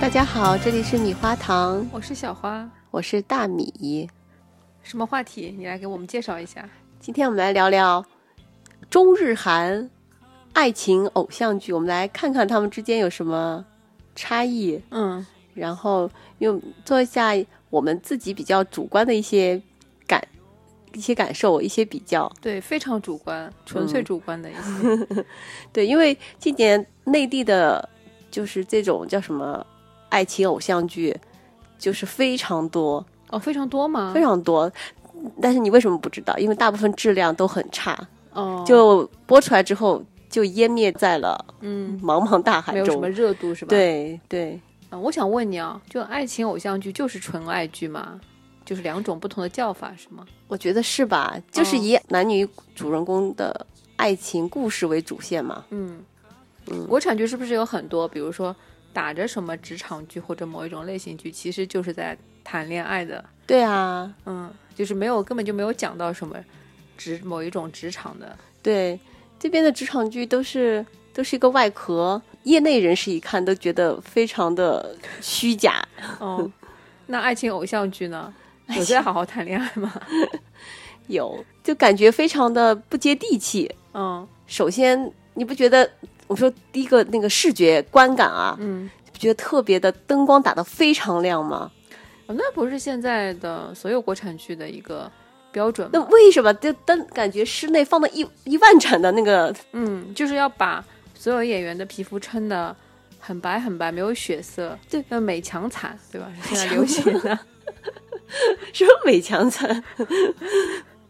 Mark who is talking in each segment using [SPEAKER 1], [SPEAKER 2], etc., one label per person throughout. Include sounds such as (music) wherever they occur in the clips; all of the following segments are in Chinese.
[SPEAKER 1] 大家好，这里是米花糖，
[SPEAKER 2] 我是小花。
[SPEAKER 1] 我是大米。
[SPEAKER 2] 什么话题？你来给我们介绍一下。
[SPEAKER 1] 今天我们来聊聊中日韩爱情偶像剧，我们来看看他们之间有什么差异，
[SPEAKER 2] 嗯，
[SPEAKER 1] 然后用做一下我们自己比较主观的一些感、一些感受、一些比较。
[SPEAKER 2] 对，非常主观，纯
[SPEAKER 1] 嗯
[SPEAKER 2] 粹主观的一些。
[SPEAKER 1] 对，因为今年内地的，就是这种叫什么爱情偶像剧，就是非常多，
[SPEAKER 2] 哦，非常多吗？
[SPEAKER 1] 非常多。但是你为什么不知道？因为大部分质量都很差，
[SPEAKER 2] 哦，
[SPEAKER 1] 就播出来之后就湮灭在了
[SPEAKER 2] 嗯，
[SPEAKER 1] 茫茫大海
[SPEAKER 2] 没有什么
[SPEAKER 1] 中。
[SPEAKER 2] 热度是吧？
[SPEAKER 1] 对对，
[SPEAKER 2] 啊，我想问你啊，就爱情偶像剧就是纯爱剧吗？就是两种不同的叫法是吗？
[SPEAKER 1] 我觉得是吧？就是
[SPEAKER 2] 哦
[SPEAKER 1] 以男女主人公的爱情故事为主线嘛。
[SPEAKER 2] 嗯，
[SPEAKER 1] 嗯，
[SPEAKER 2] 国产剧是不是有很多，比如说打着什么职场剧或者某一种类型剧，其实就是在谈恋爱的？
[SPEAKER 1] 对啊，
[SPEAKER 2] 嗯，就是没有根本就没有讲到什么职某一种职场的。
[SPEAKER 1] 对，这边的职场剧都是都是一个外壳，业内人士一看都觉得非常的虚假。
[SPEAKER 2] (laughs) 哦，那爱情偶像剧呢？有在好好谈恋爱吗？ (laughs)
[SPEAKER 1] 有，就感觉非常的不接地气。
[SPEAKER 2] 嗯
[SPEAKER 1] 首先，你不觉得？我说第一个那个视觉观感啊，
[SPEAKER 2] 嗯、
[SPEAKER 1] 不觉得特别的灯光打得非常亮吗？
[SPEAKER 2] 哦那不是现在的所有国产剧的一个标准
[SPEAKER 1] 那
[SPEAKER 2] 吗？
[SPEAKER 1] 为什么就灯感觉室内放的一一万盏的那个？
[SPEAKER 2] 嗯，就是要把所有演员的皮肤撑的很白很白，没有血色，
[SPEAKER 1] 对，
[SPEAKER 2] 要美强惨，对吧？
[SPEAKER 1] 啊
[SPEAKER 2] 是现在流行的， (laughs)
[SPEAKER 1] 什么美强惨？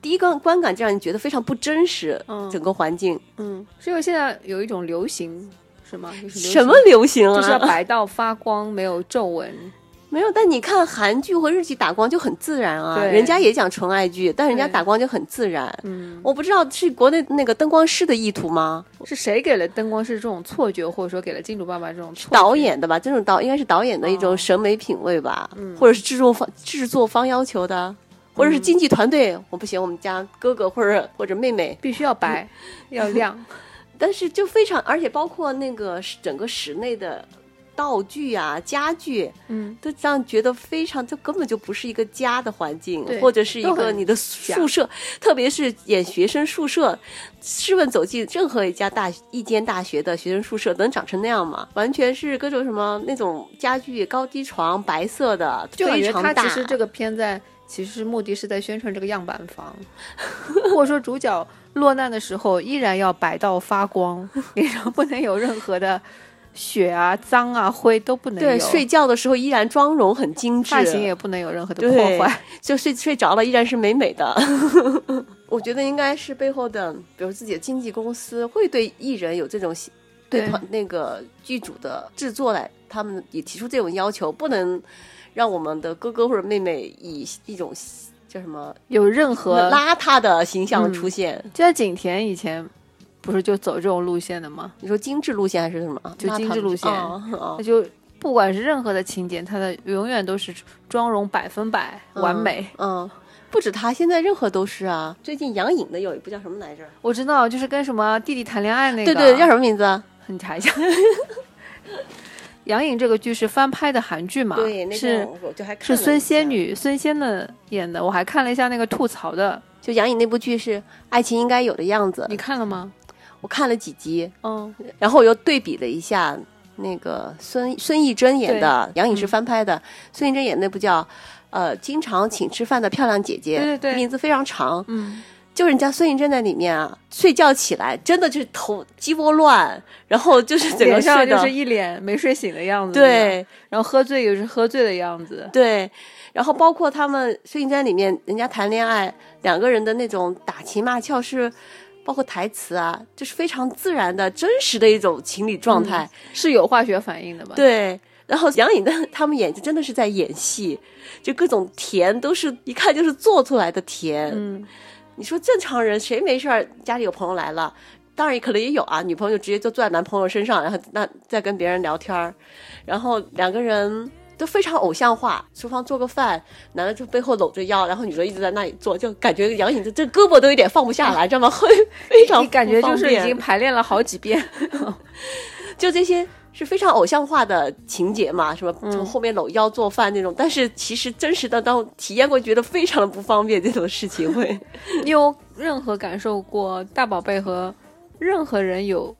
[SPEAKER 1] 第一个观感就让你觉得非常不真实，
[SPEAKER 2] 嗯
[SPEAKER 1] 整个环境
[SPEAKER 2] 嗯，是因为现在有一种流行，是吗？就是流行
[SPEAKER 1] 什么流行啊？
[SPEAKER 2] 就是要白到发光，没有皱纹。
[SPEAKER 1] (laughs) 没有，但你看韩剧和日剧打光就很自然啊，
[SPEAKER 2] 对
[SPEAKER 1] 人家也讲纯爱剧，但人家
[SPEAKER 2] 对
[SPEAKER 1] 打光就很自然。
[SPEAKER 2] 嗯，
[SPEAKER 1] 我不知道是国内那个灯光师的意图吗？
[SPEAKER 2] 是谁给了灯光师这种错觉，或者说给了金主爸爸这种错觉？
[SPEAKER 1] 导演的吧，这种导应该是导演的一种
[SPEAKER 2] 哦
[SPEAKER 1] 审美品味吧，或者是制作方制作方要求的，或者是经纪团队，我不行，我们家哥哥或者或者妹妹，
[SPEAKER 2] 必须要白，要亮。
[SPEAKER 1] 但是就非常，而且包括那个室整个室内的道具啊、家具，
[SPEAKER 2] 嗯，
[SPEAKER 1] 都让觉得非常，就根本就不是一个家的环境，
[SPEAKER 2] 对
[SPEAKER 1] 或者是一
[SPEAKER 2] 都
[SPEAKER 1] 个
[SPEAKER 2] 很
[SPEAKER 1] 你的
[SPEAKER 2] 假
[SPEAKER 1] 宿舍，特别是演学生宿舍。试问走进任何一家大一间大学的学生宿舍，能长成那样吗？完全是各种什么那种家具，高低床，白色的，
[SPEAKER 2] 就感
[SPEAKER 1] 非
[SPEAKER 2] 觉
[SPEAKER 1] 常
[SPEAKER 2] 他
[SPEAKER 1] 大。
[SPEAKER 2] 其实这个片在其实目的是在宣传这个样板房， (laughs) 或者说主角落难的时候依然要白到发光，脸上不能有任何的血啊、脏啊、灰都不能有，
[SPEAKER 1] 对，睡觉的时候依然妆容很精致，
[SPEAKER 2] 发型也不能有任何的破
[SPEAKER 1] 对
[SPEAKER 2] 坏。
[SPEAKER 1] 就睡睡着了，依然是美美的。 (laughs) 我觉得应该是背后的，比如自己的经纪公司会对艺人有这种喜对
[SPEAKER 2] 对
[SPEAKER 1] 团那个剧组的制作来，他们也提出这种要求，不能让我们的哥哥或者妹妹以一种叫什么
[SPEAKER 2] 有任何，
[SPEAKER 1] 邋遢的形象
[SPEAKER 2] 嗯
[SPEAKER 1] 出现。
[SPEAKER 2] 就像景甜以前不是就走这种路线的吗？
[SPEAKER 1] 你说精致路线还是什么？
[SPEAKER 2] 就精致路线
[SPEAKER 1] 哦哦
[SPEAKER 2] 那就不管是任何的情节，她的永远都是妆容百分百完美。
[SPEAKER 1] 嗯，不止他，现在任何都是啊。最近杨颖的有一部叫什么来着？
[SPEAKER 2] 我知道，就是跟什么弟弟谈恋爱那个，
[SPEAKER 1] 对对，叫什么名字啊？
[SPEAKER 2] 你查一下。杨颖这个剧是翻拍的韩剧嘛？
[SPEAKER 1] 对，那
[SPEAKER 2] 是
[SPEAKER 1] 个我就还看
[SPEAKER 2] 是
[SPEAKER 1] 了一
[SPEAKER 2] 孙
[SPEAKER 1] 下
[SPEAKER 2] 仙女孙仙的演的，我还看了一下那个吐槽的，
[SPEAKER 1] 就杨颖那部剧是《爱情应该有的样子
[SPEAKER 2] 你》，看了吗？
[SPEAKER 1] 我看了几集，
[SPEAKER 2] 嗯，
[SPEAKER 1] 然后我又对比了一下那个孙孙艺珍演的，杨
[SPEAKER 2] 嗯
[SPEAKER 1] 颖是翻拍的，孙艺珍演那部叫呃经常请吃饭的漂亮姐姐，
[SPEAKER 2] 对对对
[SPEAKER 1] 名字非常长，
[SPEAKER 2] 嗯，
[SPEAKER 1] 就人家孙艺珍在里面啊，睡觉起来真的就是头鸡窝乱，然后就是整个睡
[SPEAKER 2] 脸上就
[SPEAKER 1] 的
[SPEAKER 2] 是一脸没睡醒的样子，吧，
[SPEAKER 1] 对
[SPEAKER 2] 然后喝醉也是喝醉的样子，
[SPEAKER 1] 对，然后包括他们孙艺珍里面人家谈恋爱，两个人的那种打情骂俏是。包括台词啊，就是非常自然的、真实的一种情理状态。
[SPEAKER 2] 是有化学反应的吧？，
[SPEAKER 1] 对，然后杨颖的他们演就真的是在演戏，就各种甜都是一看就是做出来的甜。
[SPEAKER 2] 嗯，
[SPEAKER 1] 你说正常人谁没事儿家里有朋友来了？当然可能也有啊，女朋友就直接就坐在男朋友身上，然后那再跟别人聊天儿，然后两个人都非常偶像化。厨房做个饭，男的就背后搂着腰，然后女的一直在那里做，就感觉杨颖这这胳膊都有点放不下来，知道吗？会非常 (laughs)
[SPEAKER 2] 你感觉
[SPEAKER 1] 不方
[SPEAKER 2] 就是已
[SPEAKER 1] 便
[SPEAKER 2] 经排练了好几遍，
[SPEAKER 1] 就这些是非常偶像化的情节嘛，什么从后面搂腰做饭那种，但是其实真实的当体验过，觉得非常的不方便，这种事情会
[SPEAKER 2] 你有任何感受过大宝贝和任何人有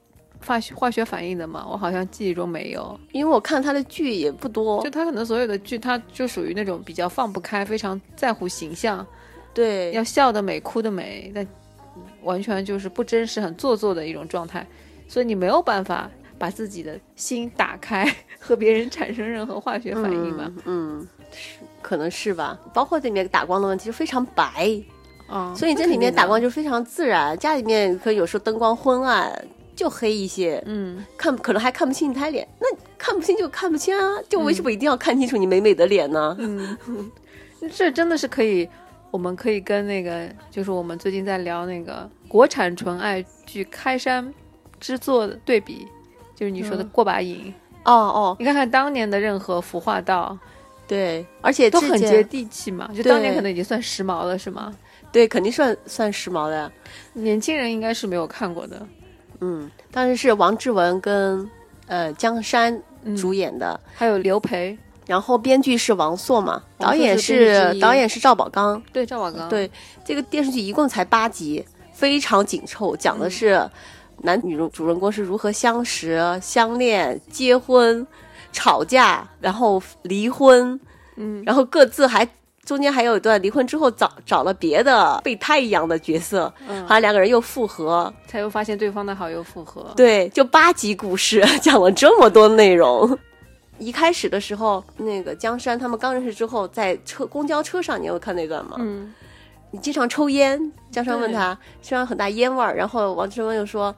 [SPEAKER 2] 化学化学反应的吗？我好像记忆中没有。
[SPEAKER 1] (laughs) 因为我看他的剧也不多
[SPEAKER 2] 就，他可能所有的剧，他就属于那种比较放不开，非常在乎形象，
[SPEAKER 1] 对，
[SPEAKER 2] 要笑的美，哭的美，但完全就是不真实、很做作的一种状态，所以你没有办法把自己的心打开，和别人产生任何化学反应吧？
[SPEAKER 1] 嗯，嗯是可能是吧。包括这里面打光的问题就非常白，
[SPEAKER 2] 啊、
[SPEAKER 1] 嗯所以这里面打光
[SPEAKER 2] 就
[SPEAKER 1] 就非常自然。家里面可有时候灯光昏暗，就黑一些，
[SPEAKER 2] 嗯，
[SPEAKER 1] 看可能还看不清你他脸。那看不清就看不清啊，就为什么一定要看清楚你美美的脸呢？
[SPEAKER 2] 嗯这真的是可以，我们可以跟那个，就是我们最近在聊那个国产纯爱剧《开山之作》的对比，就是你
[SPEAKER 1] 嗯
[SPEAKER 2] 说的过把瘾。
[SPEAKER 1] 哦哦，
[SPEAKER 2] 你看看当年的任何服化道
[SPEAKER 1] 对，而且
[SPEAKER 2] 都
[SPEAKER 1] 之
[SPEAKER 2] 很
[SPEAKER 1] 前
[SPEAKER 2] 接地气嘛，就当年
[SPEAKER 1] 对
[SPEAKER 2] 可能已经算时髦了，是吗？
[SPEAKER 1] 对，肯定算算时髦的。
[SPEAKER 2] 年轻人应该是没有看过的。
[SPEAKER 1] 嗯，当时是王志文跟呃江山
[SPEAKER 2] 嗯
[SPEAKER 1] 主演的，
[SPEAKER 2] 还有刘培，
[SPEAKER 1] 然后编剧是王朔嘛，
[SPEAKER 2] 王朔
[SPEAKER 1] 导演
[SPEAKER 2] 是编剧之一
[SPEAKER 1] 导演是赵宝刚。
[SPEAKER 2] 对赵宝刚，
[SPEAKER 1] 对，这个电视剧一共才八集，非常紧凑，讲
[SPEAKER 2] 嗯
[SPEAKER 1] 的是男女主人公是如何相识、相恋、结婚、吵架，然后离婚，
[SPEAKER 2] 嗯，
[SPEAKER 1] 然后各自还。中间还有一段离婚之后找找了别的备胎一样的角色，
[SPEAKER 2] 嗯
[SPEAKER 1] 好像两个人又复合，
[SPEAKER 2] 才又发现对方的好又复合。
[SPEAKER 1] 对，就八集故事 (laughs) 讲了这么多内容。一开始的时候，那个江山他们刚认识之后，在车公交车上，你有看那段吗？
[SPEAKER 2] 嗯，
[SPEAKER 1] 你经常抽烟？江山问他，身上很大烟味儿。然后王志文又说：“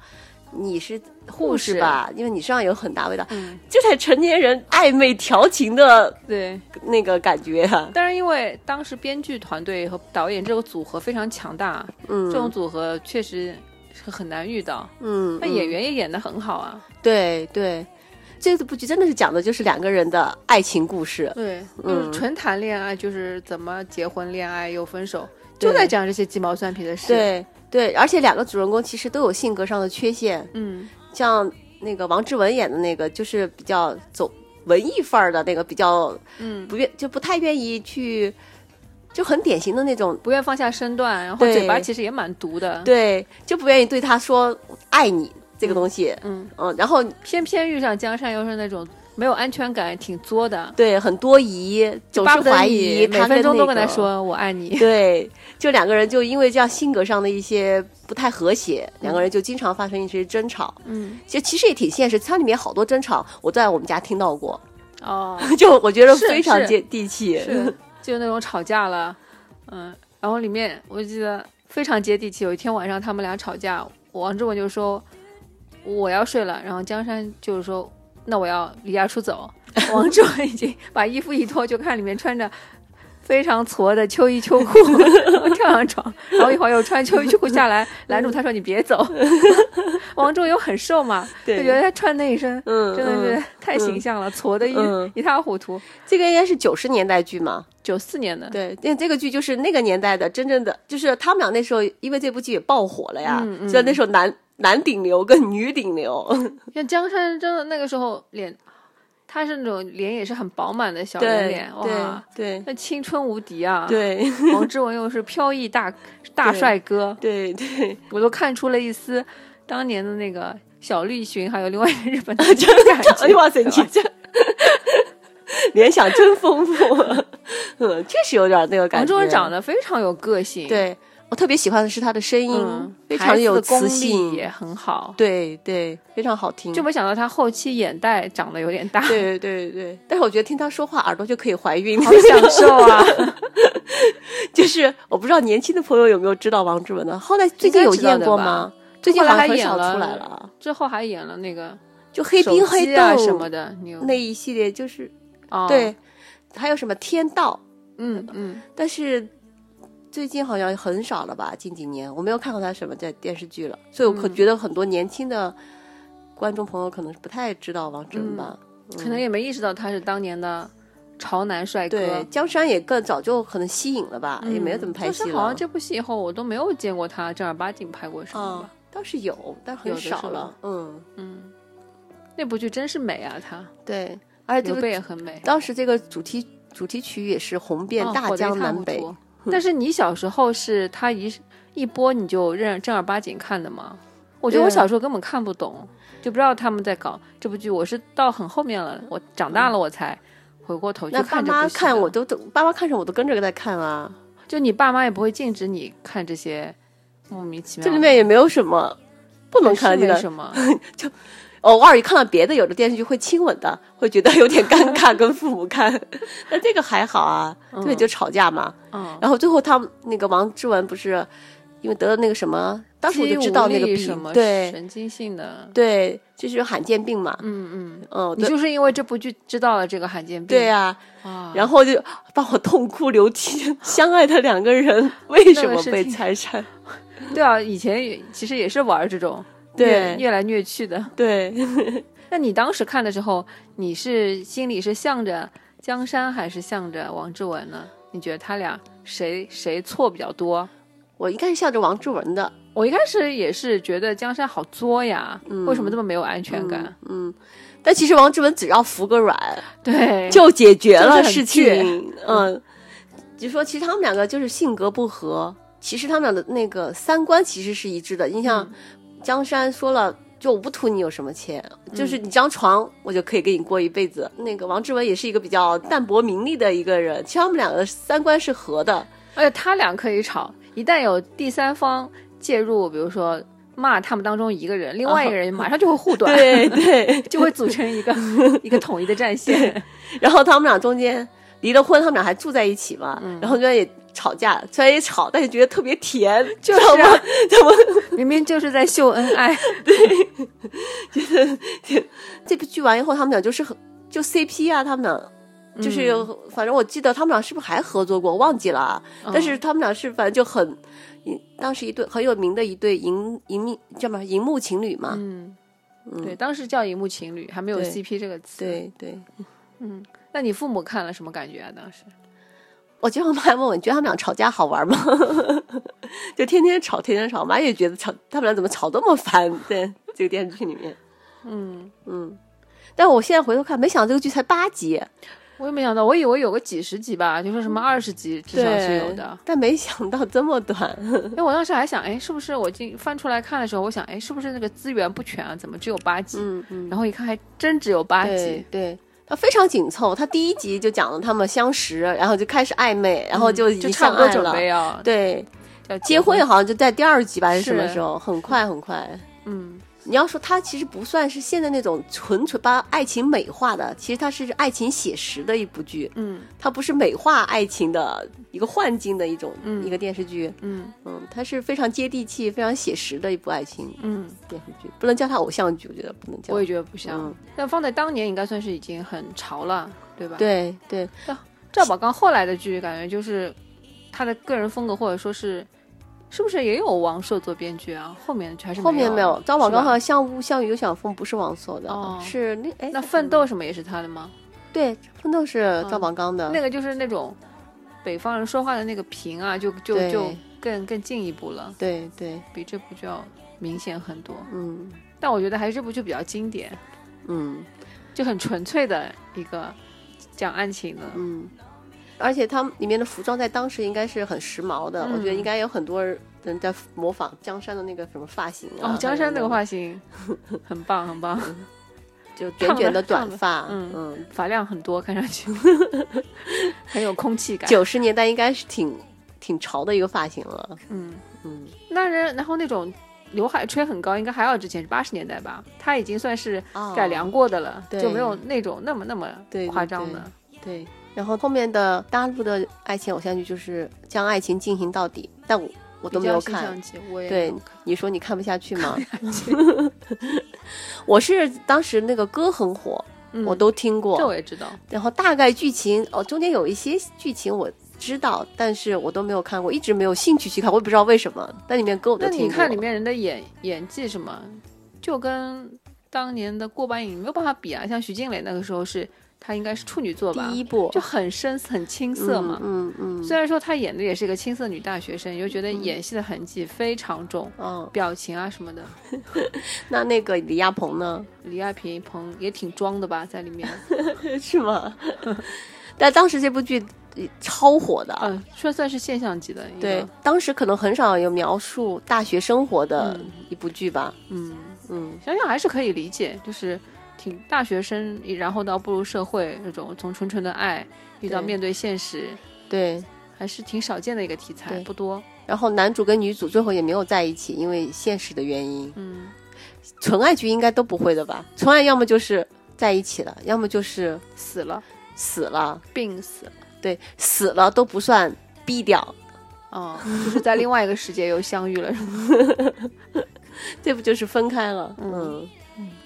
[SPEAKER 1] 你是护士吧？因为你身上有很大味道。
[SPEAKER 2] 嗯，
[SPEAKER 1] 这才成年人暧昧调情的
[SPEAKER 2] 对。
[SPEAKER 1] 那个感觉啊。
[SPEAKER 2] 当然，因为当时编剧团队和导演这个组合非常强大，
[SPEAKER 1] 嗯，
[SPEAKER 2] 这种组合确实是很难遇到。
[SPEAKER 1] 嗯，
[SPEAKER 2] 那
[SPEAKER 1] 嗯
[SPEAKER 2] 演员也演得很好啊。
[SPEAKER 1] 对对，这部剧真的是讲的就是两个人的爱情故事。
[SPEAKER 2] 对，就
[SPEAKER 1] 嗯
[SPEAKER 2] 是纯谈恋爱，就是怎么结婚、恋爱又分手，
[SPEAKER 1] 对
[SPEAKER 2] 就在讲这些鸡毛蒜皮的事。，
[SPEAKER 1] 对对，而且两个主人公其实都有性格上的缺陷，
[SPEAKER 2] 嗯，
[SPEAKER 1] 像那个王志文演的那个，就是比较走文艺范儿的那个，比较
[SPEAKER 2] 嗯
[SPEAKER 1] 不愿就不太愿意去，就很典型的那种，
[SPEAKER 2] 不愿放下身段，然后
[SPEAKER 1] 对
[SPEAKER 2] 嘴巴其实也蛮毒的。，
[SPEAKER 1] 对，就不愿意对他说爱你这个东西，
[SPEAKER 2] 嗯嗯，
[SPEAKER 1] 嗯，然后
[SPEAKER 2] 偏偏遇上江山又是那种没有安全感、挺作的，
[SPEAKER 1] 对很多疑，总
[SPEAKER 2] 巴
[SPEAKER 1] 是
[SPEAKER 2] 不得
[SPEAKER 1] 怀
[SPEAKER 2] 你
[SPEAKER 1] 疑，
[SPEAKER 2] 每
[SPEAKER 1] 他
[SPEAKER 2] 分钟
[SPEAKER 1] 那
[SPEAKER 2] 都跟他
[SPEAKER 1] 个。
[SPEAKER 2] 说我爱你。
[SPEAKER 1] 对，就两个人就因为这样性格上的一些不太和谐，两个人就经常发生一些争吵。
[SPEAKER 2] 嗯，
[SPEAKER 1] 就其实也挺现实，它里面好多争吵，我都在我们家听到
[SPEAKER 2] (laughs)
[SPEAKER 1] 过，
[SPEAKER 2] 哦，
[SPEAKER 1] 就我觉得
[SPEAKER 2] 是
[SPEAKER 1] 非常
[SPEAKER 2] 是
[SPEAKER 1] 接地气。 (laughs)
[SPEAKER 2] 是，就那种吵架了，嗯，然后里面我记得非常接地气。有一天晚上他们俩吵架，王志文就说我要睡了，然后江山就是说那我要离家
[SPEAKER 1] (laughs)
[SPEAKER 2] 出走。王志文已经把衣服一脱，就看里面穿着。非常矬的秋衣秋裤， (laughs) 然后跳上床，然后一会儿又穿秋衣秋裤下来，
[SPEAKER 1] (laughs)
[SPEAKER 2] 拦住他说：“你别走。”王志文又很瘦嘛，就
[SPEAKER 1] 对
[SPEAKER 2] 觉得他穿那一身
[SPEAKER 1] 嗯，
[SPEAKER 2] 真的
[SPEAKER 1] 嗯
[SPEAKER 2] 是太形象了，矬的一
[SPEAKER 1] 嗯
[SPEAKER 2] 一塌糊涂。
[SPEAKER 1] 这个应该是九十年代剧嘛？
[SPEAKER 2] 九四年的，
[SPEAKER 1] 对，因为这个剧就是那个年代的，真正的就是他们俩那时候，因为这部剧也爆火了呀，
[SPEAKER 2] 嗯嗯
[SPEAKER 1] 所以那时候男男顶流跟女顶
[SPEAKER 2] (laughs)
[SPEAKER 1] 流，
[SPEAKER 2] 像江山真的那个时候脸，他是那种脸也是很饱满的小圆
[SPEAKER 1] 对
[SPEAKER 2] 脸，
[SPEAKER 1] 对
[SPEAKER 2] 哇，
[SPEAKER 1] 对
[SPEAKER 2] 那青春无敌啊！，
[SPEAKER 1] 对
[SPEAKER 2] 王志文又是飘
[SPEAKER 1] (laughs)
[SPEAKER 2] 逸大大
[SPEAKER 1] 对
[SPEAKER 2] 帅哥，
[SPEAKER 1] 对对，
[SPEAKER 2] 我都看出了一丝当年的那个小栗旬，还有另外一个日
[SPEAKER 1] (laughs)
[SPEAKER 2] 本的 (laughs) 感觉。
[SPEAKER 1] 哎哇塞，你
[SPEAKER 2] 对吧
[SPEAKER 1] 这 (laughs) 联想真丰富， (laughs) 嗯，确实有点那个感
[SPEAKER 2] 王
[SPEAKER 1] 觉。
[SPEAKER 2] 志文长得非常有个性，，
[SPEAKER 1] 对我特别喜欢的是他的声音，
[SPEAKER 2] 嗯，
[SPEAKER 1] 非
[SPEAKER 2] 台
[SPEAKER 1] 常
[SPEAKER 2] 词
[SPEAKER 1] 有
[SPEAKER 2] 的功
[SPEAKER 1] 磁
[SPEAKER 2] 力
[SPEAKER 1] 性，
[SPEAKER 2] 也很好。
[SPEAKER 1] 对对，非常好听。
[SPEAKER 2] 就 (laughs) 没想到他后期眼袋长得有点大，
[SPEAKER 1] 对对对对，但是我觉得听他说话耳朵就可以怀孕，
[SPEAKER 2] 好享受
[SPEAKER 1] (laughs)
[SPEAKER 2] 啊！
[SPEAKER 1] 就是我不知道年轻的朋友有没有知道王志文的，后来最近有演过吗？最近
[SPEAKER 2] 后
[SPEAKER 1] 好
[SPEAKER 2] 来
[SPEAKER 1] 像
[SPEAKER 2] 还
[SPEAKER 1] 很
[SPEAKER 2] 演
[SPEAKER 1] 少
[SPEAKER 2] 了
[SPEAKER 1] 出来了，啊
[SPEAKER 2] 之后还演了那个
[SPEAKER 1] 就黑
[SPEAKER 2] 手
[SPEAKER 1] 冰黑
[SPEAKER 2] 机
[SPEAKER 1] 豆、
[SPEAKER 2] 啊什么的，你有
[SPEAKER 1] 那一系列，就是、
[SPEAKER 2] 哦，
[SPEAKER 1] 对，还有什么天道，
[SPEAKER 2] 嗯嗯，
[SPEAKER 1] 但是最近好像很少了吧？近几年我没有看过他什么在电视剧了，所以我可
[SPEAKER 2] 嗯
[SPEAKER 1] 觉得很多年轻的观众朋友可能是不太知道王志文吧。嗯
[SPEAKER 2] 可能也没意识到他是当年的潮男帅哥。
[SPEAKER 1] 对，江山也更早就可能吸引了吧，
[SPEAKER 2] 嗯
[SPEAKER 1] 也没有怎么拍戏
[SPEAKER 2] 就是
[SPEAKER 1] 了。
[SPEAKER 2] 好像这部戏以后，我都没有见过他正儿八经拍过什么
[SPEAKER 1] 啊
[SPEAKER 2] 吧。
[SPEAKER 1] 倒是有，但很
[SPEAKER 2] 有的
[SPEAKER 1] 少
[SPEAKER 2] 是吧
[SPEAKER 1] 了。嗯，
[SPEAKER 2] 嗯，那部剧真是美啊，她
[SPEAKER 1] 对，而且这
[SPEAKER 2] 刘
[SPEAKER 1] 个
[SPEAKER 2] 备也很美，
[SPEAKER 1] 当时这个主题主题曲也是红遍
[SPEAKER 2] 哦
[SPEAKER 1] 大
[SPEAKER 2] 火得一
[SPEAKER 1] 江
[SPEAKER 2] 塌
[SPEAKER 1] 南
[SPEAKER 2] 糊
[SPEAKER 1] 北， (laughs)
[SPEAKER 2] 涂但是你小时候是她一一播你就认正儿八经看的吗？我觉得我
[SPEAKER 1] 对啊
[SPEAKER 2] 小时候根本看不懂，就不知道他们在搞这部剧。我是到很后面了，我长大了我才回过头去
[SPEAKER 1] 那爸
[SPEAKER 2] 看这部
[SPEAKER 1] 妈
[SPEAKER 2] 戏的。
[SPEAKER 1] 看我都都，爸妈看上我都跟着在看啊，
[SPEAKER 2] 就你爸妈也不会禁止你看这些莫名其妙
[SPEAKER 1] 这
[SPEAKER 2] 的。
[SPEAKER 1] 里面也没有什么不能看的
[SPEAKER 2] 是没
[SPEAKER 1] 地方。
[SPEAKER 2] 什么，
[SPEAKER 1] 偶尔一看到别的有的电视剧会亲吻的，会觉得有点尴尬，跟父母
[SPEAKER 2] (laughs)
[SPEAKER 1] 看。那这个还好啊，对，就吵架嘛。
[SPEAKER 2] 嗯，
[SPEAKER 1] 然后最后他们那个王志文不是因为得了那个什么，当时我就知道那个
[SPEAKER 2] 肌无力
[SPEAKER 1] 病
[SPEAKER 2] 什，么
[SPEAKER 1] 对
[SPEAKER 2] 神经性的，
[SPEAKER 1] 对，就是罕见病嘛。
[SPEAKER 2] 嗯嗯，
[SPEAKER 1] 嗯，
[SPEAKER 2] 你
[SPEAKER 1] 对
[SPEAKER 2] 就是因为这部剧知道了这个罕见病，
[SPEAKER 1] 对呀、
[SPEAKER 2] 啊，
[SPEAKER 1] 然后就把我痛哭流涕。相爱的两个人为什
[SPEAKER 2] 那
[SPEAKER 1] 么
[SPEAKER 2] 个是
[SPEAKER 1] 被
[SPEAKER 2] 挺
[SPEAKER 1] 拆
[SPEAKER 2] (laughs)
[SPEAKER 1] 散？
[SPEAKER 2] 对啊，以前也其实也是玩这种
[SPEAKER 1] 对
[SPEAKER 2] 虐虐来虐去的。
[SPEAKER 1] 对，
[SPEAKER 2] 那你当时看的时候，你是心里是向着江山还是向着王志文呢？你觉得他俩谁谁错比较多？
[SPEAKER 1] 我应该是向着王志文的，
[SPEAKER 2] 我一开始也是觉得江山好作呀，
[SPEAKER 1] 嗯
[SPEAKER 2] 为什么这么没有安全感？
[SPEAKER 1] 但其实王志文只要服个软 (laughs)
[SPEAKER 2] 对，
[SPEAKER 1] 就解决
[SPEAKER 2] 就是
[SPEAKER 1] 了
[SPEAKER 2] 很
[SPEAKER 1] 事
[SPEAKER 2] 倔
[SPEAKER 1] 情。嗯，就说其实他们两个就是性格不合，其实他们俩的那个三观其实是一致的。你像江山说了。就我不图你有什么钱，就是你张床我就可以跟你过一辈子。那个王志文也是一个比较淡泊名利的一个人，其实他们两个三观是合的，
[SPEAKER 2] 而且他俩可以吵，一旦有第三方介入，比如说骂他们当中一个人，另外一个人马上就会护短，
[SPEAKER 1] 哦对对。
[SPEAKER 2] (laughs) 就会组成一个一个统一的战线。
[SPEAKER 1] (laughs) 然后他们俩中间离了婚，他们俩还住在一起嘛，然后中间也吵架，虽然也吵，但是觉得特别甜，
[SPEAKER 2] 就是
[SPEAKER 1] 知道吗
[SPEAKER 2] 啊？明明就是在秀恩
[SPEAKER 1] (laughs)
[SPEAKER 2] 爱，
[SPEAKER 1] 这部剧完以后，他们俩就是很就 CP 啊，他们俩就是、
[SPEAKER 2] 嗯
[SPEAKER 1] 反正我记得他们俩是不是还合作过，忘记了啊。但是他们俩是反正就很，一当时一对很有名的一对荧荧幕叫什么荧幕情侣嘛。
[SPEAKER 2] 嗯，对，当时叫荧幕情侣，还没有
[SPEAKER 1] 对
[SPEAKER 2] CP 这个词。，
[SPEAKER 1] 对对，
[SPEAKER 2] 那你父母看了什么感觉啊？当时
[SPEAKER 1] 我经常妈还问我，你觉得他们俩吵架好玩吗？ (laughs) 就天天吵，天天吵，我妈也觉得吵，他们俩怎么吵这么烦？ (laughs) 在这个电视剧里面，
[SPEAKER 2] 嗯
[SPEAKER 1] 嗯，但我现在回头看，没想到这个剧才八集，
[SPEAKER 2] 我也没想到，我以为有个几十集吧，就说
[SPEAKER 1] 嗯
[SPEAKER 2] 什么二十集至少是有的。，
[SPEAKER 1] 但没想到这么短。
[SPEAKER 2] 因为我当时还想，哎，是不是我进翻出来看的时候，我想，哎，是不是那个资源不全啊？怎么只有八集？
[SPEAKER 1] 嗯嗯。
[SPEAKER 2] 然后一看，还真只有八集
[SPEAKER 1] 对。对，它非常紧凑。它第一集就讲了他们相识，然后就开始暧昧，然后就已
[SPEAKER 2] 嗯就
[SPEAKER 1] 经
[SPEAKER 2] 差
[SPEAKER 1] 相
[SPEAKER 2] 不多
[SPEAKER 1] 爱
[SPEAKER 2] 准
[SPEAKER 1] 了。
[SPEAKER 2] 备要
[SPEAKER 1] 对，
[SPEAKER 2] 要
[SPEAKER 1] 结婚，好像就在第二集吧，还是什么
[SPEAKER 2] 是
[SPEAKER 1] 时候？很快很快。
[SPEAKER 2] 嗯，
[SPEAKER 1] 你要说它其实不算是现在那种纯纯把爱情美化的，其实它是爱情写实的一部剧，
[SPEAKER 2] 嗯
[SPEAKER 1] 它不是美化爱情的一个幻境的一种、一个电视剧，
[SPEAKER 2] 嗯
[SPEAKER 1] 嗯，它是非常接地气、非常写实的一部爱情
[SPEAKER 2] 嗯，
[SPEAKER 1] 电视剧，不能叫它偶像剧，我觉得不能叫
[SPEAKER 2] 我。也觉得不像。
[SPEAKER 1] 嗯
[SPEAKER 2] 但放在当年，应该算是已经很潮了，对吧？。
[SPEAKER 1] 对对，
[SPEAKER 2] 赵宝刚后来的剧，感觉就是他的个人风格，或者说是是不是也有王朔做编剧啊？后面的剧还是
[SPEAKER 1] 后面没有，张宝刚
[SPEAKER 2] 是
[SPEAKER 1] 和
[SPEAKER 2] 吧
[SPEAKER 1] 像雾、像雨、有小凤不是王朔的，
[SPEAKER 2] 哦
[SPEAKER 1] 是那哎，
[SPEAKER 2] 那奋斗什么也是他的吗？
[SPEAKER 1] 对奋斗是赵宝刚的，
[SPEAKER 2] 那个就是那种北方人说话的那个平啊，就就
[SPEAKER 1] 对
[SPEAKER 2] 就更更进一步了，
[SPEAKER 1] 对对，
[SPEAKER 2] 比这部剧要明显很多。
[SPEAKER 1] 嗯
[SPEAKER 2] 但我觉得还是这部剧比较经典，
[SPEAKER 1] 嗯
[SPEAKER 2] 就很纯粹的一个讲爱情的。
[SPEAKER 1] 嗯，而且他们里面的服装在当时应该是很时髦的，
[SPEAKER 2] 嗯
[SPEAKER 1] 我觉得应该有很多人在模仿江山的那个什么发型啊，
[SPEAKER 2] 哦，江山那个
[SPEAKER 1] 还有
[SPEAKER 2] 发型很棒，
[SPEAKER 1] (laughs)
[SPEAKER 2] 很棒，
[SPEAKER 1] 就卷卷的
[SPEAKER 2] 烫
[SPEAKER 1] 短
[SPEAKER 2] 的
[SPEAKER 1] 发，
[SPEAKER 2] 嗯
[SPEAKER 1] 嗯，
[SPEAKER 2] 发量很多，看
[SPEAKER 1] (laughs)
[SPEAKER 2] 上去很有空气感。
[SPEAKER 1] 九十年代应该是挺挺潮的一个发型了，
[SPEAKER 2] 嗯，
[SPEAKER 1] 嗯，
[SPEAKER 2] 那人然后那种刘海吹很高，应该还要之前八十年代吧，他已经算是
[SPEAKER 1] 哦
[SPEAKER 2] 改良过的了，
[SPEAKER 1] 对
[SPEAKER 2] 就没有那种那么那么
[SPEAKER 1] 对对
[SPEAKER 2] 夸张的。
[SPEAKER 1] 对，然后后面的大陆的爱情偶像剧就是将爱情进行到底，但我我都没有看。
[SPEAKER 2] 比较形象级，我也没
[SPEAKER 1] 对
[SPEAKER 2] 有看，
[SPEAKER 1] 你说你看不下去吗？ (laughs) 我是当时那个歌很火，
[SPEAKER 2] 嗯
[SPEAKER 1] 我都听
[SPEAKER 2] 这
[SPEAKER 1] 过，
[SPEAKER 2] 我也知道。
[SPEAKER 1] 然后大概剧情哦，中间有一些剧情我知道，但是我都没有看过，一直没有兴趣去看，我也不知道为什么。但里面歌我都
[SPEAKER 2] 那
[SPEAKER 1] 听过。
[SPEAKER 2] 你看里面人的演演技什么，就跟当年的过半瘾没有办法比啊，像徐静蕾那个时候是她应该是处女座吧，
[SPEAKER 1] 第一部
[SPEAKER 2] 就很深很青涩嘛。
[SPEAKER 1] 嗯嗯
[SPEAKER 2] 虽然说她演的也是一个青涩女大学生，又觉得演戏的痕迹非常重，
[SPEAKER 1] 嗯，
[SPEAKER 2] 表情啊什么的。
[SPEAKER 1] 那那个李亚鹏呢？
[SPEAKER 2] 李亚平鹏也挺装的吧，
[SPEAKER 1] (laughs)
[SPEAKER 2] 在里面，
[SPEAKER 1] 是吗？ (laughs) 但当时这部剧呃超火的，
[SPEAKER 2] 嗯，算算是现象级的一个。
[SPEAKER 1] 对，当时可能很少有描述大学生活的
[SPEAKER 2] 嗯
[SPEAKER 1] 一部剧吧。
[SPEAKER 2] 嗯，
[SPEAKER 1] 嗯
[SPEAKER 2] 想想还是可以理解，就是挺大学生，然后到步入社会这种从纯纯的爱遇到
[SPEAKER 1] 对
[SPEAKER 2] 面对现实，
[SPEAKER 1] 对。
[SPEAKER 2] 还是挺少见的一个题材，
[SPEAKER 1] 对
[SPEAKER 2] 不多。
[SPEAKER 1] 然后男主跟女主最后也没有在一起，因为现实的原因。
[SPEAKER 2] 嗯，
[SPEAKER 1] 纯爱剧应该都不会的吧？纯爱要么就是在一起了，要么就是
[SPEAKER 2] 死了，
[SPEAKER 1] 死了。
[SPEAKER 2] 病死了，
[SPEAKER 1] 对，死了都不算逼掉， (laughs)
[SPEAKER 2] 哦，就是在另外一个世界又相遇了。是吗
[SPEAKER 1] 这不就是分开了？嗯，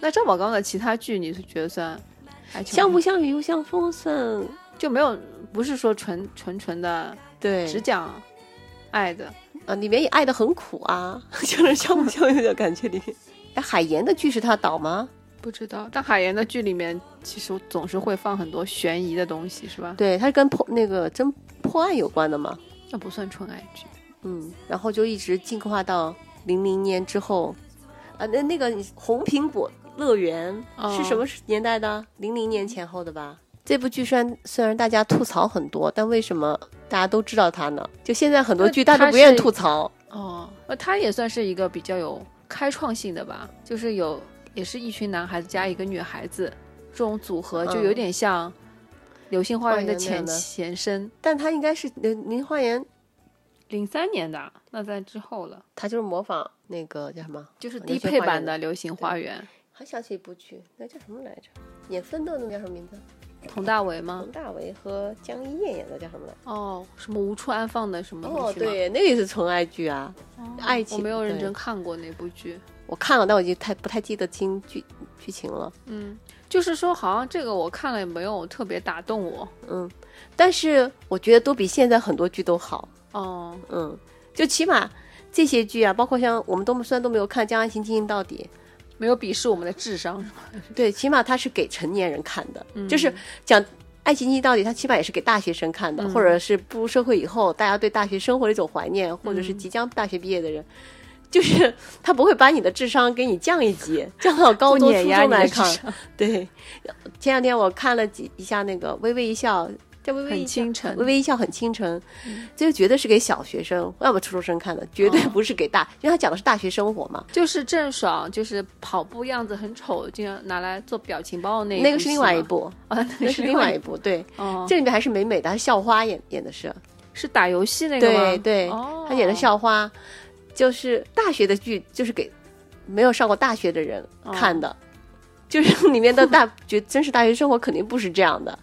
[SPEAKER 2] 那张宝刚的其他剧，你是觉得算爱情
[SPEAKER 1] 相不相与又相逢算。
[SPEAKER 2] 就没有不是说纯纯纯的
[SPEAKER 1] 对，
[SPEAKER 2] 只讲爱的，
[SPEAKER 1] 啊，里面也爱的很苦啊， (laughs) 就是相不相遇的感觉里
[SPEAKER 2] (laughs)
[SPEAKER 1] 面。哎，海岩的剧是他导吗？
[SPEAKER 2] 不知道。但海岩的剧里面其实总是会放很多悬疑的东西，是吧？
[SPEAKER 1] 对，他是跟破那个侦破案有关的嘛。
[SPEAKER 2] 那不算纯爱剧。
[SPEAKER 1] 嗯，然后就一直进化到零零年之后，啊，那那个红苹果乐园
[SPEAKER 2] 哦
[SPEAKER 1] 是什么年代的？零零年前后的吧。这部剧虽然虽然大家吐槽很多，但为什么大家都知道它呢？就现在很多
[SPEAKER 2] 那
[SPEAKER 1] 剧大家
[SPEAKER 2] 呃它
[SPEAKER 1] 都不愿意
[SPEAKER 2] 是
[SPEAKER 1] 吐槽，
[SPEAKER 2] 哦，那他也算是一个比较有开创性的吧，就是有也是一群男孩子加一个女孩子这种组合，就有
[SPEAKER 1] 嗯
[SPEAKER 2] 点像《流星花园》的
[SPEAKER 1] 花园那样
[SPEAKER 2] 前
[SPEAKER 1] 的
[SPEAKER 2] 前身，
[SPEAKER 1] 但它应该是呃林花园，
[SPEAKER 2] 零三年的，那在之后了，
[SPEAKER 1] 它就是模仿那个叫什么？
[SPEAKER 2] 就是
[SPEAKER 1] 哦流
[SPEAKER 2] 低
[SPEAKER 1] 星
[SPEAKER 2] 配
[SPEAKER 1] 花
[SPEAKER 2] 版
[SPEAKER 1] 园
[SPEAKER 2] 的《流星花园
[SPEAKER 1] 还想起一部剧，那叫什么来着？演奋斗的那叫什么名字？》，
[SPEAKER 2] 佟大为吗
[SPEAKER 1] 王？大为和江一燕演的叫什么来着？
[SPEAKER 2] 哦，什么无处安放的什么东
[SPEAKER 1] 哦，
[SPEAKER 2] 西吗？
[SPEAKER 1] 对，那个也是纯爱剧啊，
[SPEAKER 2] 哦
[SPEAKER 1] 爱
[SPEAKER 2] 我
[SPEAKER 1] 情。
[SPEAKER 2] 没有认
[SPEAKER 1] 对
[SPEAKER 2] 真看过那部剧。
[SPEAKER 1] 我看了，但我已经太不太记得清剧剧情了。
[SPEAKER 2] 嗯，就是说好像这个我看了也没有特别打动我。
[SPEAKER 1] 嗯，但是我觉得都比现在很多剧都好。
[SPEAKER 2] 哦，
[SPEAKER 1] 嗯，就起码这些剧啊，包括像我们都虽然都没有看《将爱情进行到底
[SPEAKER 2] 没有鄙视我们的智商是吗？》，
[SPEAKER 1] 对，起码它是给成年人看的，
[SPEAKER 2] 嗯
[SPEAKER 1] 就是讲《爱情进行到底》，它起码也是给大学生看的，
[SPEAKER 2] 嗯
[SPEAKER 1] 或者是步入社会以后大家对大学生活的一种怀念，或
[SPEAKER 2] 嗯
[SPEAKER 1] 者是即将大学毕业的人。就是他不会把你的智商给你降一级， (laughs) 降到高
[SPEAKER 2] 不
[SPEAKER 1] 中、
[SPEAKER 2] 碾
[SPEAKER 1] 初
[SPEAKER 2] 压
[SPEAKER 1] 中
[SPEAKER 2] 你的
[SPEAKER 1] 来
[SPEAKER 2] 智
[SPEAKER 1] 看。
[SPEAKER 2] 商，
[SPEAKER 1] 对，前两天我看了几一下那个《微微一笑》，叫《微微一
[SPEAKER 2] 很
[SPEAKER 1] 笑》，
[SPEAKER 2] 清嗯晨
[SPEAKER 1] 微。微一笑很倾城，这个绝对是给小学生，要么初中生看的，绝对
[SPEAKER 2] 哦
[SPEAKER 1] 不是给大，因为他讲的是大学生活嘛。
[SPEAKER 2] 就是郑爽，就是跑步样子很丑，经常拿来做表情包的那
[SPEAKER 1] 那个
[SPEAKER 2] 部
[SPEAKER 1] 是
[SPEAKER 2] 戏
[SPEAKER 1] 另外
[SPEAKER 2] 吗
[SPEAKER 1] 一，部，
[SPEAKER 2] 啊，那
[SPEAKER 1] 那
[SPEAKER 2] 个
[SPEAKER 1] 是
[SPEAKER 2] 是
[SPEAKER 1] 另外
[SPEAKER 2] 一
[SPEAKER 1] 一部，对，
[SPEAKER 2] 哦，
[SPEAKER 1] 这里面还是美美的，还是校花演演的是，
[SPEAKER 2] 是打游戏那个
[SPEAKER 1] 对
[SPEAKER 2] 吗？
[SPEAKER 1] 对，
[SPEAKER 2] 哦，
[SPEAKER 1] 她演的校花，就是大学的剧，就是给没有上过大学的人
[SPEAKER 2] 哦
[SPEAKER 1] 看的，就是 (laughs) 里面的大觉真实大学生活肯定不是这样的。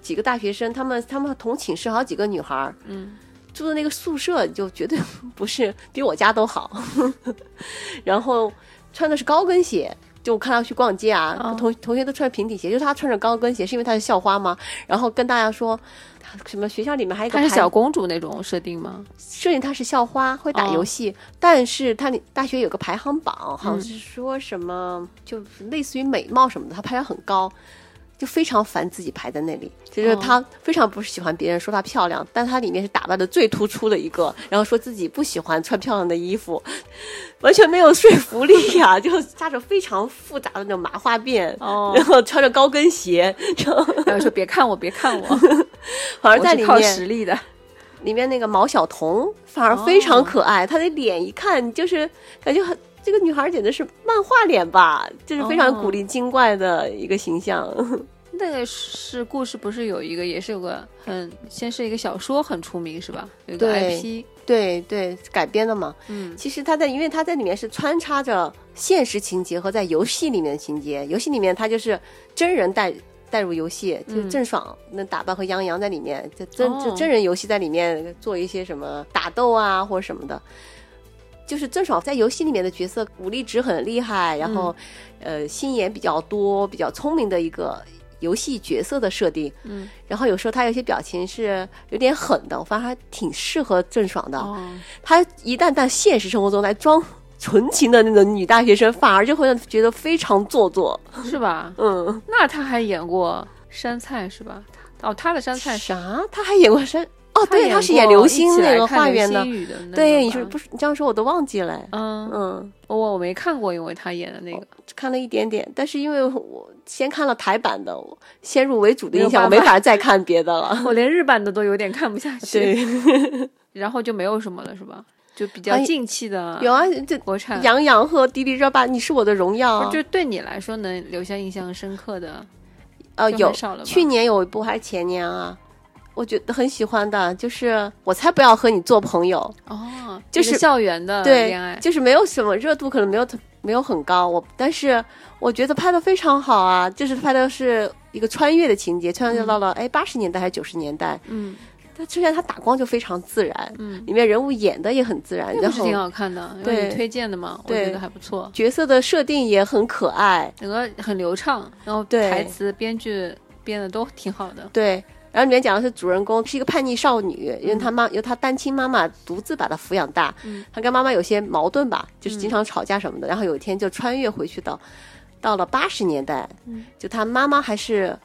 [SPEAKER 1] 几个大学生，他们他们同寝室好几个女孩儿，
[SPEAKER 2] 嗯，
[SPEAKER 1] 住的那个宿舍就绝对 (laughs) 不是比我家都好， (laughs) 然后穿的是高跟鞋。就我看她去逛街啊，
[SPEAKER 2] 哦
[SPEAKER 1] 同同学都穿平底鞋，就她穿着高跟鞋，是因为她是校花嘛。然后跟大家说，她什么学校里面还有一个
[SPEAKER 2] 她是
[SPEAKER 1] 排
[SPEAKER 2] 小公主那种设
[SPEAKER 1] (laughs)
[SPEAKER 2] 定吗？
[SPEAKER 1] 虽然他是校花，会打
[SPEAKER 2] 哦嗯
[SPEAKER 1] 游戏，但是他那大学有个排行榜，好像是说什么、就类似于美貌什么的，他排得很高，就非常烦自己排在那里。就是
[SPEAKER 2] 哦
[SPEAKER 1] 他非常不喜欢别人说她漂亮，但她里面是打扮的最突出的一个，然后说自己不喜欢穿漂亮的衣服， (laughs) 完全没有说服力呀、就扎着非常复杂的那种麻花辫。
[SPEAKER 2] 哦，
[SPEAKER 1] 然后穿着高跟鞋，然后
[SPEAKER 2] 然后说别看我，别看我，
[SPEAKER 1] 反 (laughs) 而
[SPEAKER 2] 我
[SPEAKER 1] 在
[SPEAKER 2] 是
[SPEAKER 1] 里
[SPEAKER 2] 靠
[SPEAKER 1] 面
[SPEAKER 2] 实力的。
[SPEAKER 1] 里面那个毛晓彤反而非常
[SPEAKER 2] 哦
[SPEAKER 1] 可爱，她的脸一看就是感觉很，这个女孩简直是漫画脸吧，就是非常
[SPEAKER 2] 哦
[SPEAKER 1] 古灵精怪的一个形象。
[SPEAKER 2] 那个是故事，不是有一个也是有个很先是一个小说很出名是吧？有一个
[SPEAKER 1] 对
[SPEAKER 2] IP，
[SPEAKER 1] 对对，改编的嘛。 (laughs)
[SPEAKER 2] 嗯，
[SPEAKER 1] 其实她在，因为她在里面是穿插着现实情节和在游戏里面的情节，游戏里面她就是真人带。带入游戏，就是
[SPEAKER 2] 嗯
[SPEAKER 1] 郑爽那打扮和杨洋在里面，就真、就
[SPEAKER 2] 哦
[SPEAKER 1] 真人游戏在里面做一些什么打斗啊或者什么的，就是郑爽在游戏里面的角色武力值很厉害，然
[SPEAKER 2] 嗯
[SPEAKER 1] 后、呃心眼比较多、比较聪明的一个游戏角色的设定。
[SPEAKER 2] 嗯，
[SPEAKER 1] 然后有时候她有些表情是有点狠的，我发现还挺适合郑爽的。
[SPEAKER 2] 哦，
[SPEAKER 1] 她一旦到现实生活中来装纯情的那种女大学生，反而就会让觉得非常做作。
[SPEAKER 2] 是吧？
[SPEAKER 1] 嗯，
[SPEAKER 2] 那他还演过山菜是吧？他哦，他的山菜是
[SPEAKER 1] 啥？啊他还演过山？哦，对，他
[SPEAKER 2] 他
[SPEAKER 1] 是演刘星那个花园
[SPEAKER 2] 的
[SPEAKER 1] 的。
[SPEAKER 2] 那个吧。
[SPEAKER 1] 对，你说不是你这样说我都忘记了。
[SPEAKER 2] 嗯，
[SPEAKER 1] 嗯，
[SPEAKER 2] 我我没看过，因为他演的那个
[SPEAKER 1] 看了一点点，但是因为我先看了台版的，我先入为主的印象，我没
[SPEAKER 2] 没有办法
[SPEAKER 1] 法再看别的了。
[SPEAKER 2] 我连日版的都有点看不下去。 (laughs)
[SPEAKER 1] 对，
[SPEAKER 2] 然后就没有什么了，是吧？就比较
[SPEAKER 1] 哎
[SPEAKER 2] 近期的
[SPEAKER 1] 有啊，这
[SPEAKER 2] 国产。
[SPEAKER 1] 杨洋和迪丽热巴，你是我的荣耀啊，
[SPEAKER 2] 就对你来说能留下印象深刻的
[SPEAKER 1] 呃
[SPEAKER 2] 就
[SPEAKER 1] 有
[SPEAKER 2] 很少了吧
[SPEAKER 1] 去年有一部还是前年啊，我觉得很喜欢的，就是我才不要和你做朋友，
[SPEAKER 2] 哦，
[SPEAKER 1] 就
[SPEAKER 2] 一个
[SPEAKER 1] 是
[SPEAKER 2] 校园的
[SPEAKER 1] 对
[SPEAKER 2] 恋爱，，
[SPEAKER 1] 就是没有什么热度，可能没有特没有很高，我但是我觉得拍的非常好啊，就是拍的是一个穿越的情节，穿越到了哎八十年代还是九十年代，
[SPEAKER 2] 嗯
[SPEAKER 1] 它虽然它打光就非常自然，
[SPEAKER 2] 嗯，
[SPEAKER 1] 里面人物演的也很自然，
[SPEAKER 2] 那
[SPEAKER 1] 然
[SPEAKER 2] 不是
[SPEAKER 1] 后
[SPEAKER 2] 挺好看的，因为
[SPEAKER 1] 对
[SPEAKER 2] 你推荐的嘛，我
[SPEAKER 1] 对
[SPEAKER 2] 觉得还不错，
[SPEAKER 1] 角色的设定也很可爱，
[SPEAKER 2] 整个很流畅，然后
[SPEAKER 1] 对
[SPEAKER 2] 台词编剧编的都挺好的，
[SPEAKER 1] 对。然后里面讲的是主人公是一个叛逆少女，因为她妈由她单亲妈妈独自把她抚养大，
[SPEAKER 2] 嗯
[SPEAKER 1] 她跟妈妈有些矛盾吧，就是经常吵架什么的。然后有一天就穿越回去到到了八十年代，
[SPEAKER 2] 嗯
[SPEAKER 1] 就她妈妈还是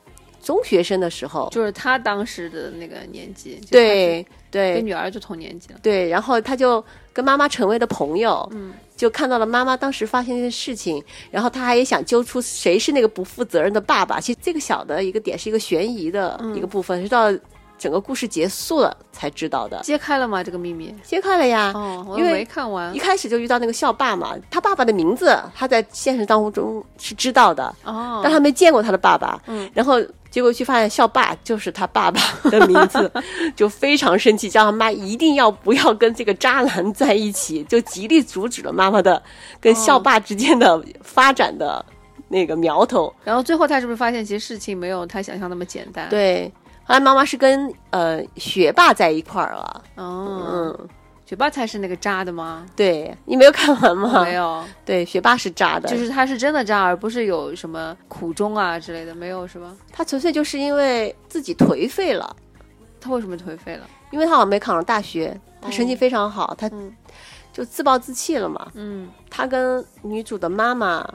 [SPEAKER 1] 中学生的时候，
[SPEAKER 2] 就是他当时的那个年纪，就
[SPEAKER 1] 对
[SPEAKER 2] 他是跟
[SPEAKER 1] 对
[SPEAKER 2] 女儿就同年纪了，
[SPEAKER 1] 对，然后她就跟妈妈成为了朋友，
[SPEAKER 2] 嗯，
[SPEAKER 1] 就看到了妈妈当时发现一些事情，然后她还也想揪出谁是那个不负责任的爸爸。其实这个小的一个点是一个悬疑的
[SPEAKER 2] 嗯
[SPEAKER 1] 一个部分，是到整个故事结束了才知道的。
[SPEAKER 2] 揭开了吗这个秘密？
[SPEAKER 1] 揭开了呀，
[SPEAKER 2] 哦，我
[SPEAKER 1] 因为
[SPEAKER 2] 没看完
[SPEAKER 1] 一，开始就遇到那个校霸嘛，他爸爸的名字他在现实当中是知道的，
[SPEAKER 2] 哦，
[SPEAKER 1] 但他没见过他的爸爸。
[SPEAKER 2] 嗯，
[SPEAKER 1] 然后结果去发现校霸就是他爸
[SPEAKER 2] (laughs)
[SPEAKER 1] 爸的名字，就非常生气，叫他妈一定要不要跟这个渣男在一起，就极力阻止了妈妈的跟校霸之间的发展的那个苗头。
[SPEAKER 2] 然后最后他是不是发现其实事情没有他想象那么简单？，
[SPEAKER 1] 对，后来妈妈是跟呃学霸在一块儿了。
[SPEAKER 2] 哦，
[SPEAKER 1] 嗯，
[SPEAKER 2] 学霸才是那个渣的 (laughs) 吗？
[SPEAKER 1] 对你没有看完吗？
[SPEAKER 2] 没。有，
[SPEAKER 1] 对，学霸是渣的，
[SPEAKER 2] 就是他是真的渣，而不是有什么苦衷啊之类的，没有是吧？
[SPEAKER 1] 他纯粹就是因为自己颓废了，
[SPEAKER 2] 他为什么颓废了？
[SPEAKER 1] 因为他好像没考上大学，他成绩
[SPEAKER 2] 哦
[SPEAKER 1] 非常好，他
[SPEAKER 2] 嗯
[SPEAKER 1] 就自暴自弃了嘛。
[SPEAKER 2] 嗯，
[SPEAKER 1] 他跟女主的妈妈，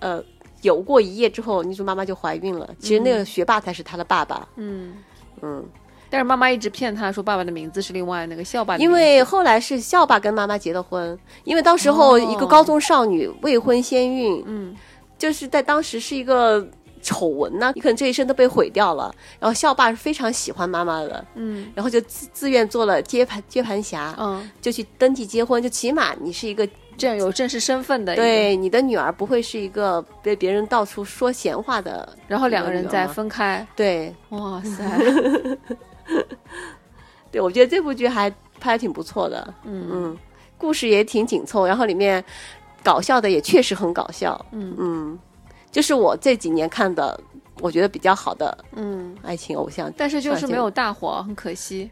[SPEAKER 1] 呃，有过一夜之后，女主妈妈就怀孕了。其实那个学霸才是她的爸爸，
[SPEAKER 2] 嗯，
[SPEAKER 1] 嗯，
[SPEAKER 2] 但是妈妈一直骗他说爸爸的名字是另外那个校霸的名
[SPEAKER 1] 因
[SPEAKER 2] 字，
[SPEAKER 1] 为后来是校霸跟妈妈结的婚，因为当时候
[SPEAKER 2] 哦
[SPEAKER 1] 一个高中少女未婚先孕，
[SPEAKER 2] 嗯
[SPEAKER 1] 就是在当时是一个丑闻呐、你可能这一生都被毁掉了。然后校霸是非常喜欢妈妈的，
[SPEAKER 2] 嗯
[SPEAKER 1] 然后就自自愿做了接盘接盘侠，
[SPEAKER 2] 嗯，
[SPEAKER 1] 就去登记结婚，就起码你是一个
[SPEAKER 2] 这样有正式身份的一个，
[SPEAKER 1] 对你的女儿不会是一个被别人到处说闲话的，
[SPEAKER 2] 然后两个人再
[SPEAKER 1] 有吗
[SPEAKER 2] 分开，嗯
[SPEAKER 1] 对。
[SPEAKER 2] 哇塞，
[SPEAKER 1] 对，我觉得这部剧还拍得挺不错的，
[SPEAKER 2] 嗯
[SPEAKER 1] 嗯，故事也挺紧凑，然后里面搞笑的也确实很搞笑，
[SPEAKER 2] 嗯
[SPEAKER 1] 嗯，就是我这几年看的，我觉得比较好的
[SPEAKER 2] 嗯，
[SPEAKER 1] 爱情偶像，
[SPEAKER 2] (laughs) 但是就是没有大火，很可惜，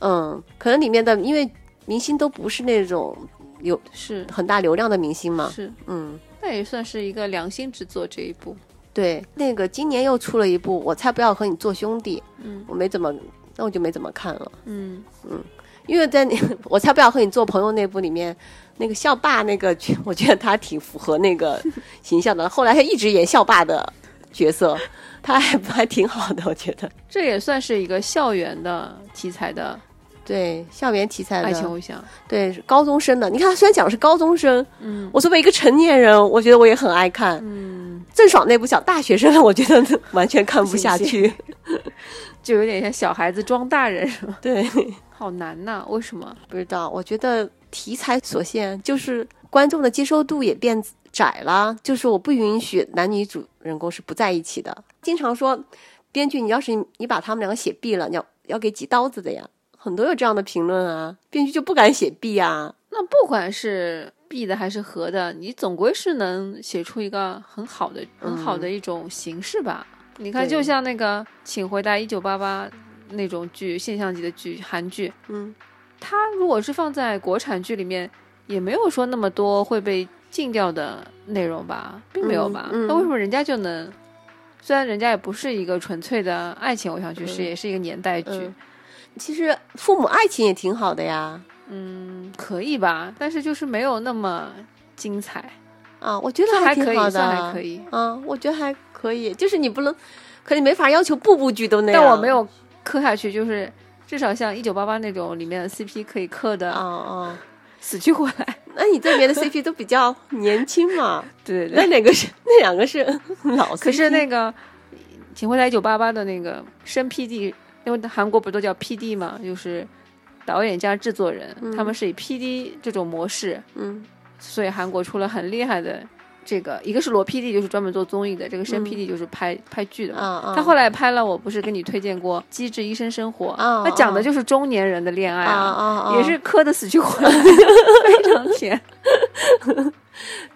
[SPEAKER 1] 嗯，可能里面的因为明星都不是那种有
[SPEAKER 2] 是
[SPEAKER 1] 很大流量的明星嘛，
[SPEAKER 2] 是，
[SPEAKER 1] 嗯，
[SPEAKER 2] 那也算是一个良心之作这一部，
[SPEAKER 1] 对，那个今年又出了一部《我才不要和你做兄弟》，
[SPEAKER 2] 嗯
[SPEAKER 1] 我没怎么，那我就没怎么看了。
[SPEAKER 2] 嗯，
[SPEAKER 1] 因为在那 (laughs) 我才不要和你做朋友那部里面，那个校霸那个 (laughs) 角，我觉得他挺符合那个形象的。后来他一直演校霸的角色，他还还挺好的，我觉得。
[SPEAKER 2] 这也算是一个校园的题材的
[SPEAKER 1] 对，校园题材的，
[SPEAKER 2] 爱情偶像，
[SPEAKER 1] 对是高中生的。你看，他虽然讲的是高中生，
[SPEAKER 2] 嗯
[SPEAKER 1] 我作为一个成年人，我觉得我也很爱看。
[SPEAKER 2] 嗯。
[SPEAKER 1] 郑爽那部讲大学生的，我觉得 (laughs) 完全看不下去。
[SPEAKER 2] 就有点像小孩子装大人，是吧？
[SPEAKER 1] 对，
[SPEAKER 2] (laughs) 好难呐、为什么？
[SPEAKER 1] 不知道，我觉得题材所限，就是观众的接受度也变窄了。就是我不允许男女主人公是不在一起的。经常说，编剧，你要是你把他们两个写毙了，你要要给几刀子的呀。很多有这样的评论啊，编剧就不敢写毙啊。
[SPEAKER 2] 那不管是闭的还是合的，你总归是能写出一个很好的、很好的一种形式吧？你看，
[SPEAKER 1] 对
[SPEAKER 2] 就像那个《请回答一九八八》那种剧，现象级的剧，韩剧，
[SPEAKER 1] 嗯，
[SPEAKER 2] 它如果是放在国产剧里面，也没有说那么多会被禁掉的内容吧，并没有吧？
[SPEAKER 1] 嗯嗯
[SPEAKER 2] 那为什么人家就能？虽然人家也不是一个纯粹的爱情偶像剧，是
[SPEAKER 1] 嗯
[SPEAKER 2] 也是一个年代剧，
[SPEAKER 1] 嗯其实父母爱情也挺好的呀。
[SPEAKER 2] 嗯，可以吧，但是就是没有那么精彩，
[SPEAKER 1] 啊，我觉得
[SPEAKER 2] 算还
[SPEAKER 1] 挺
[SPEAKER 2] 可
[SPEAKER 1] 好
[SPEAKER 2] 以，
[SPEAKER 1] 的，
[SPEAKER 2] 算还可以。
[SPEAKER 1] 啊，我觉得还可以，就是你不能，可你没法要求步步剧都那样。
[SPEAKER 2] 但我没有磕下去，就是至少像一九八八那种里面的 CP 可以磕
[SPEAKER 1] 啊
[SPEAKER 2] 的
[SPEAKER 1] 啊，
[SPEAKER 2] 死去活来。 (laughs)
[SPEAKER 1] 那你这边的 CP 都比较年轻嘛？
[SPEAKER 2] 对对
[SPEAKER 1] 那
[SPEAKER 2] 对。
[SPEAKER 1] 哪个是那两个
[SPEAKER 2] (laughs)
[SPEAKER 1] 是老 CP？
[SPEAKER 2] 可是那个《请回答一九八八》的那个申 PD，因为韩国不都叫 PD 嘛，就是导演加制作人，
[SPEAKER 1] 嗯
[SPEAKER 2] 他们是以 PD 这种模式
[SPEAKER 1] 嗯
[SPEAKER 2] 所以韩国出了很厉害的这个，一个是罗 PD 就是专门做综艺的，这个申
[SPEAKER 1] 嗯
[SPEAKER 2] PD 就是拍、拍剧的
[SPEAKER 1] 啊
[SPEAKER 2] 嘛。
[SPEAKER 1] 啊，
[SPEAKER 2] 他后来拍了，我不是跟你推荐过《机智医生生活》
[SPEAKER 1] 啊
[SPEAKER 2] 他讲的
[SPEAKER 1] 啊
[SPEAKER 2] 就是中年人的恋爱
[SPEAKER 1] 啊啊啊
[SPEAKER 2] 也是磕的死去活
[SPEAKER 1] (laughs)
[SPEAKER 2] 来，非常甜，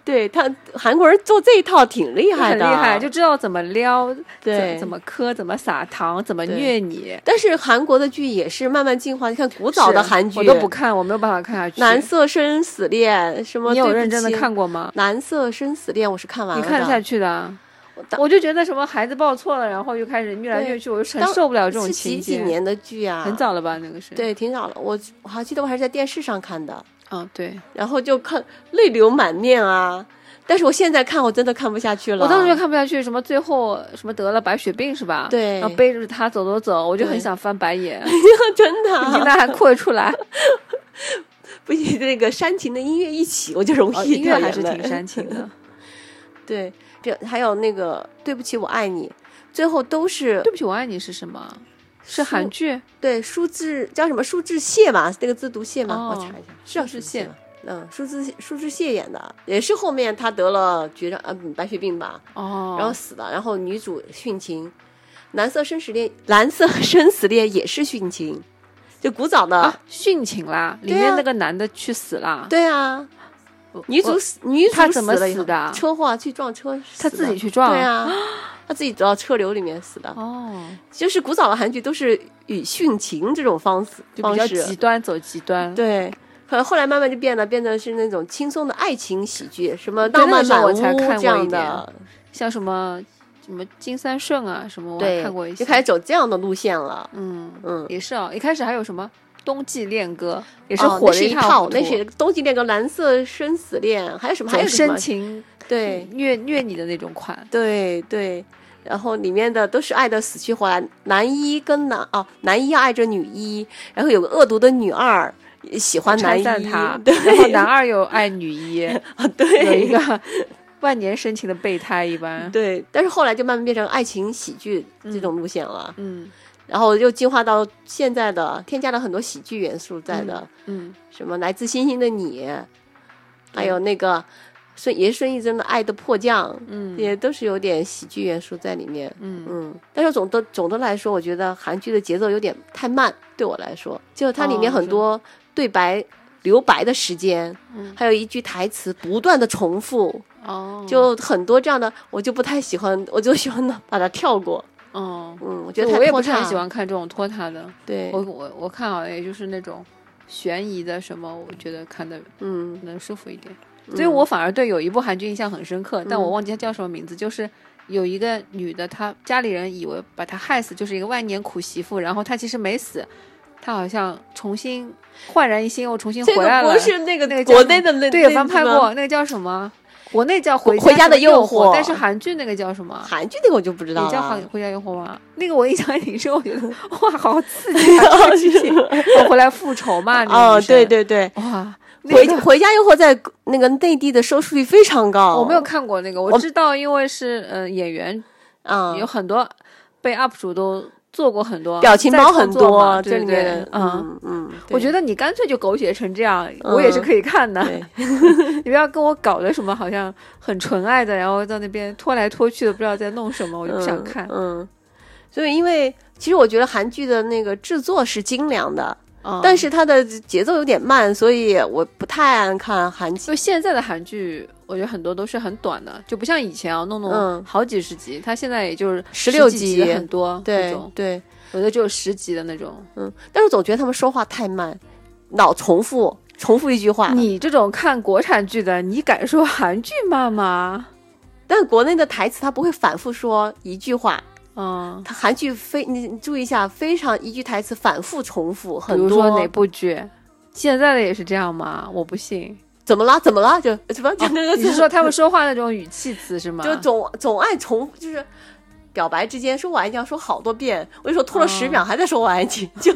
[SPEAKER 1] 对他韩国人做这一套挺厉害
[SPEAKER 2] 很厉
[SPEAKER 1] 的，
[SPEAKER 2] 害，就知道怎么撩，
[SPEAKER 1] 对
[SPEAKER 2] 怎怎么磕，怎么撒糖，怎么
[SPEAKER 1] 对
[SPEAKER 2] 虐你。
[SPEAKER 1] 但是韩国的剧也是慢慢进化，你看古早的
[SPEAKER 2] 是
[SPEAKER 1] 韩剧，
[SPEAKER 2] 我都不看，我没有办法看下去。
[SPEAKER 1] 蓝色生死恋》什么，
[SPEAKER 2] 你有
[SPEAKER 1] 对不
[SPEAKER 2] 认真的
[SPEAKER 1] 起
[SPEAKER 2] 看过吗？
[SPEAKER 1] 蓝色生死恋》？我是看完
[SPEAKER 2] 你
[SPEAKER 1] 了
[SPEAKER 2] 看得下
[SPEAKER 1] 的。
[SPEAKER 2] 去的啊
[SPEAKER 1] 我当
[SPEAKER 2] 我就觉得什么孩子抱错了，然后又开始虐来
[SPEAKER 1] 对
[SPEAKER 2] 虐去，我就很
[SPEAKER 1] 当
[SPEAKER 2] 受不了这种
[SPEAKER 1] 是
[SPEAKER 2] 情
[SPEAKER 1] 几
[SPEAKER 2] 节。
[SPEAKER 1] 几年的剧啊？
[SPEAKER 2] 很。早了吧？那个是，
[SPEAKER 1] 对，挺早了。我我还记得我还是在电视上看的，
[SPEAKER 2] 嗯，对。
[SPEAKER 1] 然后就看泪流满面啊。但是我现在看，我真的看不下去了。
[SPEAKER 2] 我当时就看不下去，什么最后什么得了白血病是吧？
[SPEAKER 1] 对
[SPEAKER 2] 然后背着他走走走，我就很
[SPEAKER 1] 对
[SPEAKER 2] 想翻
[SPEAKER 1] (laughs)
[SPEAKER 2] 白眼，
[SPEAKER 1] (laughs) 真的
[SPEAKER 2] 你
[SPEAKER 1] 啊、
[SPEAKER 2] 那还哭得出来？
[SPEAKER 1] (laughs) 不行，那个煽情的音乐一起，我就容
[SPEAKER 2] 哦
[SPEAKER 1] 易
[SPEAKER 2] 音乐
[SPEAKER 1] 掉
[SPEAKER 2] 还
[SPEAKER 1] 眼
[SPEAKER 2] 是
[SPEAKER 1] 泪
[SPEAKER 2] 挺煽情
[SPEAKER 1] (laughs)
[SPEAKER 2] 的。
[SPEAKER 1] 对，比还有那个对不起，我爱你，最后都是
[SPEAKER 2] 对不起，我爱你是什么？是韩剧？
[SPEAKER 1] 对舒志叫什么舒志燮吧，那个字读燮吗？
[SPEAKER 2] 哦
[SPEAKER 1] 我查一下，是叫啊
[SPEAKER 2] 舒
[SPEAKER 1] 舒
[SPEAKER 2] 志
[SPEAKER 1] 志
[SPEAKER 2] 燮
[SPEAKER 1] 燮吗。嗯，舒志舒志燮演的，也是后面他得了绝症，呃，不白血病吧，
[SPEAKER 2] 哦，
[SPEAKER 1] 然后死了，然后女主殉情，蓝色生死恋，蓝色生死恋也是殉情，就古早的，
[SPEAKER 2] 啊，殉情啦，里
[SPEAKER 1] 对啊
[SPEAKER 2] 面那个男的去死啦。
[SPEAKER 1] 对啊，女主
[SPEAKER 2] 我
[SPEAKER 1] 死，女主
[SPEAKER 2] 她怎么
[SPEAKER 1] 了以
[SPEAKER 2] 死
[SPEAKER 1] 后
[SPEAKER 2] 的
[SPEAKER 1] 车祸啊去撞车，
[SPEAKER 2] 她
[SPEAKER 1] 死
[SPEAKER 2] 自
[SPEAKER 1] 的
[SPEAKER 2] 己去撞
[SPEAKER 1] 对啊， (gasps) 她自己走到车流里面死的，
[SPEAKER 2] 哦，
[SPEAKER 1] 就是古早的韩剧都是以殉情这种方式
[SPEAKER 2] 就比
[SPEAKER 1] 方
[SPEAKER 2] 较
[SPEAKER 1] 式
[SPEAKER 2] 极，端，走极端。
[SPEAKER 1] 对。可能后来慢慢就变了，变成是那种轻松的爱情喜剧，什么《
[SPEAKER 2] 对
[SPEAKER 1] 浪
[SPEAKER 2] 那个
[SPEAKER 1] 漫
[SPEAKER 2] 时候
[SPEAKER 1] 满屋
[SPEAKER 2] 我才看过》
[SPEAKER 1] 这样
[SPEAKER 2] 一
[SPEAKER 1] 的，
[SPEAKER 2] 像什么什么金三顺啊，什么我还
[SPEAKER 1] 对
[SPEAKER 2] 看过一，些。
[SPEAKER 1] 就开始走这样的路线了。
[SPEAKER 2] 嗯，
[SPEAKER 1] 嗯，
[SPEAKER 2] 也是哦，一开始还有什么《冬季恋歌》，也
[SPEAKER 1] 也
[SPEAKER 2] 是火的
[SPEAKER 1] 一
[SPEAKER 2] 塌糊涂。
[SPEAKER 1] 那是冬季恋歌、蓝色生死恋，还有什么？还
[SPEAKER 2] 很
[SPEAKER 1] 有什
[SPEAKER 2] 深
[SPEAKER 1] 么？
[SPEAKER 2] 情
[SPEAKER 1] 对
[SPEAKER 2] 虐虐你的那种款。
[SPEAKER 1] 对对，然后里面的都是爱的死去活来，男一跟男哦，男一爱着女一，然后有个恶毒的女二也喜欢男
[SPEAKER 2] 拆
[SPEAKER 1] 一，
[SPEAKER 2] 散他，
[SPEAKER 1] 对
[SPEAKER 2] 然后男二又爱女一，
[SPEAKER 1] 啊
[SPEAKER 2] 有一
[SPEAKER 1] (laughs) 对
[SPEAKER 2] 个 (laughs) 万年深情的备胎一般。
[SPEAKER 1] 对，但是后来就慢慢变成爱情喜剧这种路线了，
[SPEAKER 2] 嗯
[SPEAKER 1] 然后又进化到现在的，添加了很多喜剧元素在的，
[SPEAKER 2] 嗯，
[SPEAKER 1] 什么来自星星的你，还
[SPEAKER 2] 对
[SPEAKER 1] 有那个孙爷孙艺珍的《爱的迫降》，
[SPEAKER 2] 嗯，
[SPEAKER 1] 也都是有点喜剧元素在里面，
[SPEAKER 2] 嗯
[SPEAKER 1] 但是总的总的来说，我觉得韩剧的节奏有点太慢，对我来说，就是它里面
[SPEAKER 2] 哦
[SPEAKER 1] 很
[SPEAKER 2] 是
[SPEAKER 1] 多对白。留白的时间，
[SPEAKER 2] 嗯
[SPEAKER 1] 还有一句台词不断的重复，
[SPEAKER 2] 哦，
[SPEAKER 1] 就很多这样的，我就不太喜欢， (laughs) 我就喜欢把它跳过。
[SPEAKER 2] 哦，
[SPEAKER 1] 嗯，我觉
[SPEAKER 2] 就
[SPEAKER 1] 得太
[SPEAKER 2] 我也
[SPEAKER 1] 拖
[SPEAKER 2] 不是很
[SPEAKER 1] 沓
[SPEAKER 2] 喜。欢看这种拖沓的。
[SPEAKER 1] 对
[SPEAKER 2] 我，我我看好像也就是那种悬疑的什么，我觉得看的
[SPEAKER 1] 嗯，
[SPEAKER 2] 能舒服一点。所以我反而对有一部韩剧印象很深刻，但
[SPEAKER 1] 嗯
[SPEAKER 2] 我忘记它叫什么名字，就是。有一个女的，她家里人以为把她害死，就是一个万年苦媳妇，然后她其实没死，她好像重新焕然一新，又重新
[SPEAKER 1] 这
[SPEAKER 2] 回来
[SPEAKER 1] 个
[SPEAKER 2] 了。
[SPEAKER 1] 不是那个
[SPEAKER 2] 那个叫
[SPEAKER 1] 国
[SPEAKER 2] 什么
[SPEAKER 1] 内的那
[SPEAKER 2] 对
[SPEAKER 1] 那
[SPEAKER 2] 翻
[SPEAKER 1] 个
[SPEAKER 2] 拍
[SPEAKER 1] 吗
[SPEAKER 2] 过，那个叫什么？国内叫《回
[SPEAKER 1] 回家
[SPEAKER 2] 的
[SPEAKER 1] 的诱
[SPEAKER 2] 惑
[SPEAKER 1] 惑》，
[SPEAKER 2] 但是韩剧那个叫什么？
[SPEAKER 1] 韩剧那个我就不知道
[SPEAKER 2] 也
[SPEAKER 1] 了。啊 (laughs)
[SPEAKER 2] 叫回回家诱惑吗？那个我印象还挺深，我觉得哇，好刺激啊！
[SPEAKER 1] (laughs)
[SPEAKER 2] (laughs) 这个剧情，我回来复仇嘛，那个
[SPEAKER 1] 哦
[SPEAKER 2] 女，生
[SPEAKER 1] 对，对对，
[SPEAKER 2] 哇，那
[SPEAKER 1] 回
[SPEAKER 2] 个
[SPEAKER 1] 回家诱惑在那个内地的收视率非常高。
[SPEAKER 2] 我没有看过那个，我
[SPEAKER 1] 我
[SPEAKER 2] 知道，因为是呃演员
[SPEAKER 1] 啊，
[SPEAKER 2] 有很多被 UP 主都做过很多
[SPEAKER 1] 表情包很
[SPEAKER 2] 再创作嘛
[SPEAKER 1] 多，这
[SPEAKER 2] 对
[SPEAKER 1] 里
[SPEAKER 2] 对
[SPEAKER 1] 面
[SPEAKER 2] 对嗯。
[SPEAKER 1] 嗯嗯，
[SPEAKER 2] 我觉
[SPEAKER 1] 得
[SPEAKER 2] 得你干脆就狗血成这样，
[SPEAKER 1] 嗯
[SPEAKER 2] 我也是可以看 (laughs) 的。
[SPEAKER 1] 对，
[SPEAKER 2] 你不要跟我搞的什么好像很纯爱的，然后到那边拖来拖去的，不知道在弄什么，我就不想看。
[SPEAKER 1] 嗯，嗯所以因为其实我觉得韩剧的那个制作是精良的，
[SPEAKER 2] 嗯
[SPEAKER 1] 但是它的节奏有点慢，所以我不太爱看韩剧。
[SPEAKER 2] 就现在的韩剧，我觉得很多都是很短的，就不像以前啊，弄弄
[SPEAKER 1] 嗯
[SPEAKER 2] 好几十集，它现在也就是
[SPEAKER 1] 16
[SPEAKER 2] 几
[SPEAKER 1] 集
[SPEAKER 2] 很多那
[SPEAKER 1] 对
[SPEAKER 2] 种，
[SPEAKER 1] 对，
[SPEAKER 2] 有的只有十集的那种。
[SPEAKER 1] 嗯，但是总觉得他们说话太慢，老重复重复一句话。
[SPEAKER 2] 你这种看国产剧的，你敢说韩剧慢吗？
[SPEAKER 1] 但国内的台词他不会反复说一句话，
[SPEAKER 2] 嗯，
[SPEAKER 1] 他韩剧非你你注意一下，非常一句台词反复重复
[SPEAKER 2] 比
[SPEAKER 1] 很
[SPEAKER 2] 如
[SPEAKER 1] 多。 (laughs)
[SPEAKER 2] 说哪部剧，现在的也是这样吗？我不信。
[SPEAKER 1] 怎么啦？怎么啦？就怎么就那个、
[SPEAKER 2] 你是说他们说话那种语气词是吗？
[SPEAKER 1] 就
[SPEAKER 2] (laughs)
[SPEAKER 1] 总总爱重复，就是表白之间说我爱你要说好多遍，我跟你说拖了十秒还在说我爱你， (laughs) 就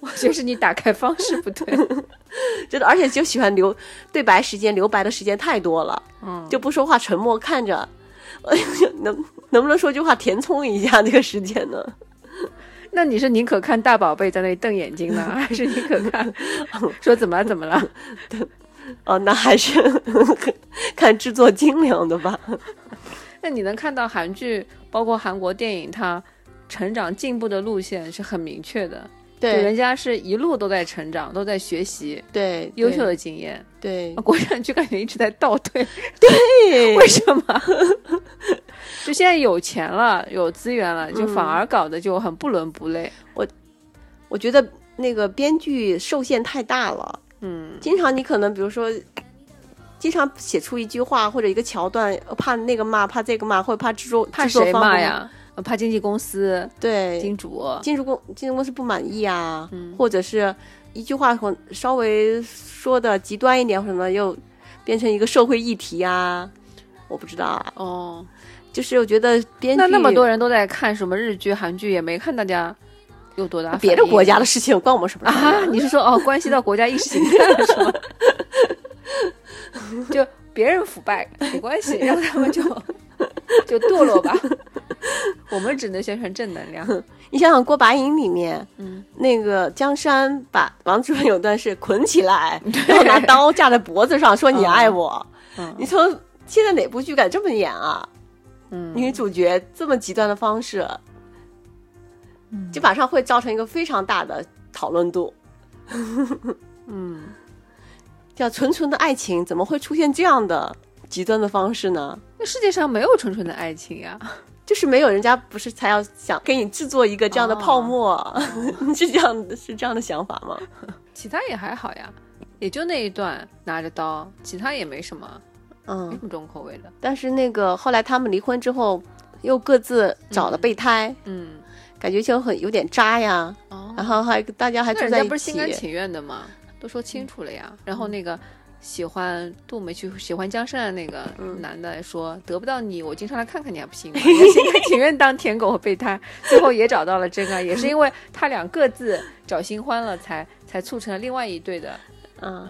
[SPEAKER 2] 我觉得是你打开方式
[SPEAKER 1] (laughs)
[SPEAKER 2] 不对。
[SPEAKER 1] 真的，而且就喜欢留对白时间，留白的时间太多了，
[SPEAKER 2] 嗯，
[SPEAKER 1] 就不说话，沉默看着，哎呦 (laughs) 能能不能说句话填充一下那个时间呢？
[SPEAKER 2] 那你是宁可看大宝贝在那里瞪眼睛呢，还是宁可
[SPEAKER 1] (laughs)
[SPEAKER 2] 看说怎么了怎么了？
[SPEAKER 1] 哦，那还是 (laughs) 看制作精良的吧。
[SPEAKER 2] 那你能看到韩剧，包括韩国电影，它成长进步的路线是很明确的。就人家是一路都在成长，都在学习
[SPEAKER 1] 对，
[SPEAKER 2] 优秀的经验。
[SPEAKER 1] 对
[SPEAKER 2] 啊国产剧感觉一直在倒退，
[SPEAKER 1] 对
[SPEAKER 2] 为什么？ (laughs) 就现在有钱了，有资源了，就
[SPEAKER 1] 嗯
[SPEAKER 2] 反而搞得就很不伦不类。
[SPEAKER 1] 我觉得那个编剧受限太大了。
[SPEAKER 2] 嗯，
[SPEAKER 1] 经常你可能比如说，经常写出一句话或者一个桥段，呃怕那个骂，怕这个骂，或者怕制作
[SPEAKER 2] 怕
[SPEAKER 1] 制作
[SPEAKER 2] 谁
[SPEAKER 1] 方
[SPEAKER 2] 骂
[SPEAKER 1] 不？
[SPEAKER 2] 呀？呃怕经纪公司、
[SPEAKER 1] 对，
[SPEAKER 2] 金主。
[SPEAKER 1] 金主公金主公司不满意啊，
[SPEAKER 2] 嗯
[SPEAKER 1] 或者是一句话可能稍微说的极端一点，或者什么又变成一个社会议题啊。我不知道啊，
[SPEAKER 2] 哦，
[SPEAKER 1] 就是我觉得编剧
[SPEAKER 2] 那那么多人都在看什么日剧、韩剧，也没看大家有多大反应。
[SPEAKER 1] 别的国
[SPEAKER 2] (laughs)
[SPEAKER 1] 家的事情关我们什么事儿
[SPEAKER 2] 啊？你是说哦，关系到国家意识形态了是吗？ (laughs) 就别人腐败没关系，让
[SPEAKER 1] (laughs)
[SPEAKER 2] 他们就就堕落吧。 (laughs) 我们只能宣传正
[SPEAKER 1] (laughs)
[SPEAKER 2] 能量。
[SPEAKER 1] 你想想《郭把瘾》里面，
[SPEAKER 2] 嗯，
[SPEAKER 1] 那个江山把王志文有段是捆起
[SPEAKER 2] (laughs)
[SPEAKER 1] 来，然后拿刀架在脖子上说你爱我。
[SPEAKER 2] 嗯
[SPEAKER 1] 你说现在哪部剧敢这么演啊？
[SPEAKER 2] 嗯，
[SPEAKER 1] 女主角这么极端的方式，就马上会造成一个非常大的讨论度。
[SPEAKER 2] (laughs) 嗯，
[SPEAKER 1] 叫纯纯的爱情怎么会出现这样的极端的方式呢？
[SPEAKER 2] 那世界上没有纯纯的爱情呀。
[SPEAKER 1] 就是没有人家不是才要想给你制作一个这样的泡沫， (laughs) 是这样的，是这样的想法吗？
[SPEAKER 2] 其他也还好呀，也就那一段拿着刀，其他也没什么，
[SPEAKER 1] 嗯
[SPEAKER 2] 没什么重口味的。
[SPEAKER 1] 但是那个后来他们离婚之后，又各自找了备胎，
[SPEAKER 2] 嗯，
[SPEAKER 1] 感觉就很有点渣呀。
[SPEAKER 2] 哦，
[SPEAKER 1] 然后还大家还
[SPEAKER 2] 那
[SPEAKER 1] 住
[SPEAKER 2] 人
[SPEAKER 1] 在
[SPEAKER 2] 家
[SPEAKER 1] 一
[SPEAKER 2] 不是
[SPEAKER 1] 起嗯
[SPEAKER 2] 心，甘情愿的吗？都说清楚了呀。然后那个喜欢杜梅去喜欢江山的那个
[SPEAKER 1] 嗯
[SPEAKER 2] 男的说，得不到你，我经常来看看你还不行吗？ (laughs) 人家心甘情愿当舔狗和备胎，最后也找到了真爱，也是因为他俩各自找新欢了才，才促成了另外一对的
[SPEAKER 1] 嗯。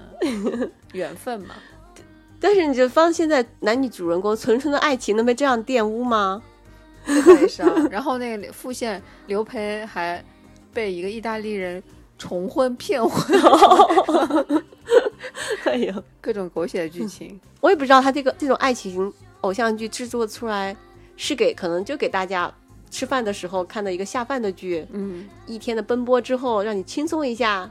[SPEAKER 2] 缘分嘛。
[SPEAKER 1] 但是你就发现现在男女主人公纯纯的爱情能被这样玷污吗？
[SPEAKER 2] 悲伤。然后那个副线刘培还被一个意大利人重婚骗婚，
[SPEAKER 1] (laughs) 哎呦，
[SPEAKER 2] 各种狗血的剧情。
[SPEAKER 1] 我也不知道他这个这种爱情偶像剧制作出来是给可能就给大家吃饭的时候看的一个下饭的剧，
[SPEAKER 2] 嗯，
[SPEAKER 1] 一天的奔波之后让你轻松一下，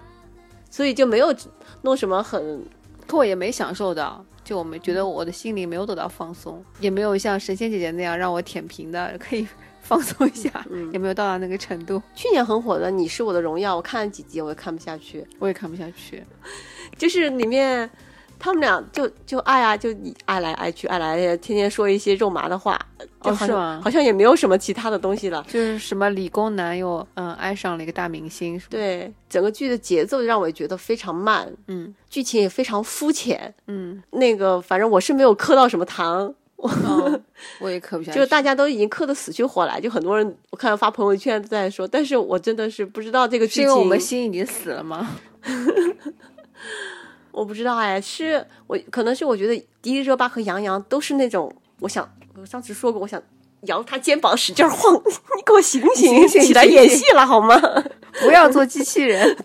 [SPEAKER 1] 所以就没有弄什么很
[SPEAKER 2] 可我也没享受到，就我们觉
[SPEAKER 1] 嗯
[SPEAKER 2] 得我的心灵没有得到放松，也没有像神仙姐姐那样让我舔屏的，可以 (laughs) 放松一下，也没有到达那个程度，
[SPEAKER 1] 嗯去年很火的《你是我的荣耀》，我看了几集，我也看不下去。
[SPEAKER 2] 我也看不下去。
[SPEAKER 1] 就是里面他们俩就就爱啊，就你爱来爱去，爱来爱去，天天说一些肉麻的话，就
[SPEAKER 2] 哦
[SPEAKER 1] 好
[SPEAKER 2] 是
[SPEAKER 1] 像、
[SPEAKER 2] 吗
[SPEAKER 1] 好像也没有什么其他的东西了。
[SPEAKER 2] 就是什么理工男又嗯爱上了一个大明星，是吧，
[SPEAKER 1] 对，整个剧的节奏让我觉得非常慢，
[SPEAKER 2] 嗯
[SPEAKER 1] 剧情也非常肤浅。
[SPEAKER 2] 嗯，
[SPEAKER 1] 那个反正我是没有磕到什么糖，
[SPEAKER 2] 哦我也磕不下去。
[SPEAKER 1] 就是大家都已经磕得死去活来，就很多人我看发朋友圈都在说，但是我真的是不知道这个
[SPEAKER 2] 是
[SPEAKER 1] 剧
[SPEAKER 2] 因为我
[SPEAKER 1] 情
[SPEAKER 2] 们心已经死了吗？ (laughs)
[SPEAKER 1] 我不知道哎，是我可能是我觉得迪丽热巴和杨洋都是那种，我想我上次说过，我想摇她肩膀使劲晃， (laughs) 你给我醒醒，
[SPEAKER 2] 醒醒
[SPEAKER 1] 起来
[SPEAKER 2] 醒
[SPEAKER 1] 演
[SPEAKER 2] 醒
[SPEAKER 1] 戏了好吗？
[SPEAKER 2] 不要做机器人。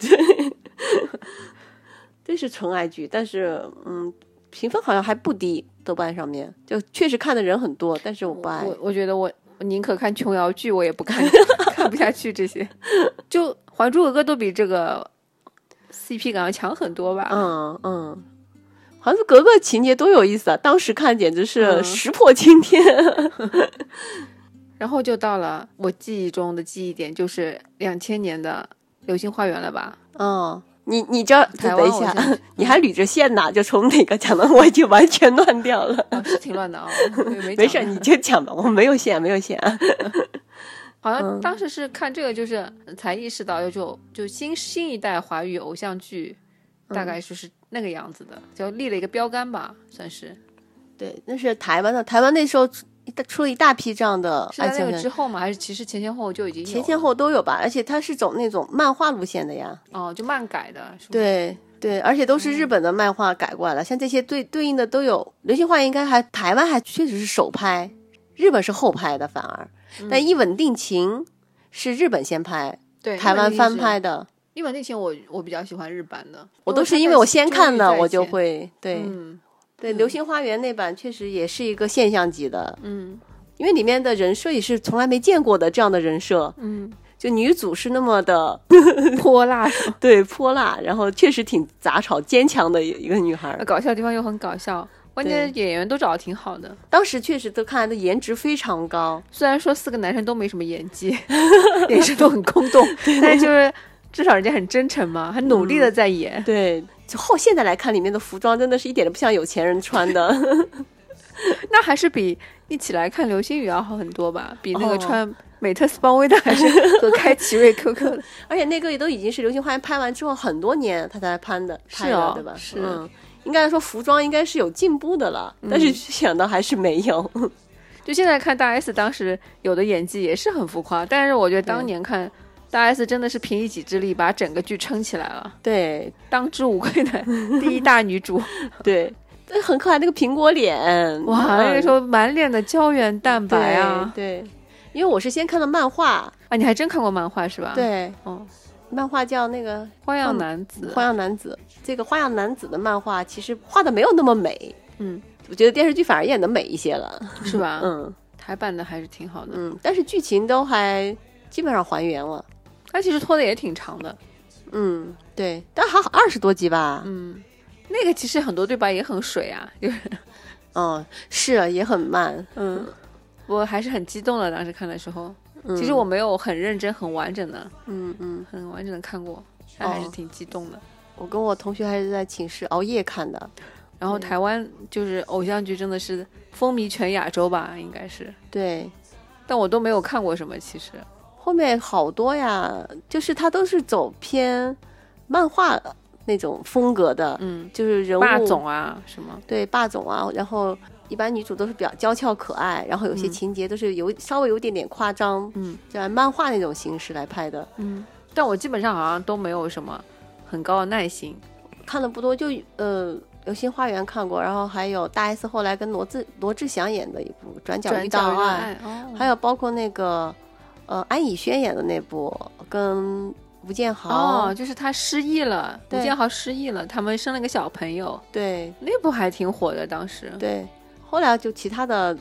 [SPEAKER 1] 这是纯爱剧，但是嗯，评分好像还不低，豆瓣上面就确实看的人很多，但是我不爱。
[SPEAKER 2] 我我觉得我我宁可看琼瑶剧，我也不看 (laughs) 看不下去这些。就《还珠格格》都比这个 CP 感要强很多吧？
[SPEAKER 1] 嗯嗯，还珠格格情节多有意思啊！当时看简直是
[SPEAKER 2] 嗯
[SPEAKER 1] 石破青天。 (laughs)
[SPEAKER 2] 然后就到了我记忆中的记忆点，就是两千年的《流星花园》了吧？
[SPEAKER 1] 哦，你你这
[SPEAKER 2] 台
[SPEAKER 1] 等
[SPEAKER 2] 湾
[SPEAKER 1] 一
[SPEAKER 2] 偶
[SPEAKER 1] 下
[SPEAKER 2] 像 (laughs) 剧，
[SPEAKER 1] 你还捋着线呢，就从哪个讲到我已经完全乱掉了。
[SPEAKER 2] 哦，是挺乱的啊、我也没
[SPEAKER 1] 没
[SPEAKER 2] 没
[SPEAKER 1] 事儿，你就讲吧，我没有线，没有线。啊
[SPEAKER 2] 好
[SPEAKER 1] 嗯
[SPEAKER 2] 像当时是看这个，
[SPEAKER 1] 嗯
[SPEAKER 2] 就是才意识到，就就新新一代华语偶像剧，大概就是那个样子的，就立了一个标杆吧，算是。
[SPEAKER 1] 哦对，那是台湾的，台湾那时候出一大出了一大批这样的
[SPEAKER 2] 是
[SPEAKER 1] 爱
[SPEAKER 2] 在
[SPEAKER 1] 情
[SPEAKER 2] 那个之
[SPEAKER 1] 片，
[SPEAKER 2] 后吗？还是其实前前后后就已经有
[SPEAKER 1] 前前
[SPEAKER 2] 了
[SPEAKER 1] 后都有吧，而且它是走那种漫画路线的呀，
[SPEAKER 2] 哦，就漫改的，是吗，
[SPEAKER 1] 对。对，而且都
[SPEAKER 2] 嗯
[SPEAKER 1] 是日本的漫画改过来了，像这些对对应的都有。流星花园应该还台湾还确实是首拍，日本是后拍的，反而。
[SPEAKER 2] 嗯
[SPEAKER 1] 但《一吻定情》是日本先拍，
[SPEAKER 2] 对
[SPEAKER 1] 台湾翻拍
[SPEAKER 2] 《
[SPEAKER 1] 的。
[SPEAKER 2] 一吻定情》，我我比较喜欢日版的，
[SPEAKER 1] 我
[SPEAKER 2] 因
[SPEAKER 1] 都
[SPEAKER 2] 它
[SPEAKER 1] 是因
[SPEAKER 2] 在
[SPEAKER 1] 为我先
[SPEAKER 2] 中
[SPEAKER 1] 看
[SPEAKER 2] 日
[SPEAKER 1] 的，
[SPEAKER 2] 在
[SPEAKER 1] 我就
[SPEAKER 2] 线
[SPEAKER 1] 会对。
[SPEAKER 2] 嗯
[SPEAKER 1] 对，《流星花园》那版确实也是一个现象级的，
[SPEAKER 2] 嗯
[SPEAKER 1] 因为里面的人设也是从来没见过的这样的人设，
[SPEAKER 2] 嗯，
[SPEAKER 1] 就女主是那么的 (laughs)
[SPEAKER 2] 泼辣手， (laughs)
[SPEAKER 1] 对泼辣，然后确实挺杂草、坚强的一个女孩儿。
[SPEAKER 2] 搞笑的地方又很搞笑，关键演员都找的挺好的，
[SPEAKER 1] 当时确实都看来的颜值非常高，
[SPEAKER 2] 虽然说四个男生都没什么演技， (laughs) 脸上都很空洞，但是就是至少人家很真诚嘛，很努力
[SPEAKER 1] 嗯
[SPEAKER 2] 的在演。
[SPEAKER 1] 对，就后现在来看里面的服装真的是一点都不像有钱人穿的， (laughs)
[SPEAKER 2] 那还是比一起来看流星雨要好很多吧，比那
[SPEAKER 1] 哦
[SPEAKER 2] 个穿美特斯邦威的还是 (laughs) 和开奇瑞 QQ 的。
[SPEAKER 1] 而且那个也都已经是《流星花园》拍完之后很多年他才拍的，
[SPEAKER 2] 是
[SPEAKER 1] 拍的
[SPEAKER 2] 哦
[SPEAKER 1] 对吧？
[SPEAKER 2] 是嗯
[SPEAKER 1] 嗯，应该来说服装应该是有进步的了，但是想到还是没
[SPEAKER 2] (laughs)
[SPEAKER 1] 有。
[SPEAKER 2] 就现在看大 S 当时有的演技也是很浮夸，但是我觉得当年看大 S 真的是凭一己之力把整个剧撑起来了，
[SPEAKER 1] 对，
[SPEAKER 2] 当之无愧
[SPEAKER 1] (laughs)
[SPEAKER 2] 的第一大女主。
[SPEAKER 1] 对，但很可爱那个苹果脸，嗯
[SPEAKER 2] 哇，那个时候满脸的胶原蛋白啊！
[SPEAKER 1] 对，对，因为我是先看的漫画，
[SPEAKER 2] 啊，你还真看过漫画是吧？，
[SPEAKER 1] 对，
[SPEAKER 2] 哦，
[SPEAKER 1] 漫画叫那个
[SPEAKER 2] 花样男子，
[SPEAKER 1] 《花样男子》，这个《花样男子》的漫画其实画的没有那么美，
[SPEAKER 2] 嗯，啊
[SPEAKER 1] 我觉得电视剧反而演的美一些了，
[SPEAKER 2] 是吧？
[SPEAKER 1] 嗯
[SPEAKER 2] 台版的还是挺好的，
[SPEAKER 1] 嗯，但是剧情都还基本上还原了，
[SPEAKER 2] 它其实拖的也挺长的。
[SPEAKER 1] 嗯，对，但还好二十多集吧，
[SPEAKER 2] 嗯，那个其实很多对白也很水啊，就是
[SPEAKER 1] 嗯，是啊也很慢，
[SPEAKER 2] 嗯，我还是很激动的，当时看的时候，
[SPEAKER 1] 嗯
[SPEAKER 2] 其实我没有很认真、很完整的、
[SPEAKER 1] 嗯嗯，
[SPEAKER 2] 很完整的看过，但还是
[SPEAKER 1] 哦
[SPEAKER 2] 挺激动的。
[SPEAKER 1] 我跟我同学还是在寝室熬夜看的，
[SPEAKER 2] 然后台湾就是偶像剧真的是风靡全亚洲吧，应该是，
[SPEAKER 1] 对，
[SPEAKER 2] 但我都没有看过什么，其实
[SPEAKER 1] 后面好多呀，就是他都是走偏漫画那种风格的，
[SPEAKER 2] 嗯，
[SPEAKER 1] 就是人物
[SPEAKER 2] 霸总啊什么，
[SPEAKER 1] 对霸总啊，然后一般女主都是比较娇俏可爱，然后有些
[SPEAKER 2] 嗯
[SPEAKER 1] 情节都是有、稍微有点点夸张，
[SPEAKER 2] 嗯
[SPEAKER 1] 就按漫画那种形式来拍的。
[SPEAKER 2] 嗯，但我基本上好像都没有什么很高的耐心。
[SPEAKER 1] 看的不多，就呃《流星花园》看过，然后还有大 S 后来跟罗志罗志祥演的一部《转角啊遇到
[SPEAKER 2] 转
[SPEAKER 1] 爱》，
[SPEAKER 2] 哦，
[SPEAKER 1] 还有包括那个呃安以轩演的那部跟吴建豪，
[SPEAKER 2] 哦，就是他失忆了，吴
[SPEAKER 1] 对
[SPEAKER 2] 建豪失忆了，他们生了个小朋友，
[SPEAKER 1] 对
[SPEAKER 2] 那部还挺火的，当时。
[SPEAKER 1] 对，后来就其他的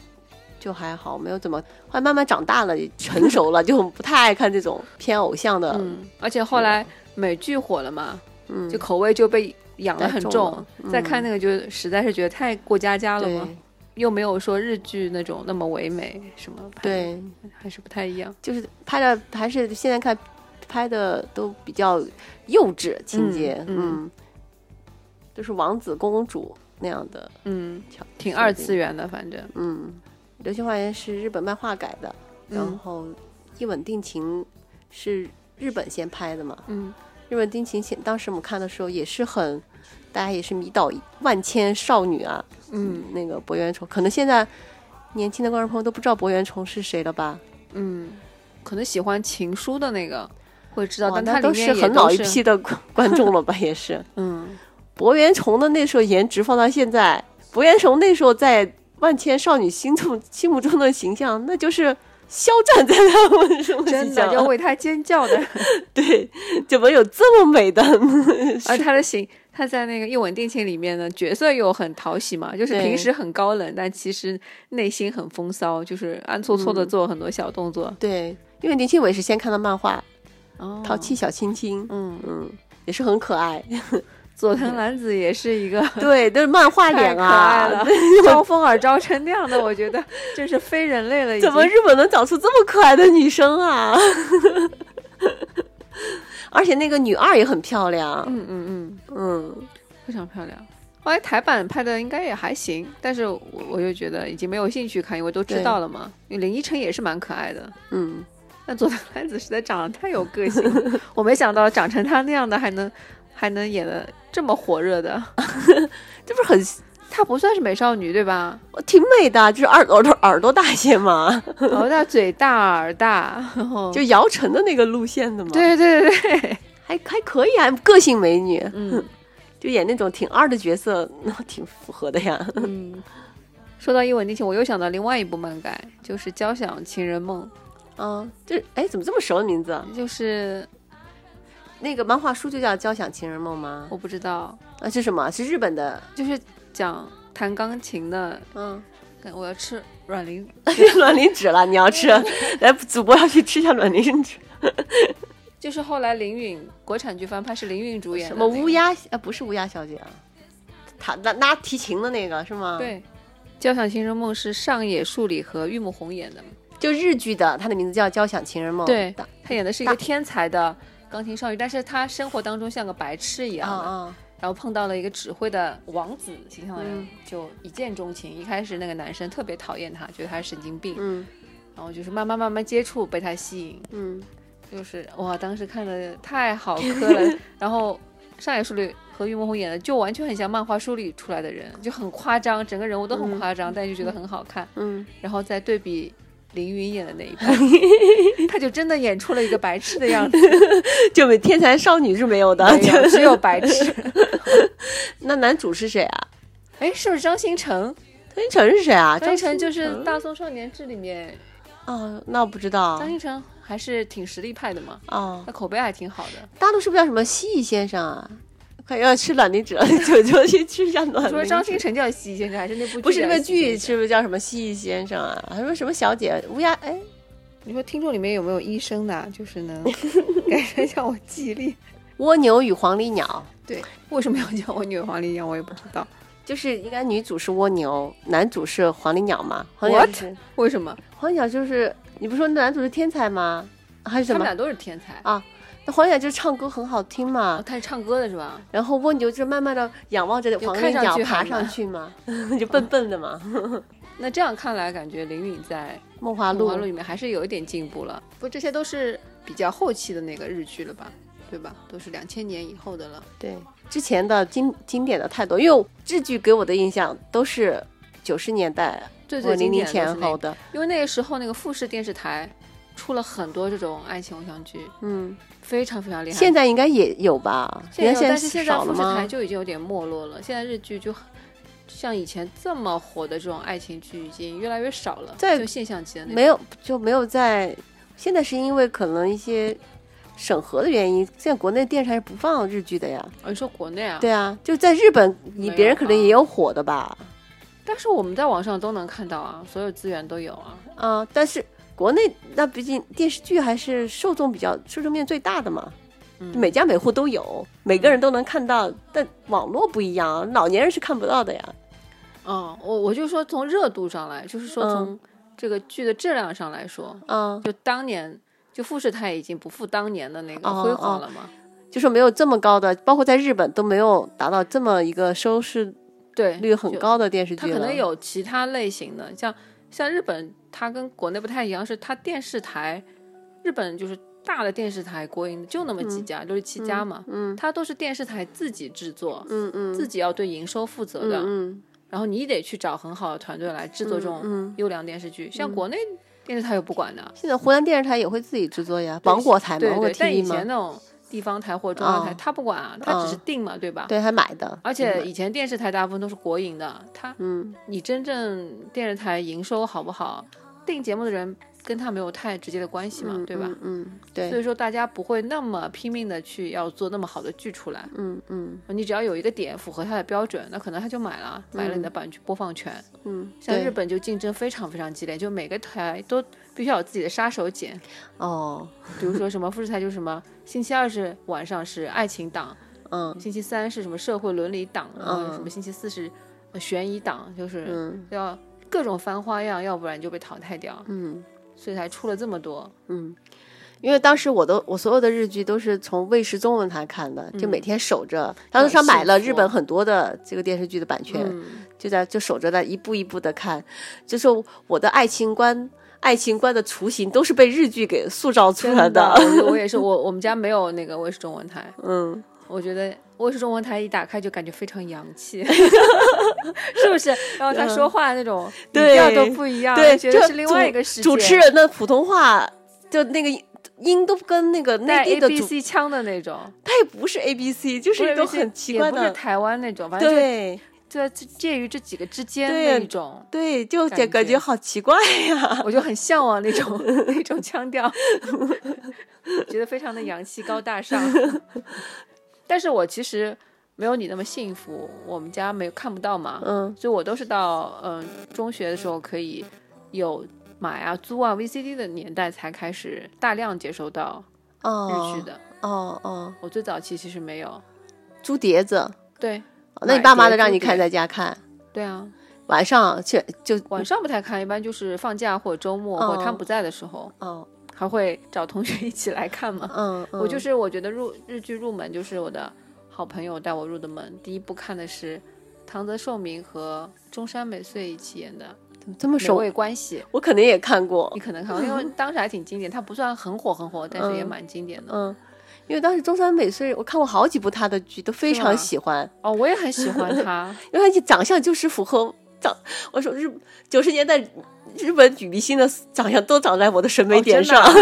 [SPEAKER 1] 就还好，没有怎么。后来慢慢长大了，也成熟了，就不太爱看这种偏偶像的，
[SPEAKER 2] 嗯，而且后来美剧火了嘛，
[SPEAKER 1] 嗯，
[SPEAKER 2] 就口味就被养得
[SPEAKER 1] 太
[SPEAKER 2] 很
[SPEAKER 1] 重
[SPEAKER 2] 重
[SPEAKER 1] 了。嗯
[SPEAKER 2] 再看那个，就实在是觉得太过家家了嘛，
[SPEAKER 1] 对
[SPEAKER 2] 又没有说日剧那种那么唯美什么，，
[SPEAKER 1] 对，
[SPEAKER 2] 还是不太一样。
[SPEAKER 1] 就是拍的还是现在看拍的都比较幼稚情节，
[SPEAKER 2] 嗯
[SPEAKER 1] 嗯，就是王子公主那样的，
[SPEAKER 2] 嗯，
[SPEAKER 1] 桥
[SPEAKER 2] 挺
[SPEAKER 1] 设
[SPEAKER 2] 二
[SPEAKER 1] 定
[SPEAKER 2] 次元的，反正
[SPEAKER 1] 嗯，《流星花园》是日本漫画改的，然
[SPEAKER 2] 嗯
[SPEAKER 1] 后《一吻定情》是日本先拍的嘛，
[SPEAKER 2] 嗯，
[SPEAKER 1] 日本定情前，当时我们看的时候也是很，大家也是迷倒万千少女啊。
[SPEAKER 2] 嗯，
[SPEAKER 1] 那个博元崇，可能现在年轻的观众朋友都不知道博元崇是谁了吧？
[SPEAKER 2] 嗯，可能喜欢情书的那个会知道，
[SPEAKER 1] 哇
[SPEAKER 2] 但
[SPEAKER 1] 那
[SPEAKER 2] 它
[SPEAKER 1] 都
[SPEAKER 2] 里面
[SPEAKER 1] 是
[SPEAKER 2] 也
[SPEAKER 1] 很
[SPEAKER 2] 都
[SPEAKER 1] 老一
[SPEAKER 2] 是，
[SPEAKER 1] 批的观 (laughs) 众了吧？也是 (laughs)
[SPEAKER 2] 嗯，
[SPEAKER 1] 博元崇的那时候颜值放到现在，博元崇那时候在万千少女心中心目中的形象，那就是。肖战在他们中的
[SPEAKER 2] 真
[SPEAKER 1] 形
[SPEAKER 2] 的
[SPEAKER 1] 象啊
[SPEAKER 2] 要，为他尖叫的。
[SPEAKER 1] (laughs) 对，怎么有这么
[SPEAKER 2] (laughs)
[SPEAKER 1] 美的？ (laughs)
[SPEAKER 2] 而呃他的形，他在那个《一吻定情》里面呢，角色又很讨喜嘛，就是
[SPEAKER 1] 对
[SPEAKER 2] 平时很高冷，但其实内心很风骚，就是暗搓
[SPEAKER 1] 嗯
[SPEAKER 2] 搓的做很多小动作。
[SPEAKER 1] 对，因为林青伟是先看的漫画
[SPEAKER 2] 哦
[SPEAKER 1] 《淘气小亲亲》，
[SPEAKER 2] 嗯，
[SPEAKER 1] 嗯，也是很可
[SPEAKER 2] (laughs)
[SPEAKER 1] 爱。
[SPEAKER 2] 佐藤蓝子也是一个
[SPEAKER 1] 嗯对，都是漫画
[SPEAKER 2] 太
[SPEAKER 1] 脸
[SPEAKER 2] 可爱了
[SPEAKER 1] (laughs) 啊！，
[SPEAKER 2] 招风耳招成那样的，我觉得真是非人类了。已
[SPEAKER 1] 怎么
[SPEAKER 2] 经
[SPEAKER 1] 日本能找出这么可爱的女生 (laughs) 啊？而且那个女二也很漂亮，
[SPEAKER 2] 嗯嗯嗯，
[SPEAKER 1] 嗯，
[SPEAKER 2] 非常漂亮。后来台版拍的应该也还行，但是我我就觉得已经没有兴趣看，因为都知
[SPEAKER 1] 对
[SPEAKER 2] 道了嘛。因为林依晨也是蛮可爱的，
[SPEAKER 1] 嗯，
[SPEAKER 2] (laughs) 那佐藤蓝子实在长得太有个性了，我没想到长成他那样的还能还能演的这么火热的， (laughs) 这不是很？她不算是美少女对吧？
[SPEAKER 1] 我挺美的，就是耳朵耳朵大些嘛，
[SPEAKER 2] 然后她嘴大耳大，然后
[SPEAKER 1] 就姚晨的那个路线的嘛，，
[SPEAKER 2] 对对对对，
[SPEAKER 1] 还还可以啊，个性美女，
[SPEAKER 2] 嗯
[SPEAKER 1] 就演那种挺二的角色，那挺符合的呀。
[SPEAKER 2] 嗯。说到一吻定情，我又想到另外一部漫改，就是《交响情人梦
[SPEAKER 1] 嗯，就是哎，怎么这么熟的名字？》，
[SPEAKER 2] 就是
[SPEAKER 1] 那个漫画书就叫《交响情人梦》吗？
[SPEAKER 2] 我不知道，
[SPEAKER 1] 啊，是什么？是日本的，
[SPEAKER 2] 就是讲弹钢琴的，
[SPEAKER 1] (laughs) 嗯，
[SPEAKER 2] 我要吃软磷
[SPEAKER 1] 卵磷脂了。你要 (laughs) 吃，来，主播要去吃一下卵磷脂。
[SPEAKER 2] 就是后来林允国产剧翻拍是林允主演的
[SPEAKER 1] 什么
[SPEAKER 2] 那个
[SPEAKER 1] 乌？鸦？呃，不是乌鸦小姐啊，她拉拉提琴的那个是吗？，
[SPEAKER 2] 对，《交响情人梦》是上野树里和玉木宏演的嘛？
[SPEAKER 1] 就日剧的，她的名字叫《交响情人梦》。
[SPEAKER 2] 对
[SPEAKER 1] 大，
[SPEAKER 2] 她演的是一
[SPEAKER 1] 大
[SPEAKER 2] 个天才的钢琴少女，但是她生活当中像个白痴一
[SPEAKER 1] 啊
[SPEAKER 2] 样的，
[SPEAKER 1] 啊，
[SPEAKER 2] 然后碰到了一个指挥的王子形象的人，
[SPEAKER 1] 嗯
[SPEAKER 2] 就一见钟情。一开始那个男生特别讨厌她，觉得她是神经病，
[SPEAKER 1] 嗯
[SPEAKER 2] 然后就是慢慢慢慢接触，被她吸引，
[SPEAKER 1] 嗯，
[SPEAKER 2] 就是哇，当时看的太好磕了。然后上野树里和玉木宏演的就完全很像漫画书里出来的人，就很夸张，整个人物都很夸张，但就觉得很好看。
[SPEAKER 1] 嗯，
[SPEAKER 2] 然后再对比凌云演的那一版，
[SPEAKER 1] (laughs)
[SPEAKER 2] 他就真的演出了一个白痴的样子，
[SPEAKER 1] (laughs) 就没天才少女是没有的。
[SPEAKER 2] 没
[SPEAKER 1] (laughs)
[SPEAKER 2] 有只有白痴。
[SPEAKER 1] 那男主是谁啊？
[SPEAKER 2] 哎，是不是张新成？
[SPEAKER 1] (laughs) 张一晨是谁啊？
[SPEAKER 2] 张新
[SPEAKER 1] 一
[SPEAKER 2] 成就是
[SPEAKER 1] 成
[SPEAKER 2] 《大宋少年志》里面，
[SPEAKER 1] 啊，那我不知道
[SPEAKER 2] 张新成还是挺实力派的嘛，
[SPEAKER 1] 啊。
[SPEAKER 2] 他口碑还挺好的。
[SPEAKER 1] 大陆是不是叫什么蜥蜴先生啊？快要吃卵磷脂了， (laughs) 就就去吃一下卵磷
[SPEAKER 2] 我
[SPEAKER 1] 脂。
[SPEAKER 2] 说张新成叫西先生，还是那部剧
[SPEAKER 1] 啊不是啊
[SPEAKER 2] 叫
[SPEAKER 1] 那个
[SPEAKER 2] 西
[SPEAKER 1] 剧，
[SPEAKER 2] 先生
[SPEAKER 1] 是不是叫什么蜥蜴先生啊？还说什么小姐乌鸦？哎，
[SPEAKER 2] 你说听众里面有没有医生的啊，就
[SPEAKER 1] (laughs)
[SPEAKER 2] 是能改善一下我记忆力？
[SPEAKER 1] 蜗牛与黄鹂鸟，
[SPEAKER 2] 为什么要叫我女黄鹂鸟？我也不知道
[SPEAKER 1] 就是应该女主是蜗牛，男主是黄鹂鸟嘛？黄鹂鸟、就是
[SPEAKER 2] 为什么。
[SPEAKER 1] 黄鹂鸟就是你不是说男主是天才吗？还是什
[SPEAKER 2] 他们
[SPEAKER 1] 么
[SPEAKER 2] 俩？都是天才
[SPEAKER 1] 啊那黄鹂鸟就是唱歌很好听
[SPEAKER 2] 啊！
[SPEAKER 1] 嘛，
[SPEAKER 2] 他是唱歌的是吧？
[SPEAKER 1] 然后蜗牛就慢慢的仰望着黄鹂
[SPEAKER 2] 看上
[SPEAKER 1] 鸟
[SPEAKER 2] 去嗯
[SPEAKER 1] 爬
[SPEAKER 2] 很
[SPEAKER 1] 上去
[SPEAKER 2] (laughs)
[SPEAKER 1] 嘛，就笨笨的嘛。
[SPEAKER 2] 那这样看来，感觉林允在
[SPEAKER 1] 梦华
[SPEAKER 2] 《梦
[SPEAKER 1] 录
[SPEAKER 2] 华啊录》里面还是有一点进步了。不，这些都是比较后期的那个日剧了吧？对吧？都是两千年以后的了。
[SPEAKER 1] 对，之前的经经典的太多，因为日剧给我的印象都是九十年代
[SPEAKER 2] 最
[SPEAKER 1] 或
[SPEAKER 2] 最
[SPEAKER 1] 零
[SPEAKER 2] 经
[SPEAKER 1] 零
[SPEAKER 2] 典的都是
[SPEAKER 1] 前
[SPEAKER 2] 那
[SPEAKER 1] 后
[SPEAKER 2] 个，
[SPEAKER 1] 的，
[SPEAKER 2] 因为那个时候那个富士电视台出了很多这种爱情偶像剧，
[SPEAKER 1] 嗯，
[SPEAKER 2] 非常非常厉害。
[SPEAKER 1] 现在应该也有吧？
[SPEAKER 2] 现在
[SPEAKER 1] 应
[SPEAKER 2] 有
[SPEAKER 1] 该现
[SPEAKER 2] 但是现在
[SPEAKER 1] 少
[SPEAKER 2] 富
[SPEAKER 1] 了
[SPEAKER 2] 士台
[SPEAKER 1] 吗？
[SPEAKER 2] 就已经有点没落了。现在日剧就很像以前这么火的这种爱情剧已经越来越少了，
[SPEAKER 1] 在
[SPEAKER 2] 就现象级的那种
[SPEAKER 1] 没有，就没有在。现在是因为可能一些审核的原因，现在国内电视台是不放日剧的呀。
[SPEAKER 2] 哦，你说国内啊？
[SPEAKER 1] 对啊，就在日本，
[SPEAKER 2] 没
[SPEAKER 1] 你
[SPEAKER 2] 有啊
[SPEAKER 1] 别人可能
[SPEAKER 2] 吧
[SPEAKER 1] 也有火的吧？
[SPEAKER 2] 但是我们在网上都能看到啊，所有资源都有啊。
[SPEAKER 1] 啊，但是国内那毕竟电视剧还是受众比较受众面最大的嘛，
[SPEAKER 2] 嗯
[SPEAKER 1] 每家每户都有，每个人都能看到，但网络不一样，老年人是看不到的呀。
[SPEAKER 2] 嗯，我我就说从热度上来，就
[SPEAKER 1] 嗯
[SPEAKER 2] 是说从这个剧的质量上来说，
[SPEAKER 1] 啊，
[SPEAKER 2] 就当年就富士泰已经不复当年的那个
[SPEAKER 1] 哦
[SPEAKER 2] 辉煌了嘛。
[SPEAKER 1] 就说没有这么高的，包括在日本都没有达到这么一个收视
[SPEAKER 2] 对，
[SPEAKER 1] 率很
[SPEAKER 2] 哎就。
[SPEAKER 1] 高的电视
[SPEAKER 2] 它
[SPEAKER 1] 剧了。
[SPEAKER 2] 可能有其他类型的，像像日本，它跟国内不太一样，是它电视台，日本就是大的电视台国营的就那么几家，六十七家嘛，
[SPEAKER 1] 嗯，
[SPEAKER 2] 它都是电视台自己制作，
[SPEAKER 1] 嗯嗯
[SPEAKER 2] 自己要对营收负责的，
[SPEAKER 1] 嗯
[SPEAKER 2] 然后你得去找很好的团队来制作这种
[SPEAKER 1] 嗯。
[SPEAKER 2] 优良电视剧，像国内电视台又不管的，
[SPEAKER 1] 现在湖南电视台也会自己制作呀，芒果台嘛，
[SPEAKER 2] 对
[SPEAKER 1] 芒果
[SPEAKER 2] 对，但以
[SPEAKER 1] TV
[SPEAKER 2] 前
[SPEAKER 1] 嘛，
[SPEAKER 2] 那种地方台或者中央台，
[SPEAKER 1] 哦
[SPEAKER 2] 它不管啊，它只是
[SPEAKER 1] 嗯
[SPEAKER 2] 定嘛，对吧？
[SPEAKER 1] 对，还买的，
[SPEAKER 2] 而且以前电视台大部分都是国营的，它
[SPEAKER 1] 嗯
[SPEAKER 2] 你真正电视台营收好不好，定节目的人跟他没有太直接的关系嘛，
[SPEAKER 1] 嗯，
[SPEAKER 2] 对吧？
[SPEAKER 1] 嗯？嗯，
[SPEAKER 2] 所
[SPEAKER 1] 对，
[SPEAKER 2] 以说大家不会那么拼命的去要做那么好的剧出来，
[SPEAKER 1] 嗯嗯
[SPEAKER 2] 你只要有一个点符合他的标准，那可能他就买了，买了你的版权播放权。
[SPEAKER 1] 嗯，
[SPEAKER 2] 像
[SPEAKER 1] 对
[SPEAKER 2] 日本就竞争非常非常激烈，就每个台都必须要有自己的杀手锏，
[SPEAKER 1] 哦，
[SPEAKER 2] 比如说什么富士台就是什么，星期二是晚上是爱情档，
[SPEAKER 1] 嗯
[SPEAKER 2] 星期三是什么社会伦理档，然后
[SPEAKER 1] 嗯
[SPEAKER 2] 什么星期四是呃悬疑档，就是。
[SPEAKER 1] 嗯
[SPEAKER 2] 要各种翻花样，要不然就被淘汰掉，
[SPEAKER 1] 嗯。
[SPEAKER 2] 所以才出了这么多。
[SPEAKER 1] 嗯，因为当时我都我所有的日剧都是从卫视中文台看的，就
[SPEAKER 2] 嗯
[SPEAKER 1] 每天守着。当时他买了日本很多的这个电视剧的版权，
[SPEAKER 2] 嗯，
[SPEAKER 1] 就在就守着在一步一步的看，就是我的爱情观。爱情观的雏形都是被日剧给塑造出来
[SPEAKER 2] 真的，我我也是，我我们家没有那个卫视中文台，
[SPEAKER 1] 嗯，
[SPEAKER 2] 我觉得我是中文台一打开就感觉非常洋
[SPEAKER 1] (laughs)
[SPEAKER 2] 气，是不是？然后他说话那种语
[SPEAKER 1] 嗯对
[SPEAKER 2] 调都不一样，
[SPEAKER 1] 对，
[SPEAKER 2] 啊觉得
[SPEAKER 1] 就是
[SPEAKER 2] 另外一个世界。
[SPEAKER 1] 主持人的普通话，就那个音音都跟那个内
[SPEAKER 2] 带
[SPEAKER 1] 地
[SPEAKER 2] A
[SPEAKER 1] 的
[SPEAKER 2] B
[SPEAKER 1] 主，
[SPEAKER 2] C 腔的那种，
[SPEAKER 1] 他也不是 A B C，就
[SPEAKER 2] 不
[SPEAKER 1] 是一
[SPEAKER 2] 也
[SPEAKER 1] 种
[SPEAKER 2] 不
[SPEAKER 1] 很奇怪
[SPEAKER 2] 也不是
[SPEAKER 1] 的。
[SPEAKER 2] 台湾那种，反正就
[SPEAKER 1] 对
[SPEAKER 2] 就就介于这几个之间
[SPEAKER 1] 对啊
[SPEAKER 2] 的一种。
[SPEAKER 1] 对，就
[SPEAKER 2] 感觉
[SPEAKER 1] 感觉好奇
[SPEAKER 2] (laughs)
[SPEAKER 1] 怪呀。
[SPEAKER 2] 我就很向往那种 (laughs) 那种腔调， (laughs) 觉得非常的洋气高
[SPEAKER 1] (laughs)
[SPEAKER 2] 大上。但是我其实没有你那么幸福，我们家没有看不到嘛，
[SPEAKER 1] 嗯
[SPEAKER 2] 所以我都是到嗯、中学的时候可以有买啊租啊 VCD 的年代才开始大量接收到日
[SPEAKER 1] 哦
[SPEAKER 2] 剧的。
[SPEAKER 1] 哦哦，
[SPEAKER 2] 我最早期其实没有，
[SPEAKER 1] 租碟子，
[SPEAKER 2] 对
[SPEAKER 1] 那你
[SPEAKER 2] 买
[SPEAKER 1] 爸妈
[SPEAKER 2] 碟
[SPEAKER 1] 都让
[SPEAKER 2] 租
[SPEAKER 1] 你看
[SPEAKER 2] 碟
[SPEAKER 1] 在家看，
[SPEAKER 2] 对啊，
[SPEAKER 1] 晚上去就
[SPEAKER 2] 晚上不太看，一般就是放假或者周末、或者他
[SPEAKER 1] 嗯哦
[SPEAKER 2] 们不在的时候，
[SPEAKER 1] 哦
[SPEAKER 2] 还会找同学一起来看嘛。
[SPEAKER 1] 嗯，
[SPEAKER 2] 我就是是我觉得入日剧入门就是我的好朋友带我入的门。第一部看的是唐泽寿明和中山美穗一起演的
[SPEAKER 1] 这么
[SPEAKER 2] 《美
[SPEAKER 1] 熟，
[SPEAKER 2] 味关系》，
[SPEAKER 1] 我肯定也看过
[SPEAKER 2] 你。可能看过，因为当时还挺经典。它不算很火很火，但是也
[SPEAKER 1] 嗯
[SPEAKER 2] 蛮经典的。
[SPEAKER 1] 嗯，因为当时中山美穗，我看过好几部她的剧，都非
[SPEAKER 2] 是
[SPEAKER 1] 常
[SPEAKER 2] 吗
[SPEAKER 1] 喜欢，
[SPEAKER 2] 哦，我也很喜欢
[SPEAKER 1] (laughs)
[SPEAKER 2] 它，
[SPEAKER 1] 因为她长相就是符合长，我说日九十年代日本女明星的长相都长在我的审美
[SPEAKER 2] 哦
[SPEAKER 1] 点
[SPEAKER 2] 真的
[SPEAKER 1] 上，
[SPEAKER 2] 啊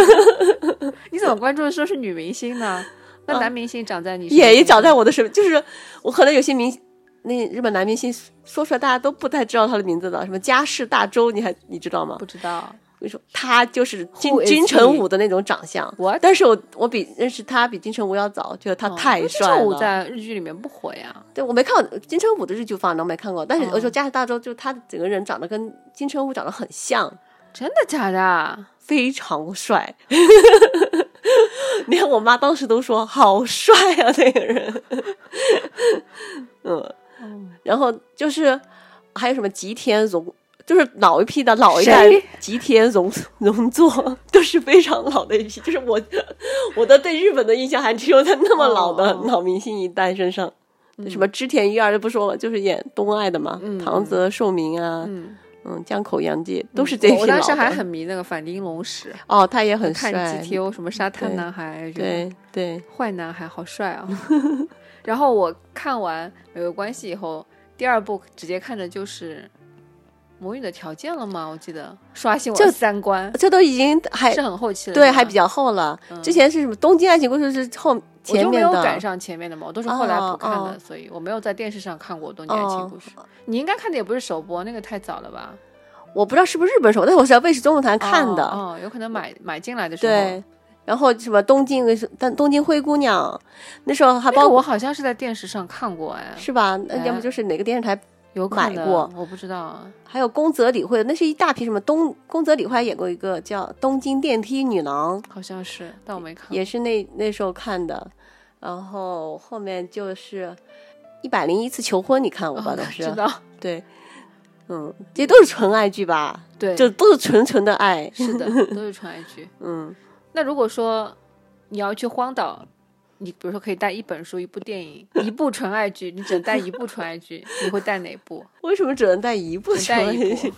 [SPEAKER 2] 你怎么关注的说是女明星呢？那男明星长在你
[SPEAKER 1] (laughs) 嗯也也长在
[SPEAKER 2] 我
[SPEAKER 1] 我的审美，就是我可能有些明那日本男明星说出来大家都不太知道他的名字的，什么家世大周，你还你知道吗
[SPEAKER 2] 不？知道
[SPEAKER 1] 我说他就是金
[SPEAKER 2] Who is
[SPEAKER 1] 金城
[SPEAKER 2] he？
[SPEAKER 1] 武的那种长相。
[SPEAKER 2] 我。
[SPEAKER 1] 但是我我比认识他比金城武要早，觉得他太帅了。
[SPEAKER 2] 武在日剧里面不火呀，
[SPEAKER 1] 对，我没看过金城武的日剧放，我没看过。但是
[SPEAKER 2] 哦
[SPEAKER 1] 我说加拿大周，就是他整个人长得跟金城武长得很像，
[SPEAKER 2] 真的假的？
[SPEAKER 1] 非常帅。 (laughs) 连我妈当时都说好帅啊，那个人。嗯，然后就是还有什么吉田荣，就是老一批的老一代
[SPEAKER 2] 谁
[SPEAKER 1] 吉田荣荣作都是非常老的一批，就是我我的对日本的印象还停留在那么老的
[SPEAKER 2] 哦
[SPEAKER 1] 老明星一代身上。什么织田裕二就不说了，就是演东爱的嘛，
[SPEAKER 2] 嗯
[SPEAKER 1] 唐泽寿明啊，
[SPEAKER 2] 嗯，
[SPEAKER 1] 嗯，江口洋介都是这一批
[SPEAKER 2] 我
[SPEAKER 1] 老
[SPEAKER 2] 我
[SPEAKER 1] 的。
[SPEAKER 2] 当时还很迷那个反町隆史，
[SPEAKER 1] 哦，他也很
[SPEAKER 2] 看
[SPEAKER 1] 帅，
[SPEAKER 2] GTO 什么沙滩男孩，觉得
[SPEAKER 1] 对对，
[SPEAKER 2] 坏男孩好帅啊。 (laughs) 然后我看完《没有关系》以后，第二部直接看的就是《母语的条件》了嘛，我记得刷新我
[SPEAKER 1] 就
[SPEAKER 2] 的三观，
[SPEAKER 1] 这都已经还
[SPEAKER 2] 是很后期了，
[SPEAKER 1] 对还比
[SPEAKER 2] 较
[SPEAKER 1] 较后了。
[SPEAKER 2] 嗯
[SPEAKER 1] 之前是什么《东京爱情故事》是后
[SPEAKER 2] 我
[SPEAKER 1] 前
[SPEAKER 2] 就没
[SPEAKER 1] 面
[SPEAKER 2] 有
[SPEAKER 1] 的，
[SPEAKER 2] 赶上前面的嘛，我都是后来补看
[SPEAKER 1] 哦
[SPEAKER 2] 的，
[SPEAKER 1] 哦
[SPEAKER 2] 所以我没有在电视上看过《东京爱情故事》
[SPEAKER 1] 哦
[SPEAKER 2] 你应该看的也不是首播，那个太早了吧？
[SPEAKER 1] 我不知道是不是日本首，但我是在卫视中文台看的。
[SPEAKER 2] 哦，哦有可能买买进来的时候，
[SPEAKER 1] 对，然后什么东京，但东京灰姑娘，那时候还
[SPEAKER 2] 那个
[SPEAKER 1] 包括、
[SPEAKER 2] 我好像是在电视上看过，哎，
[SPEAKER 1] 是吧？那
[SPEAKER 2] 哎
[SPEAKER 1] 要么就是哪个电视台
[SPEAKER 2] 有可
[SPEAKER 1] 买
[SPEAKER 2] 能
[SPEAKER 1] 过，
[SPEAKER 2] 我不知道啊。
[SPEAKER 1] 还有宫泽理惠，那是一大批什么东宫泽理惠还演过一个叫《东京电梯女郎》，
[SPEAKER 2] 好像是，但我没看。
[SPEAKER 1] 也是那那时候看的，然后后面就是《一百零一次求婚》，你看过吧？都
[SPEAKER 2] 哦
[SPEAKER 1] 是、(laughs)
[SPEAKER 2] 知道，
[SPEAKER 1] 对，嗯，这都是纯爱剧吧？
[SPEAKER 2] 对，
[SPEAKER 1] 就都是纯纯的爱，
[SPEAKER 2] 是的，都是纯爱剧。
[SPEAKER 1] 嗯，
[SPEAKER 2] 那如果说你要去荒岛，你比如说可以带一本书、一部电影、一部纯爱剧，你只能带一部纯爱剧，你会带哪部？
[SPEAKER 1] 为什么只能带一部
[SPEAKER 2] 只
[SPEAKER 1] 纯
[SPEAKER 2] 能带
[SPEAKER 1] 爱
[SPEAKER 2] 一
[SPEAKER 1] 剧
[SPEAKER 2] 部？，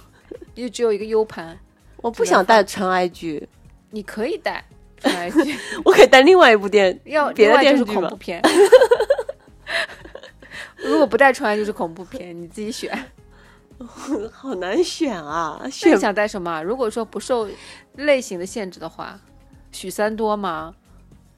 [SPEAKER 2] 你就只有一个 U 盘，
[SPEAKER 1] 我不想带纯爱剧，
[SPEAKER 2] 你可以带纯爱剧，
[SPEAKER 1] 我可以带另外一部电
[SPEAKER 2] 要
[SPEAKER 1] 别的
[SPEAKER 2] 另外
[SPEAKER 1] 电
[SPEAKER 2] 就
[SPEAKER 1] 视
[SPEAKER 2] 是
[SPEAKER 1] 剧
[SPEAKER 2] 恐
[SPEAKER 1] 吧
[SPEAKER 2] 怖片。 (laughs) 如果不带纯爱就是恐怖片，你自己选。
[SPEAKER 1] 影， (laughs) 好难选啊，
[SPEAKER 2] 那
[SPEAKER 1] 选
[SPEAKER 2] 你想带什么啊？如果说不受类型的限制的话，许三多吗？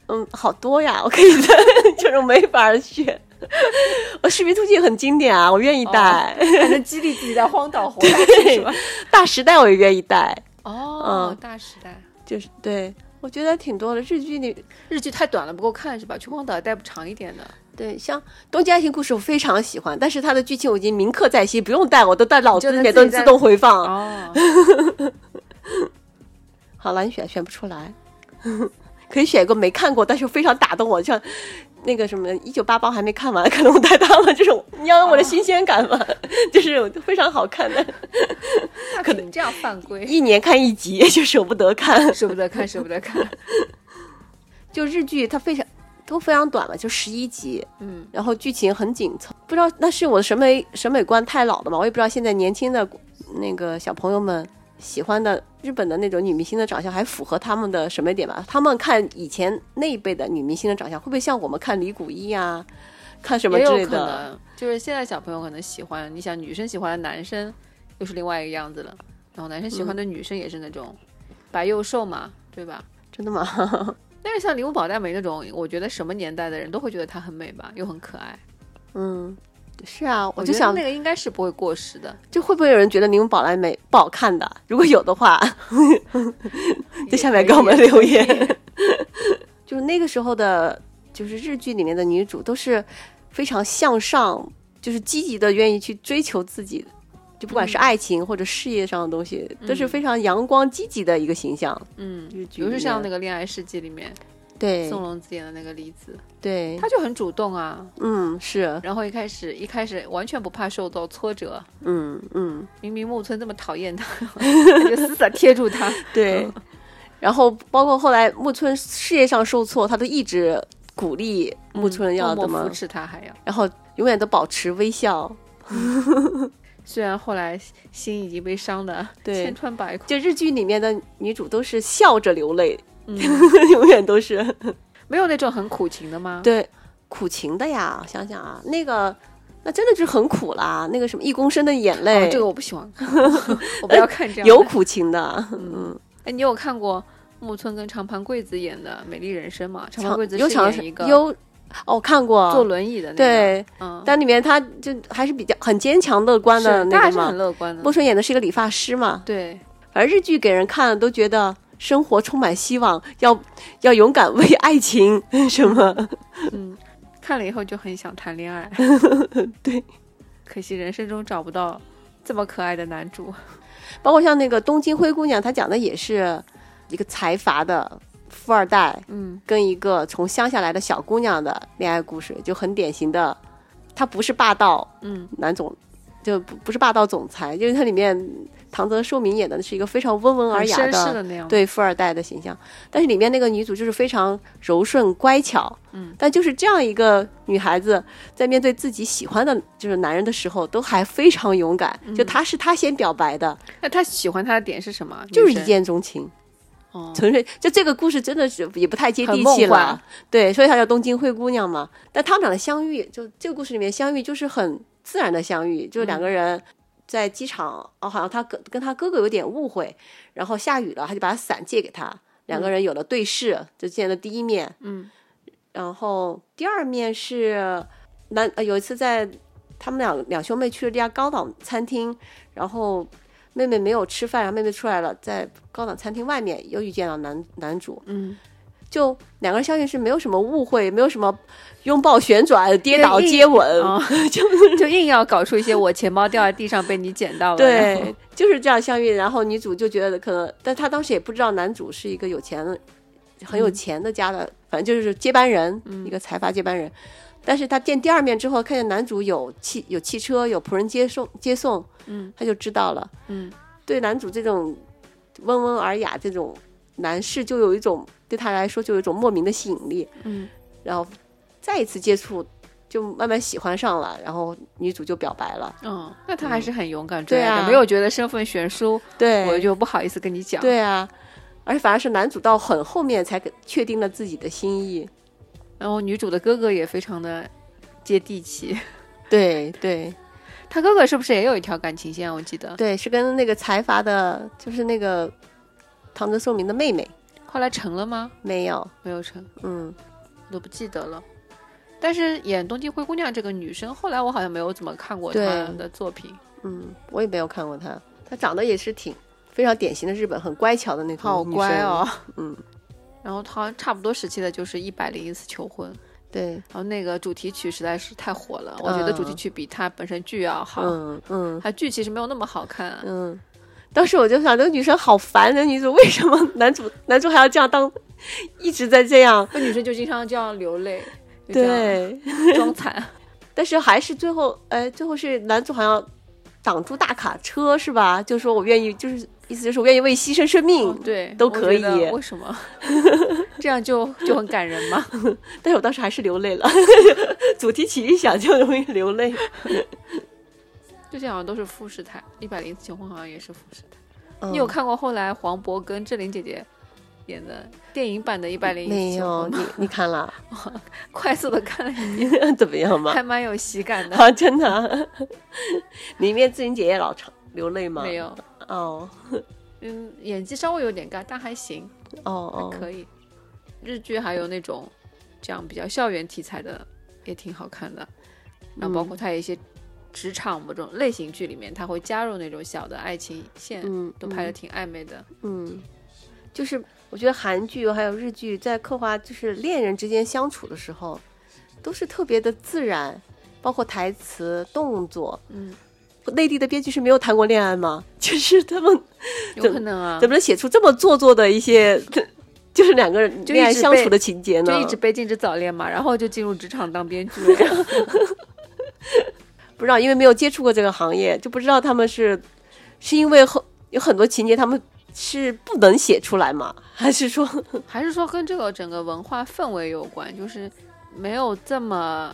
[SPEAKER 1] 嗯，好多呀，我可以带， (laughs) 就是没法选。 (laughs) 我视频突进很经典啊，我愿意带。
[SPEAKER 2] (laughs) 还能激励自己在荒岛活下去，是吧？
[SPEAKER 1] 大时代我也愿意带，
[SPEAKER 2] (laughs) 哦
[SPEAKER 1] 嗯，
[SPEAKER 2] 大时代。
[SPEAKER 1] 就是对我觉得挺多的。日剧里
[SPEAKER 2] 日剧太短了，不够看是吧？去荒岛待不长一点的，
[SPEAKER 1] 对像《东京爱情故事》，我非常喜欢，但是它的剧情我已经铭刻在心，不用带，我都在脑子里面
[SPEAKER 2] 你就
[SPEAKER 1] 都
[SPEAKER 2] 能自己
[SPEAKER 1] 自动回放。
[SPEAKER 2] (laughs) 哦，
[SPEAKER 1] 好了，你选选不出来， (laughs) 可以选一个没看过，但是非常打动我，像那个什么《一九八八》还没看完，可能我带他们这种，你要有我的新鲜感嘛， (laughs) 就是非常好看的。
[SPEAKER 2] 那可能这样犯规，
[SPEAKER 1] 一年看一集 (laughs) 就舍不得看。
[SPEAKER 2] (laughs) 舍不得看，舍不得 (laughs) 看。
[SPEAKER 1] 就日剧它非常都非常短嘛，就十一集，
[SPEAKER 2] 嗯，
[SPEAKER 1] 然后剧情很紧凑。不知道那是我的审美审美观太老了嘛，我也不知道现在年轻的那个小朋友们喜欢的日本的那种女明星的长相还符合他们的审美点吧？他们看以前那一辈的女明星的长相，会不会像我们看李谷一啊，看什么
[SPEAKER 2] 也
[SPEAKER 1] 之
[SPEAKER 2] 有
[SPEAKER 1] 类
[SPEAKER 2] 可
[SPEAKER 1] 的？
[SPEAKER 2] 能就是现在小朋友可能喜欢，你想女生喜欢的男生又是另外一个样子了，然后男生喜欢的女生也是那种白幼瘦嘛，对吧？
[SPEAKER 1] 真的吗？ (laughs)
[SPEAKER 2] 但是像铃木保奈美那种，我觉得什么年代的人都会觉得她很美吧，又很可爱。
[SPEAKER 1] 嗯，是啊，我
[SPEAKER 2] 我
[SPEAKER 1] 就
[SPEAKER 2] 觉得
[SPEAKER 1] 想
[SPEAKER 2] 那，个应该是不会过
[SPEAKER 1] (laughs)
[SPEAKER 2] 时的，
[SPEAKER 1] 就会不会有人觉得柠檬宝莱美不好看的？如果有的话，在下面给我们留言。 (laughs) 就是那个时候的，就是日剧里面的女主都是非常向上，就是积极的愿意去追求自己，就不管是
[SPEAKER 2] 嗯
[SPEAKER 1] 爱情或者事业上的东西，都是
[SPEAKER 2] 嗯
[SPEAKER 1] 非常阳光积极的一个形象。
[SPEAKER 2] 嗯，
[SPEAKER 1] 日
[SPEAKER 2] 比
[SPEAKER 1] 剧
[SPEAKER 2] 如
[SPEAKER 1] 里
[SPEAKER 2] 说像那
[SPEAKER 1] 面
[SPEAKER 2] 个《恋爱世纪》里面
[SPEAKER 1] 啊对
[SPEAKER 2] 宋龙子演的那个李子，
[SPEAKER 1] 对，
[SPEAKER 2] 她就很主动啊，
[SPEAKER 1] 嗯是
[SPEAKER 2] 然后一开始一开始完全不怕受到挫折，
[SPEAKER 1] 嗯嗯
[SPEAKER 2] 明明木村这么讨
[SPEAKER 1] (laughs)
[SPEAKER 2] 厌她，她就死死地贴住他。
[SPEAKER 1] 对，
[SPEAKER 2] 嗯
[SPEAKER 1] 然后包括后来木村事业上受挫，她都一直鼓励 (laughs) 木村要
[SPEAKER 2] 嗯默
[SPEAKER 1] 怎
[SPEAKER 2] 默
[SPEAKER 1] 么
[SPEAKER 2] 扶持他，还要。
[SPEAKER 1] 然后永远都保持微笑。
[SPEAKER 2] 虽然后来心已经被伤的
[SPEAKER 1] 对
[SPEAKER 2] 千
[SPEAKER 1] (laughs)
[SPEAKER 2] 疮百孔，
[SPEAKER 1] 就日剧里面的女主都是笑着流泪， (laughs)
[SPEAKER 2] 嗯
[SPEAKER 1] 永远都是
[SPEAKER 2] 没有那种很苦情的吗？
[SPEAKER 1] 对苦情的呀。想想啊，那个那真的是很苦啦。那个什么一公升的眼泪，
[SPEAKER 2] 哦，这个我
[SPEAKER 1] (laughs)
[SPEAKER 2] 不喜欢看，我不要哎看这样的。
[SPEAKER 1] 有苦情的。
[SPEAKER 2] 嗯，哎，你有看过木村跟长盘贵子演的《美丽人生》吗？长盘
[SPEAKER 1] 长
[SPEAKER 2] 贵子
[SPEAKER 1] 有
[SPEAKER 2] 是
[SPEAKER 1] 长
[SPEAKER 2] 演一个
[SPEAKER 1] 有哦，看过
[SPEAKER 2] 坐轮椅的那个，，
[SPEAKER 1] 对，
[SPEAKER 2] 嗯，
[SPEAKER 1] 但里面她就还是比较很坚强乐观的
[SPEAKER 2] 是他
[SPEAKER 1] 那
[SPEAKER 2] 还
[SPEAKER 1] 个
[SPEAKER 2] 是很
[SPEAKER 1] 嘛。
[SPEAKER 2] 乐观的
[SPEAKER 1] 木。村演的是一个理发师嘛，
[SPEAKER 2] 对，
[SPEAKER 1] 反正日剧给人看了都觉得生活充满希望，要要勇敢为爱情 (laughs) 什么。
[SPEAKER 2] 嗯，看了以后就很想谈恋爱。
[SPEAKER 1] (laughs) 对，
[SPEAKER 2] 可惜人生中找不到这么可爱的男主。
[SPEAKER 1] 包括像那个《东京灰姑娘》，她讲的也是一个财阀的富二代
[SPEAKER 2] 嗯，
[SPEAKER 1] 跟一个从乡下来的小姑娘的恋爱故事，就很典型的，她不是霸道
[SPEAKER 2] 嗯
[SPEAKER 1] 男总，就不不是霸道总裁，因为它里面唐泽寿明演的是一个非常温文尔
[SPEAKER 2] 很
[SPEAKER 1] 雅
[SPEAKER 2] 绅士
[SPEAKER 1] 的。
[SPEAKER 2] 的那样。，
[SPEAKER 1] 对富二代的形象，但是里面那个女主就是非常柔顺乖巧，
[SPEAKER 2] 嗯，
[SPEAKER 1] 但就是这样一个女孩子，在面对自己喜欢的就是男人的时候，都还非常勇敢。
[SPEAKER 2] 嗯
[SPEAKER 1] 就她是她先表白的，
[SPEAKER 2] 那他喜欢他的点是什么？
[SPEAKER 1] 就是
[SPEAKER 2] 女生
[SPEAKER 1] 一见钟情， (laughs)
[SPEAKER 2] 哦，
[SPEAKER 1] 纯粹就这个故事真的是也不太接地
[SPEAKER 2] 很
[SPEAKER 1] 气
[SPEAKER 2] 梦
[SPEAKER 1] 了
[SPEAKER 2] 幻，
[SPEAKER 1] 对，所以它叫《东京灰姑娘》嘛。但他们俩的相遇，就这个故事里面相遇就是很自然的相遇，就是两个人在机场，哦，好像他跟跟他哥哥有点误会，然后下雨了，他就把伞借给他，两个人有了对视，就见了第一面，
[SPEAKER 2] 嗯，
[SPEAKER 1] 然后第二面是男、呃、有一次在他们两两兄妹去了一家高档餐厅，然后妹妹没有吃饭，然后妹妹出来了，在高档餐厅外面又遇见了男男主，
[SPEAKER 2] 嗯，
[SPEAKER 1] 就两个人相遇是没有什么误会，没有什么拥抱、旋转、跌倒、
[SPEAKER 2] 硬
[SPEAKER 1] 接吻， (laughs)
[SPEAKER 2] 哦， (laughs) 就硬要搞出一些我钱包掉在地上被你捡到了，然后
[SPEAKER 1] 对，就是这样相遇。然后女主就觉得可能，但她当时也不知道男主是一个有钱的、很有钱的家的，反正就是接班人，一个财阀接班人。但是她见第二面之后，看见男主有汽有汽车，有仆人接送接送，
[SPEAKER 2] 嗯，
[SPEAKER 1] 她就知道了。
[SPEAKER 2] 嗯，
[SPEAKER 1] 对男主这种温文尔雅这种男士，就有一种对她来说就有一种莫名的吸引力。
[SPEAKER 2] 嗯，
[SPEAKER 1] 然后再一次接触，就慢慢喜欢上了，然后女主就表白了。
[SPEAKER 2] 嗯，那他还是很勇敢
[SPEAKER 1] 对
[SPEAKER 2] 追爱的，
[SPEAKER 1] 啊
[SPEAKER 2] 没有觉得身份悬殊，
[SPEAKER 1] 对，
[SPEAKER 2] 我就不好意思跟你讲。，
[SPEAKER 1] 对啊，而且反而是男主到很后面才给确定了自己的心意。
[SPEAKER 2] 然后女主的哥哥也非常的接地气，
[SPEAKER 1] 对对
[SPEAKER 2] 他哥哥是不是也有一条感情线？我记得
[SPEAKER 1] 嗯对，是跟那个财阀的，就是那个唐泽寿明的妹妹
[SPEAKER 2] 后来成了吗？
[SPEAKER 1] 没有，
[SPEAKER 2] 没有成，
[SPEAKER 1] 嗯，
[SPEAKER 2] 我都不记得了。但是演《东京灰姑娘》这个女生，后来我好像没有怎么看过她
[SPEAKER 1] 对
[SPEAKER 2] 的作品。
[SPEAKER 1] 嗯，我也没有看过她，她长得也是挺非常典型的日本很乖巧的那种，
[SPEAKER 2] 好乖哦。，
[SPEAKER 1] 嗯，
[SPEAKER 2] 然后她差不多时期的就是《一百零一次求婚》，
[SPEAKER 1] (laughs) 对，
[SPEAKER 2] 然后那个主题曲实在是太火了，我觉得主题曲比它本身剧要好。
[SPEAKER 1] 嗯嗯
[SPEAKER 2] 它剧其实没有那么好看，
[SPEAKER 1] 嗯。当时我就想，这个女生好烦，这女主为什么男主 (laughs) 男主还要这样当，一直在这样，
[SPEAKER 2] 那女生就经常这样流泪，就这
[SPEAKER 1] 对，啊
[SPEAKER 2] 样装惨。
[SPEAKER 1] 但是还是最后，哎，最后是男主好像挡住大卡车是吧？就说我愿意，就是意思就是我愿意为牺牲生命。 (laughs)
[SPEAKER 2] 哦对，
[SPEAKER 1] 都
[SPEAKER 2] 我觉
[SPEAKER 1] 可以
[SPEAKER 2] 得为什
[SPEAKER 1] (laughs)
[SPEAKER 2] 么这样就就很感人嘛？
[SPEAKER 1] 但是我当时还是流泪了， (laughs) 主题曲一响就容易流泪。
[SPEAKER 2] 最近好像都是富士台，一百零次求婚好像也是富士台。
[SPEAKER 1] 嗯
[SPEAKER 2] 你有看过后来黄渤跟志玲姐姐演的电影版的《一百零一
[SPEAKER 1] 没
[SPEAKER 2] 夜
[SPEAKER 1] 有？你你看了
[SPEAKER 2] (laughs)
[SPEAKER 1] (laughs)
[SPEAKER 2] 快速的看了一遍，
[SPEAKER 1] 怎么样嘛？
[SPEAKER 2] 还蛮有喜感的。
[SPEAKER 1] 啊，真的 (laughs) 啊、里面志玲姐姐老长流泪吗？
[SPEAKER 2] 没。有，
[SPEAKER 1] 哦
[SPEAKER 2] 嗯，演技稍微有点尬，但还行，
[SPEAKER 1] 哦哦，
[SPEAKER 2] 可以。日剧还有那种这样比较校园题材的，也挺好看的。然
[SPEAKER 1] 嗯
[SPEAKER 2] 后包括它有一些职场某种类型剧里面，它会加入那种小的爱情线，
[SPEAKER 1] 嗯，
[SPEAKER 2] 都拍的挺暧昧的。
[SPEAKER 1] 嗯，就是我觉得韩剧还有日剧在刻画就是恋人之间相处的时候，都是特别的自然，包括台词、动作。
[SPEAKER 2] 嗯，
[SPEAKER 1] 内地的编剧是没有谈过恋爱吗？ (laughs) 就是他们
[SPEAKER 2] 有
[SPEAKER 1] 怎
[SPEAKER 2] 可能啊
[SPEAKER 1] 怎，么能写出这么做作的一些， (laughs) 就是两个人
[SPEAKER 2] 就
[SPEAKER 1] 恋爱
[SPEAKER 2] 一直
[SPEAKER 1] 相
[SPEAKER 2] 被
[SPEAKER 1] 处的情节呢？
[SPEAKER 2] 就一直被禁止早恋嘛，然后就进入职场当编剧了。 (laughs)
[SPEAKER 1] 不知道，因为没有接触过这个行业，就不知道他们是是因为很有很多情节他们是不能写出来嘛， (laughs) 还是说
[SPEAKER 2] 还是说跟这个整个文化氛围有关，就是没有这么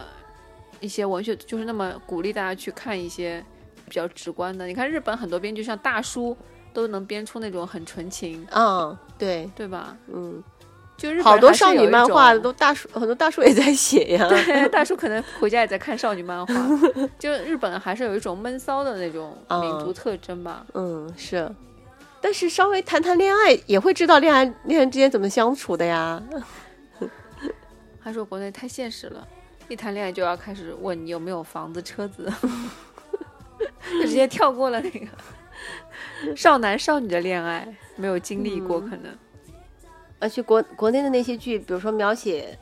[SPEAKER 2] 一些文学，就是那么鼓励大家去看一些比较直观的。你看日本很多编剧，像大叔都能编出那种很纯情，
[SPEAKER 1] 嗯，对，
[SPEAKER 2] 对吧？
[SPEAKER 1] 嗯，
[SPEAKER 2] 就日本
[SPEAKER 1] 好多
[SPEAKER 2] 还是
[SPEAKER 1] 少
[SPEAKER 2] 有
[SPEAKER 1] 女
[SPEAKER 2] 一
[SPEAKER 1] 漫
[SPEAKER 2] 种
[SPEAKER 1] 画都大叔，很多大叔也在写呀，
[SPEAKER 2] (laughs) 对，大叔可能回家也在看少女
[SPEAKER 1] (laughs)
[SPEAKER 2] 漫画，就日本还是有一种闷骚的那种民族
[SPEAKER 1] 嗯
[SPEAKER 2] 特征吧。
[SPEAKER 1] 嗯，是。但是稍微谈谈恋爱，也会知道恋爱恋人之间怎么相处的呀。
[SPEAKER 2] 他说国内太现实了，一谈恋爱就要开始问你有没有房子、车子， (laughs) 就直接跳过了那个少男少女的恋爱，没有经历过可能。
[SPEAKER 1] 而且国国内的那些剧，比如说描写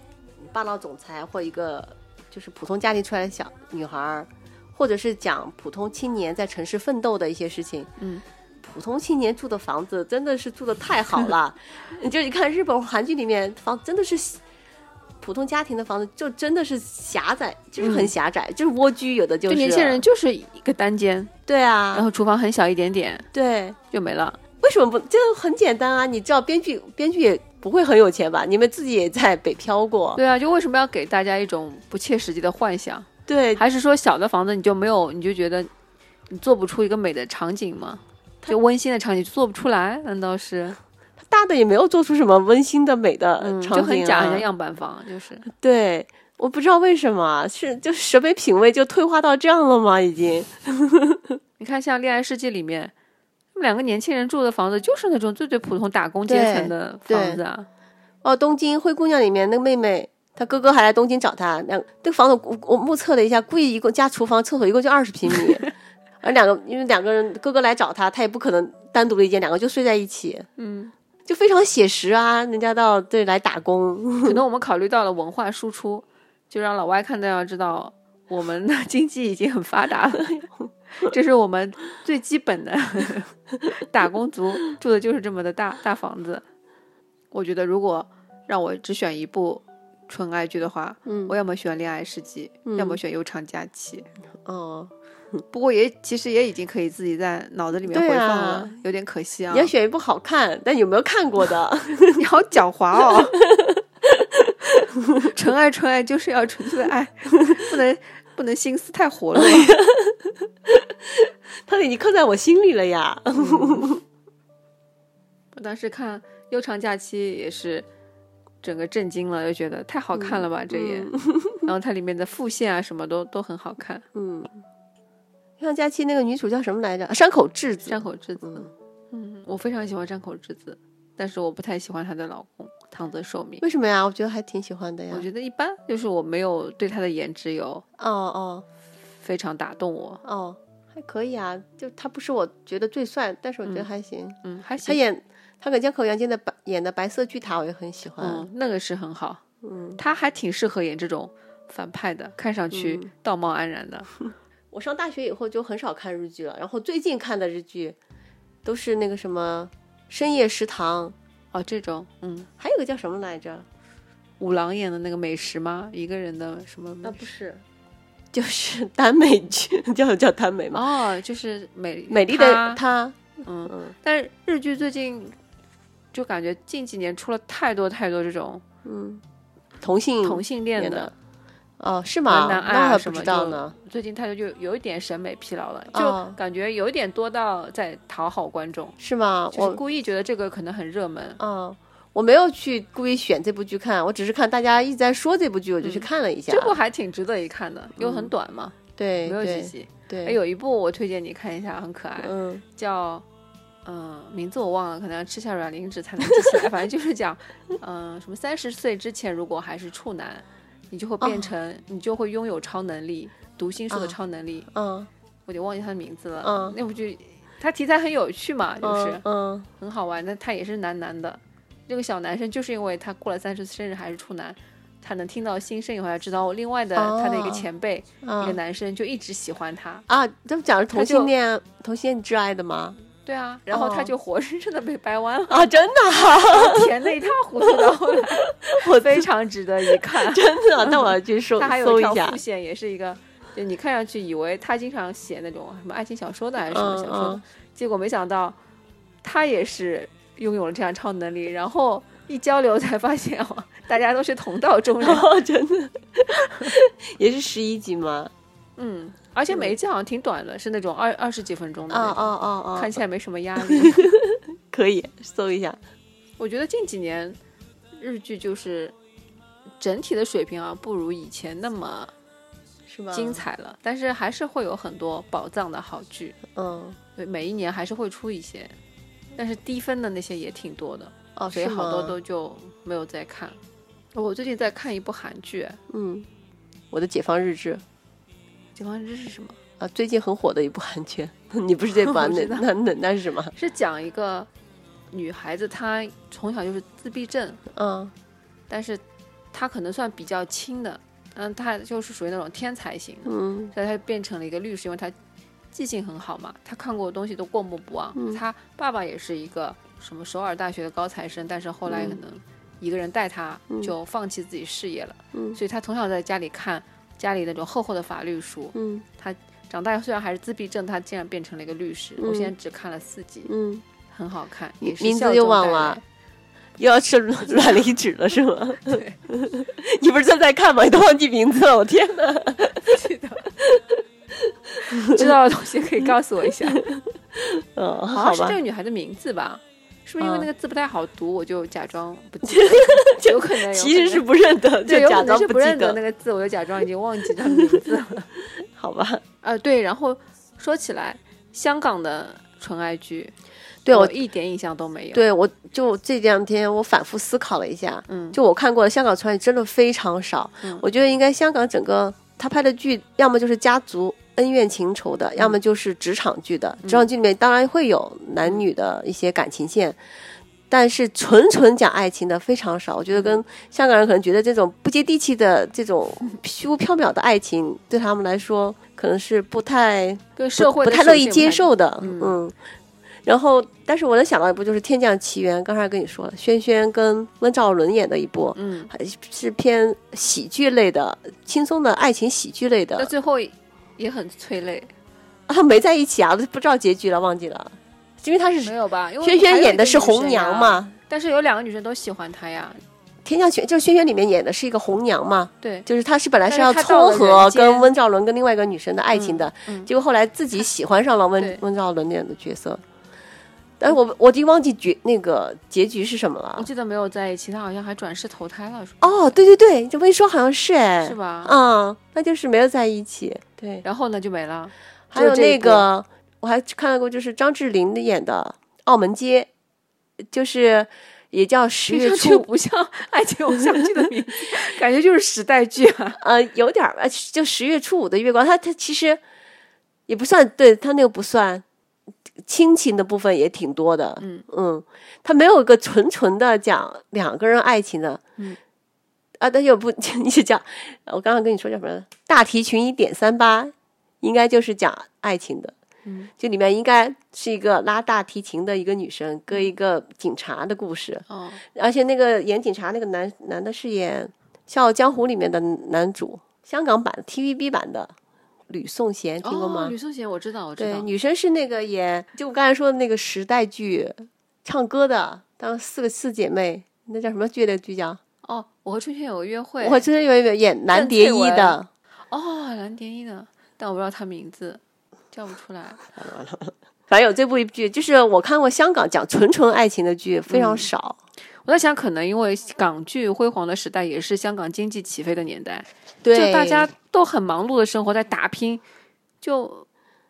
[SPEAKER 1] 霸道总裁或一个就是普通家庭出来的小女孩儿，或者是讲普通青年在城市奋斗的一些事情，
[SPEAKER 2] 嗯，
[SPEAKER 1] 普通青年住的房子真的是住的太好了，
[SPEAKER 2] (laughs)
[SPEAKER 1] 你就你看日本韩剧里面房真的是。普通家庭的房子就真的是狭窄，就是很狭窄，就是蜗居，有的就是。
[SPEAKER 2] 就嗯年轻人嗯就是一个单间，
[SPEAKER 1] 对
[SPEAKER 2] 然
[SPEAKER 1] 啊，
[SPEAKER 2] 后厨房很小一点点
[SPEAKER 1] 对，
[SPEAKER 2] 就没了。
[SPEAKER 1] 为什么不？这个很简单啊！你知道编剧编剧也不会很有钱吧？你们自己也在北漂过，
[SPEAKER 2] 对啊，就为什么要给大家一种不切实际的幻想？
[SPEAKER 1] 对，
[SPEAKER 2] 还是说小的房子你就没有，你就觉得你做不出一个美的场景吗？就温馨的场景做不出来，难道是？
[SPEAKER 1] 大的也没有做出什么温馨的美的
[SPEAKER 2] 嗯，
[SPEAKER 1] 场景、啊
[SPEAKER 2] 就很假，很像样板房，就是。
[SPEAKER 1] 对，我不知道为什么是就审美品味就退化到这样了吗？已经，
[SPEAKER 2] 你看，像《恋爱世纪》里面，他们两个年轻人住的房子就是那种最最普通打工阶层的房子啊。
[SPEAKER 1] 哦，东京灰姑娘里面那个妹妹，她哥哥还来东京找她，两那个房子我我目测了一下，估计一共加厨房、厕所一共就二十平 (laughs) 米，而两个因为两个人哥哥来找她，她也不可能单独的一间，两个就睡在一起，
[SPEAKER 2] 嗯，
[SPEAKER 1] 就非常写实啊，人家到这里来打工，
[SPEAKER 2] 可能我们考虑到了文化输出，就让老外看到要知道我们的经济已经很发达了，这是我们最基本的 (laughs) 打工族住的就是这么的大大房子。我觉得如果让我只选一部纯爱剧的话，
[SPEAKER 1] 嗯
[SPEAKER 2] 我要么选《恋爱世纪》
[SPEAKER 1] 嗯
[SPEAKER 2] 要么选《悠长假期》。
[SPEAKER 1] 哦，
[SPEAKER 2] 不过也其实也已经可以自己在脑子里面
[SPEAKER 1] 对
[SPEAKER 2] 回放了，
[SPEAKER 1] 啊
[SPEAKER 2] 有点可惜啊
[SPEAKER 1] 你。要选一部好看但有没有看过的？
[SPEAKER 2] (laughs)
[SPEAKER 1] (laughs)
[SPEAKER 2] 你好狡猾哦！ (laughs) 纯爱，纯爱就是要纯粹的爱，不能不能心思
[SPEAKER 1] (laughs)
[SPEAKER 2] 太活络。
[SPEAKER 1] 他已经刻在我心里了呀。
[SPEAKER 2] 我当时看《悠长假期》也是整个震惊了，就觉得太好看了吧，
[SPEAKER 1] 嗯
[SPEAKER 2] 这也。 (laughs)
[SPEAKER 1] (laughs)
[SPEAKER 2] 然后它里面的副线啊，什么都都很好看，
[SPEAKER 1] 嗯，上佳期那个女主叫什么来着？山口智子
[SPEAKER 2] 山。口智子。
[SPEAKER 1] 嗯，
[SPEAKER 2] 嗯，我非常喜欢山口智子，但是我不太喜欢她的老公唐泽寿明。
[SPEAKER 1] 为什么呀？我觉得还挺喜欢的呀
[SPEAKER 2] 我。觉得一般，就是我没有对她的颜值有
[SPEAKER 1] 哦哦
[SPEAKER 2] 非常打动我。
[SPEAKER 1] 哦，还可以啊。就他不是我觉得最帅，但是我觉得还行。
[SPEAKER 2] 嗯，
[SPEAKER 1] 他
[SPEAKER 2] 还行。
[SPEAKER 1] 演他跟江口洋介的白演的《白色巨塔》，我也很喜欢。
[SPEAKER 2] 嗯，那个是很好，
[SPEAKER 1] 嗯，
[SPEAKER 2] 他还挺适合演这种反派的，看上
[SPEAKER 1] 嗯
[SPEAKER 2] 去道貌岸然的。
[SPEAKER 1] 我上大学以后就很少看日剧了，然后最近看的日剧都是那个什么《深夜食堂》，
[SPEAKER 2] 哦，这种，嗯，
[SPEAKER 1] 还有个叫什么来着？
[SPEAKER 2] 五郎演的那个美食吗？一个人的什么美
[SPEAKER 1] 啊，
[SPEAKER 2] 食？
[SPEAKER 1] 不是，就是 (laughs) 耽美剧，叫叫耽美嘛。
[SPEAKER 2] 哦，就是美
[SPEAKER 1] 美丽的
[SPEAKER 2] 她
[SPEAKER 1] 她，
[SPEAKER 2] 嗯。
[SPEAKER 1] 嗯
[SPEAKER 2] 但是日剧最近就感觉近几年出了太多太多这种
[SPEAKER 1] 嗯，同性
[SPEAKER 2] 同性恋
[SPEAKER 1] 演
[SPEAKER 2] 的，
[SPEAKER 1] 哦，是吗？
[SPEAKER 2] 男爱
[SPEAKER 1] 那我还
[SPEAKER 2] 啊
[SPEAKER 1] 不
[SPEAKER 2] 什么
[SPEAKER 1] 知
[SPEAKER 2] 就
[SPEAKER 1] 道呢。
[SPEAKER 2] 最近他就有有一点审美疲劳了，
[SPEAKER 1] 哦
[SPEAKER 2] 就感觉有一点多到在讨好观众，
[SPEAKER 1] 是吗？
[SPEAKER 2] 就是
[SPEAKER 1] 我
[SPEAKER 2] 故意觉得这个可能很热门。
[SPEAKER 1] 嗯，我没有去故意选这部剧看，我只是看大家一直在说这部剧，我就去看了一下。
[SPEAKER 2] 嗯这部还挺值得一看的，又很短嘛，
[SPEAKER 1] 嗯对
[SPEAKER 2] 没有几
[SPEAKER 1] 对
[SPEAKER 2] 集。哎，
[SPEAKER 1] 对，
[SPEAKER 2] 有一部我推荐你看一下，很可爱，
[SPEAKER 1] 嗯，
[SPEAKER 2] 叫嗯、名字我忘了，可能要吃下软磷脂才能记起来。反正就是讲，嗯、什么三十岁之前如果还是处男，你就会
[SPEAKER 1] 哦
[SPEAKER 2] 变成，你就会拥有超能力，读心术的
[SPEAKER 1] 啊
[SPEAKER 2] 超能力。
[SPEAKER 1] 嗯
[SPEAKER 2] 我得忘记它的名字了。
[SPEAKER 1] 嗯
[SPEAKER 2] 那部剧它题材很有趣嘛，就是、
[SPEAKER 1] 嗯嗯
[SPEAKER 2] 很好玩。但它也是男男的，这个小男生就是因为他过了三十生日还是处男。他能听到心声以后，他知道另外的他的一个
[SPEAKER 1] 哦
[SPEAKER 2] 前辈，一个
[SPEAKER 1] 嗯
[SPEAKER 2] 男生就一直喜欢他，
[SPEAKER 1] 啊，这不讲是同
[SPEAKER 2] 他就
[SPEAKER 1] 性恋同性恋挚爱的吗？
[SPEAKER 2] 对啊，然后他
[SPEAKER 1] 嗯
[SPEAKER 2] 就活生生的被掰
[SPEAKER 1] (laughs)
[SPEAKER 2] 弯了，
[SPEAKER 1] 啊，真的啊，
[SPEAKER 2] 甜的一塌糊涂的。后来
[SPEAKER 1] (laughs) 我
[SPEAKER 2] 非常值得一看，
[SPEAKER 1] 真的啊，那我要去 (laughs) 搜
[SPEAKER 2] 他还有
[SPEAKER 1] 搜
[SPEAKER 2] 一
[SPEAKER 1] 一
[SPEAKER 2] 条
[SPEAKER 1] 下
[SPEAKER 2] 副。线，也是一个，就你看上去以为他经常写那种什么爱情小说的还是什么小说
[SPEAKER 1] 嗯
[SPEAKER 2] 的，
[SPEAKER 1] 嗯
[SPEAKER 2] 结果没想到他也是拥有了这样超能力，然后一交流才发现哦，大家都是同道中人。
[SPEAKER 1] (laughs) 哦，真的，也是十一集吗？
[SPEAKER 2] 嗯，而且每一季好像挺短的，是那种二二十几分钟的
[SPEAKER 1] 哦
[SPEAKER 2] 那种，
[SPEAKER 1] 哦哦
[SPEAKER 2] 看
[SPEAKER 1] 哦，
[SPEAKER 2] 起来没什么压
[SPEAKER 1] (laughs)
[SPEAKER 2] 力。
[SPEAKER 1] 可以搜一下。
[SPEAKER 2] 我觉得近几年日剧就是整体的水平啊，不如以前那么
[SPEAKER 1] 是吧
[SPEAKER 2] 精彩了，但是还是会有很多宝藏的好剧，
[SPEAKER 1] 嗯，
[SPEAKER 2] 对，每一年还是会出一些，但是低分的那些也挺多的，
[SPEAKER 1] 哦，
[SPEAKER 2] 所以
[SPEAKER 1] 是
[SPEAKER 2] 好多
[SPEAKER 1] 吗
[SPEAKER 2] 都就没有再看。我最近在看一部韩剧，《
[SPEAKER 1] 嗯，我的解放日志
[SPEAKER 2] 解放日》是什么？
[SPEAKER 1] 啊，最近很火的一部韩剧， (laughs) 你不是这
[SPEAKER 2] (laughs) 我
[SPEAKER 1] 版那
[SPEAKER 2] 知道
[SPEAKER 1] 那那那是什么？
[SPEAKER 2] 是讲一个女孩子，她从小就是自闭症，
[SPEAKER 1] 嗯
[SPEAKER 2] 但是她可能算比较轻的，嗯，她就是属于那种天才型，
[SPEAKER 1] 嗯
[SPEAKER 2] 所以他就变成了一个律师，因为他记性很好嘛，他看过的东西都过目不忘。
[SPEAKER 1] 嗯
[SPEAKER 2] 他爸爸也是一个什么首尔大学的高材生，但是后来可能一个人带他
[SPEAKER 1] 嗯
[SPEAKER 2] 就放弃自己事业了，
[SPEAKER 1] 嗯
[SPEAKER 2] 所以他从小在家里看家里那种厚厚的法律书。
[SPEAKER 1] 嗯
[SPEAKER 2] 长大虽然还是自闭症，他竟然变成了一个律师。
[SPEAKER 1] 嗯
[SPEAKER 2] 我现在只看了四集，
[SPEAKER 1] 嗯，
[SPEAKER 2] 很好看，
[SPEAKER 1] 名
[SPEAKER 2] 也是
[SPEAKER 1] 名字
[SPEAKER 2] 笑中
[SPEAKER 1] 又忘
[SPEAKER 2] 带
[SPEAKER 1] 了
[SPEAKER 2] 泪。
[SPEAKER 1] 又要吃软 (laughs) 软磷脂了是吗？
[SPEAKER 2] (laughs) 对，
[SPEAKER 1] 你不是正在看吗？你都忘记名字了，我天哪！
[SPEAKER 2] (laughs) 知道的同学可以告诉我一下，
[SPEAKER 1] 嗯，
[SPEAKER 2] 好像
[SPEAKER 1] 好
[SPEAKER 2] 啊是
[SPEAKER 1] 吧
[SPEAKER 2] 这，个女孩的名字吧？是不是因为
[SPEAKER 1] 嗯
[SPEAKER 2] 那个字不太好读，我就假装不
[SPEAKER 1] (laughs)
[SPEAKER 2] 记得了？有可能，有
[SPEAKER 1] 其
[SPEAKER 2] 可
[SPEAKER 1] 实
[SPEAKER 2] 能
[SPEAKER 1] 是不认得，就
[SPEAKER 2] 对，有
[SPEAKER 1] 假
[SPEAKER 2] 可能
[SPEAKER 1] 装
[SPEAKER 2] 是
[SPEAKER 1] 不
[SPEAKER 2] 不
[SPEAKER 1] 记
[SPEAKER 2] 认得
[SPEAKER 1] 得，
[SPEAKER 2] 那个字，我就假装已经忘记他的名
[SPEAKER 1] (laughs)
[SPEAKER 2] 字了。
[SPEAKER 1] 好吧？
[SPEAKER 2] 啊，对，然后说起来，香港的纯爱剧，
[SPEAKER 1] 对
[SPEAKER 2] 我
[SPEAKER 1] 我，
[SPEAKER 2] 一点印象都没有。，
[SPEAKER 1] 对我就这两天我反复思考了一下，
[SPEAKER 2] 嗯，
[SPEAKER 1] 就我看过的香港传奇真的非常少，
[SPEAKER 2] 嗯
[SPEAKER 1] 我觉得应该香港整个他拍的剧，要么就是家族恩怨情仇的，
[SPEAKER 2] 嗯
[SPEAKER 1] 要么就是职场剧的。职场剧里面当然会有男女的一些感情线，但是纯纯讲爱情的非常少。我觉得跟
[SPEAKER 2] 嗯
[SPEAKER 1] 香港人可能觉得这种不接地气的这种 (laughs) 虚无缥缈的爱情，对他们来说可能是不太
[SPEAKER 2] 跟社会
[SPEAKER 1] 不
[SPEAKER 2] 的
[SPEAKER 1] 太
[SPEAKER 2] 属
[SPEAKER 1] 乐意
[SPEAKER 2] 性
[SPEAKER 1] 接
[SPEAKER 2] 太
[SPEAKER 1] 受的，
[SPEAKER 2] 嗯
[SPEAKER 1] 嗯。然后，但是我能想到一部就是《天降奇缘》，刚才跟你说了，轩轩跟温兆伦演的一部，
[SPEAKER 2] 嗯，
[SPEAKER 1] 还是偏喜剧类的、轻松的爱情喜剧类
[SPEAKER 2] 到
[SPEAKER 1] 的，
[SPEAKER 2] 最后也很催泪，
[SPEAKER 1] 啊，没在一起啊，不知道结局了，忘记了，因为他是
[SPEAKER 2] 没有吧？因为
[SPEAKER 1] 轩
[SPEAKER 2] 还
[SPEAKER 1] 轩
[SPEAKER 2] 有
[SPEAKER 1] 演
[SPEAKER 2] 一
[SPEAKER 1] 的
[SPEAKER 2] 个
[SPEAKER 1] 是
[SPEAKER 2] 女
[SPEAKER 1] 红
[SPEAKER 2] 生
[SPEAKER 1] 娘
[SPEAKER 2] 呀，
[SPEAKER 1] 嘛，
[SPEAKER 2] 但是有两个女生都喜欢他呀。
[SPEAKER 1] 《天降奇缘》就是轩轩里面演的是一个红娘嘛，
[SPEAKER 2] 对，
[SPEAKER 1] 就是他是本来是
[SPEAKER 2] 但
[SPEAKER 1] 要
[SPEAKER 2] 是她
[SPEAKER 1] 撮
[SPEAKER 2] 到了
[SPEAKER 1] 合
[SPEAKER 2] 人间
[SPEAKER 1] 跟温兆伦跟另外一个女生的爱情的，
[SPEAKER 2] 嗯嗯
[SPEAKER 1] 结果后来自己喜欢上了温
[SPEAKER 2] 对
[SPEAKER 1] 温兆伦演的角色，但是我我已经忘记结那个结局是什么
[SPEAKER 2] 我
[SPEAKER 1] 了。
[SPEAKER 2] 记得没有在一起，他好像还转世投胎了，是吧
[SPEAKER 1] 哦，对对对，你这么一说好像是哎，
[SPEAKER 2] 是吧？
[SPEAKER 1] 嗯，那就是没有在一起，对。
[SPEAKER 2] 然后呢就没了。
[SPEAKER 1] 还有
[SPEAKER 2] 就这一
[SPEAKER 1] 那
[SPEAKER 2] 部
[SPEAKER 1] 个，我还看到过，就是张智霖的演的《澳门街》，就是也叫十
[SPEAKER 2] 听
[SPEAKER 1] 月
[SPEAKER 2] 上去
[SPEAKER 1] 初，
[SPEAKER 2] 不像 (laughs) 爱情偶像剧的名字，感觉就是时代剧啊。
[SPEAKER 1] 呃，有点儿吧，就十月初五的月光。他他其实也不算，对他那个不算，亲情的部分也挺多的。
[SPEAKER 2] 嗯
[SPEAKER 1] 他没有一个纯纯的讲两个人爱情的。
[SPEAKER 2] 嗯。
[SPEAKER 1] 啊，但有部 (laughs) 你是讲，我刚刚跟你说叫什么来着？大提群一点三八，应该就是讲爱情的。
[SPEAKER 2] 嗯，
[SPEAKER 1] 就里面应该是一个拉大提琴的一个女生跟一个警察的故事，
[SPEAKER 2] 哦，
[SPEAKER 1] 而且那个演警察那个男男的是演《笑傲江湖》里面的男主，香港版 TVB 版的吕颂贤，听过
[SPEAKER 2] 哦、
[SPEAKER 1] 吗？
[SPEAKER 2] 吕颂贤，我知道，我知
[SPEAKER 1] 对，
[SPEAKER 2] 道。
[SPEAKER 1] 女生是那个演就我刚才说的那个时代剧，唱歌的，当四个四姐妹，那叫什么剧的剧叫？
[SPEAKER 2] 哦，我和春天有个约会
[SPEAKER 1] 我，和春天有有演男蝶衣的，
[SPEAKER 2] 哦，蓝蝶衣呢，但我不知道他名字，叫不出来。
[SPEAKER 1] 反正有这部一剧，就是我看过香港讲纯纯爱情的剧非常
[SPEAKER 2] 嗯
[SPEAKER 1] 少。
[SPEAKER 2] 我在想，可能因为港剧辉煌的时代，也是香港经济起飞的年代，
[SPEAKER 1] 对，
[SPEAKER 2] 就大家都很忙碌的生活，在打拼。就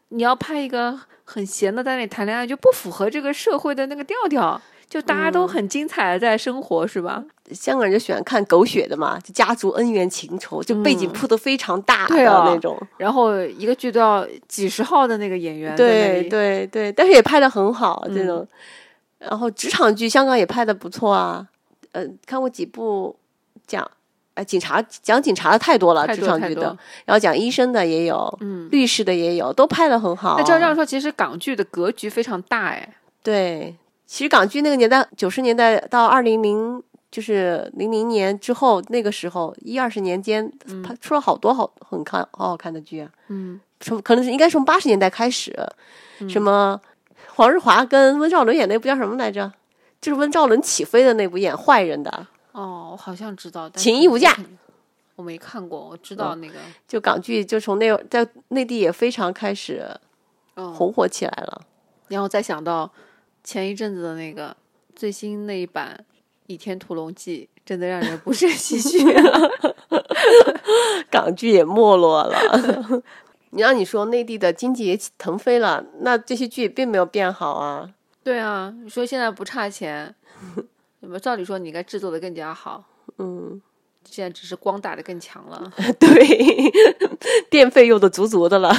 [SPEAKER 2] 你要拍一个很闲的在那里谈恋爱，就不符合这个社会的那个调调。就大家都很精彩的在生活，是吧？
[SPEAKER 1] 香港人就喜欢看狗血的嘛，就家族恩怨情仇，就背景铺的非常大的
[SPEAKER 2] 嗯对啊
[SPEAKER 1] 那种。
[SPEAKER 2] 然后一个剧都要几十号的那个演员在那
[SPEAKER 1] 对
[SPEAKER 2] 里，嗯
[SPEAKER 1] 对对，但是也拍的很好这种。然后职场剧，香港也拍的不错啊。呃，看过几部讲呃警察讲警察的太多了，
[SPEAKER 2] 太
[SPEAKER 1] 职
[SPEAKER 2] 多
[SPEAKER 1] 场
[SPEAKER 2] 太
[SPEAKER 1] 剧的
[SPEAKER 2] 多，。
[SPEAKER 1] 然后讲医生的也有，
[SPEAKER 2] 嗯，
[SPEAKER 1] 律师的也有，都拍的很好。啊
[SPEAKER 2] 那照这样说，其实港剧的格局非常大，哎，
[SPEAKER 1] 对，其实港剧那个年代，九十年代到二零零。就是零零年之后，那个时候一二十年间，拍出了好多好很看好好看的剧啊。
[SPEAKER 2] 嗯，
[SPEAKER 1] 从可能是应该从八十年代开始，什么黄日华跟温兆伦演那部叫什么来着？就是温兆伦起飞的那部演坏人的，
[SPEAKER 2] 哦，我好像知道，但
[SPEAKER 1] 情
[SPEAKER 2] 是
[SPEAKER 1] 义
[SPEAKER 2] 我
[SPEAKER 1] 无价
[SPEAKER 2] 可能，我没看过，我知道那个，
[SPEAKER 1] 就港剧就从那在内地也非常开始
[SPEAKER 2] 哦，
[SPEAKER 1] 红火起来了。
[SPEAKER 2] 然后再想到前一阵子的那个最新那一版《倚天屠龙记》，真的让人不胜唏 (laughs) 嘘。
[SPEAKER 1] 港剧也没落了。 (laughs) 你让你说内地的经济也起腾飞了，那这些剧并没有变好啊。
[SPEAKER 2] 对啊，你说现在不差钱，怎么照理说你应该制作的更加好，
[SPEAKER 1] 嗯，
[SPEAKER 2] 现在只是光打的更强了，
[SPEAKER 1] (laughs) 对，电费用的足足的了，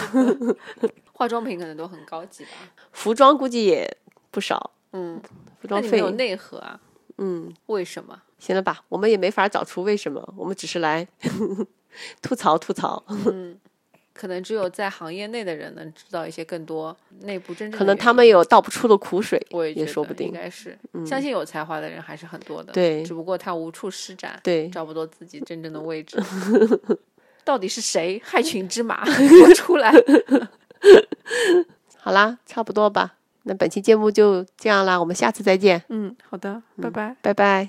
[SPEAKER 2] 化妆品可能都很高级吧。
[SPEAKER 1] 服装估计也不少，
[SPEAKER 2] 嗯，
[SPEAKER 1] 服
[SPEAKER 2] 那
[SPEAKER 1] 装
[SPEAKER 2] 你没
[SPEAKER 1] 费
[SPEAKER 2] 有。内核啊？
[SPEAKER 1] 嗯，
[SPEAKER 2] 为什么？
[SPEAKER 1] 行了吧，我们也没法找出为什么，我们只是来 (laughs) 吐槽吐槽，
[SPEAKER 2] 可能只有在行业内的人能知道一些更多内部真正的原因。
[SPEAKER 1] 可能他们有倒不出的苦水，
[SPEAKER 2] 我也觉
[SPEAKER 1] 也
[SPEAKER 2] 得
[SPEAKER 1] 说不定嗯
[SPEAKER 2] 应该是、相信有才华的人还是很多的，
[SPEAKER 1] 对
[SPEAKER 2] 只不过他无处施展，
[SPEAKER 1] 对
[SPEAKER 2] 找不到自己真正的位
[SPEAKER 1] (laughs)
[SPEAKER 2] 置。到底是谁害群之马？给我
[SPEAKER 1] (laughs)
[SPEAKER 2] 出来！
[SPEAKER 1] 好啦，差不多吧，那本期节目就这样啦，我们下次再见，
[SPEAKER 2] 嗯，好的，拜拜。
[SPEAKER 1] 拜拜。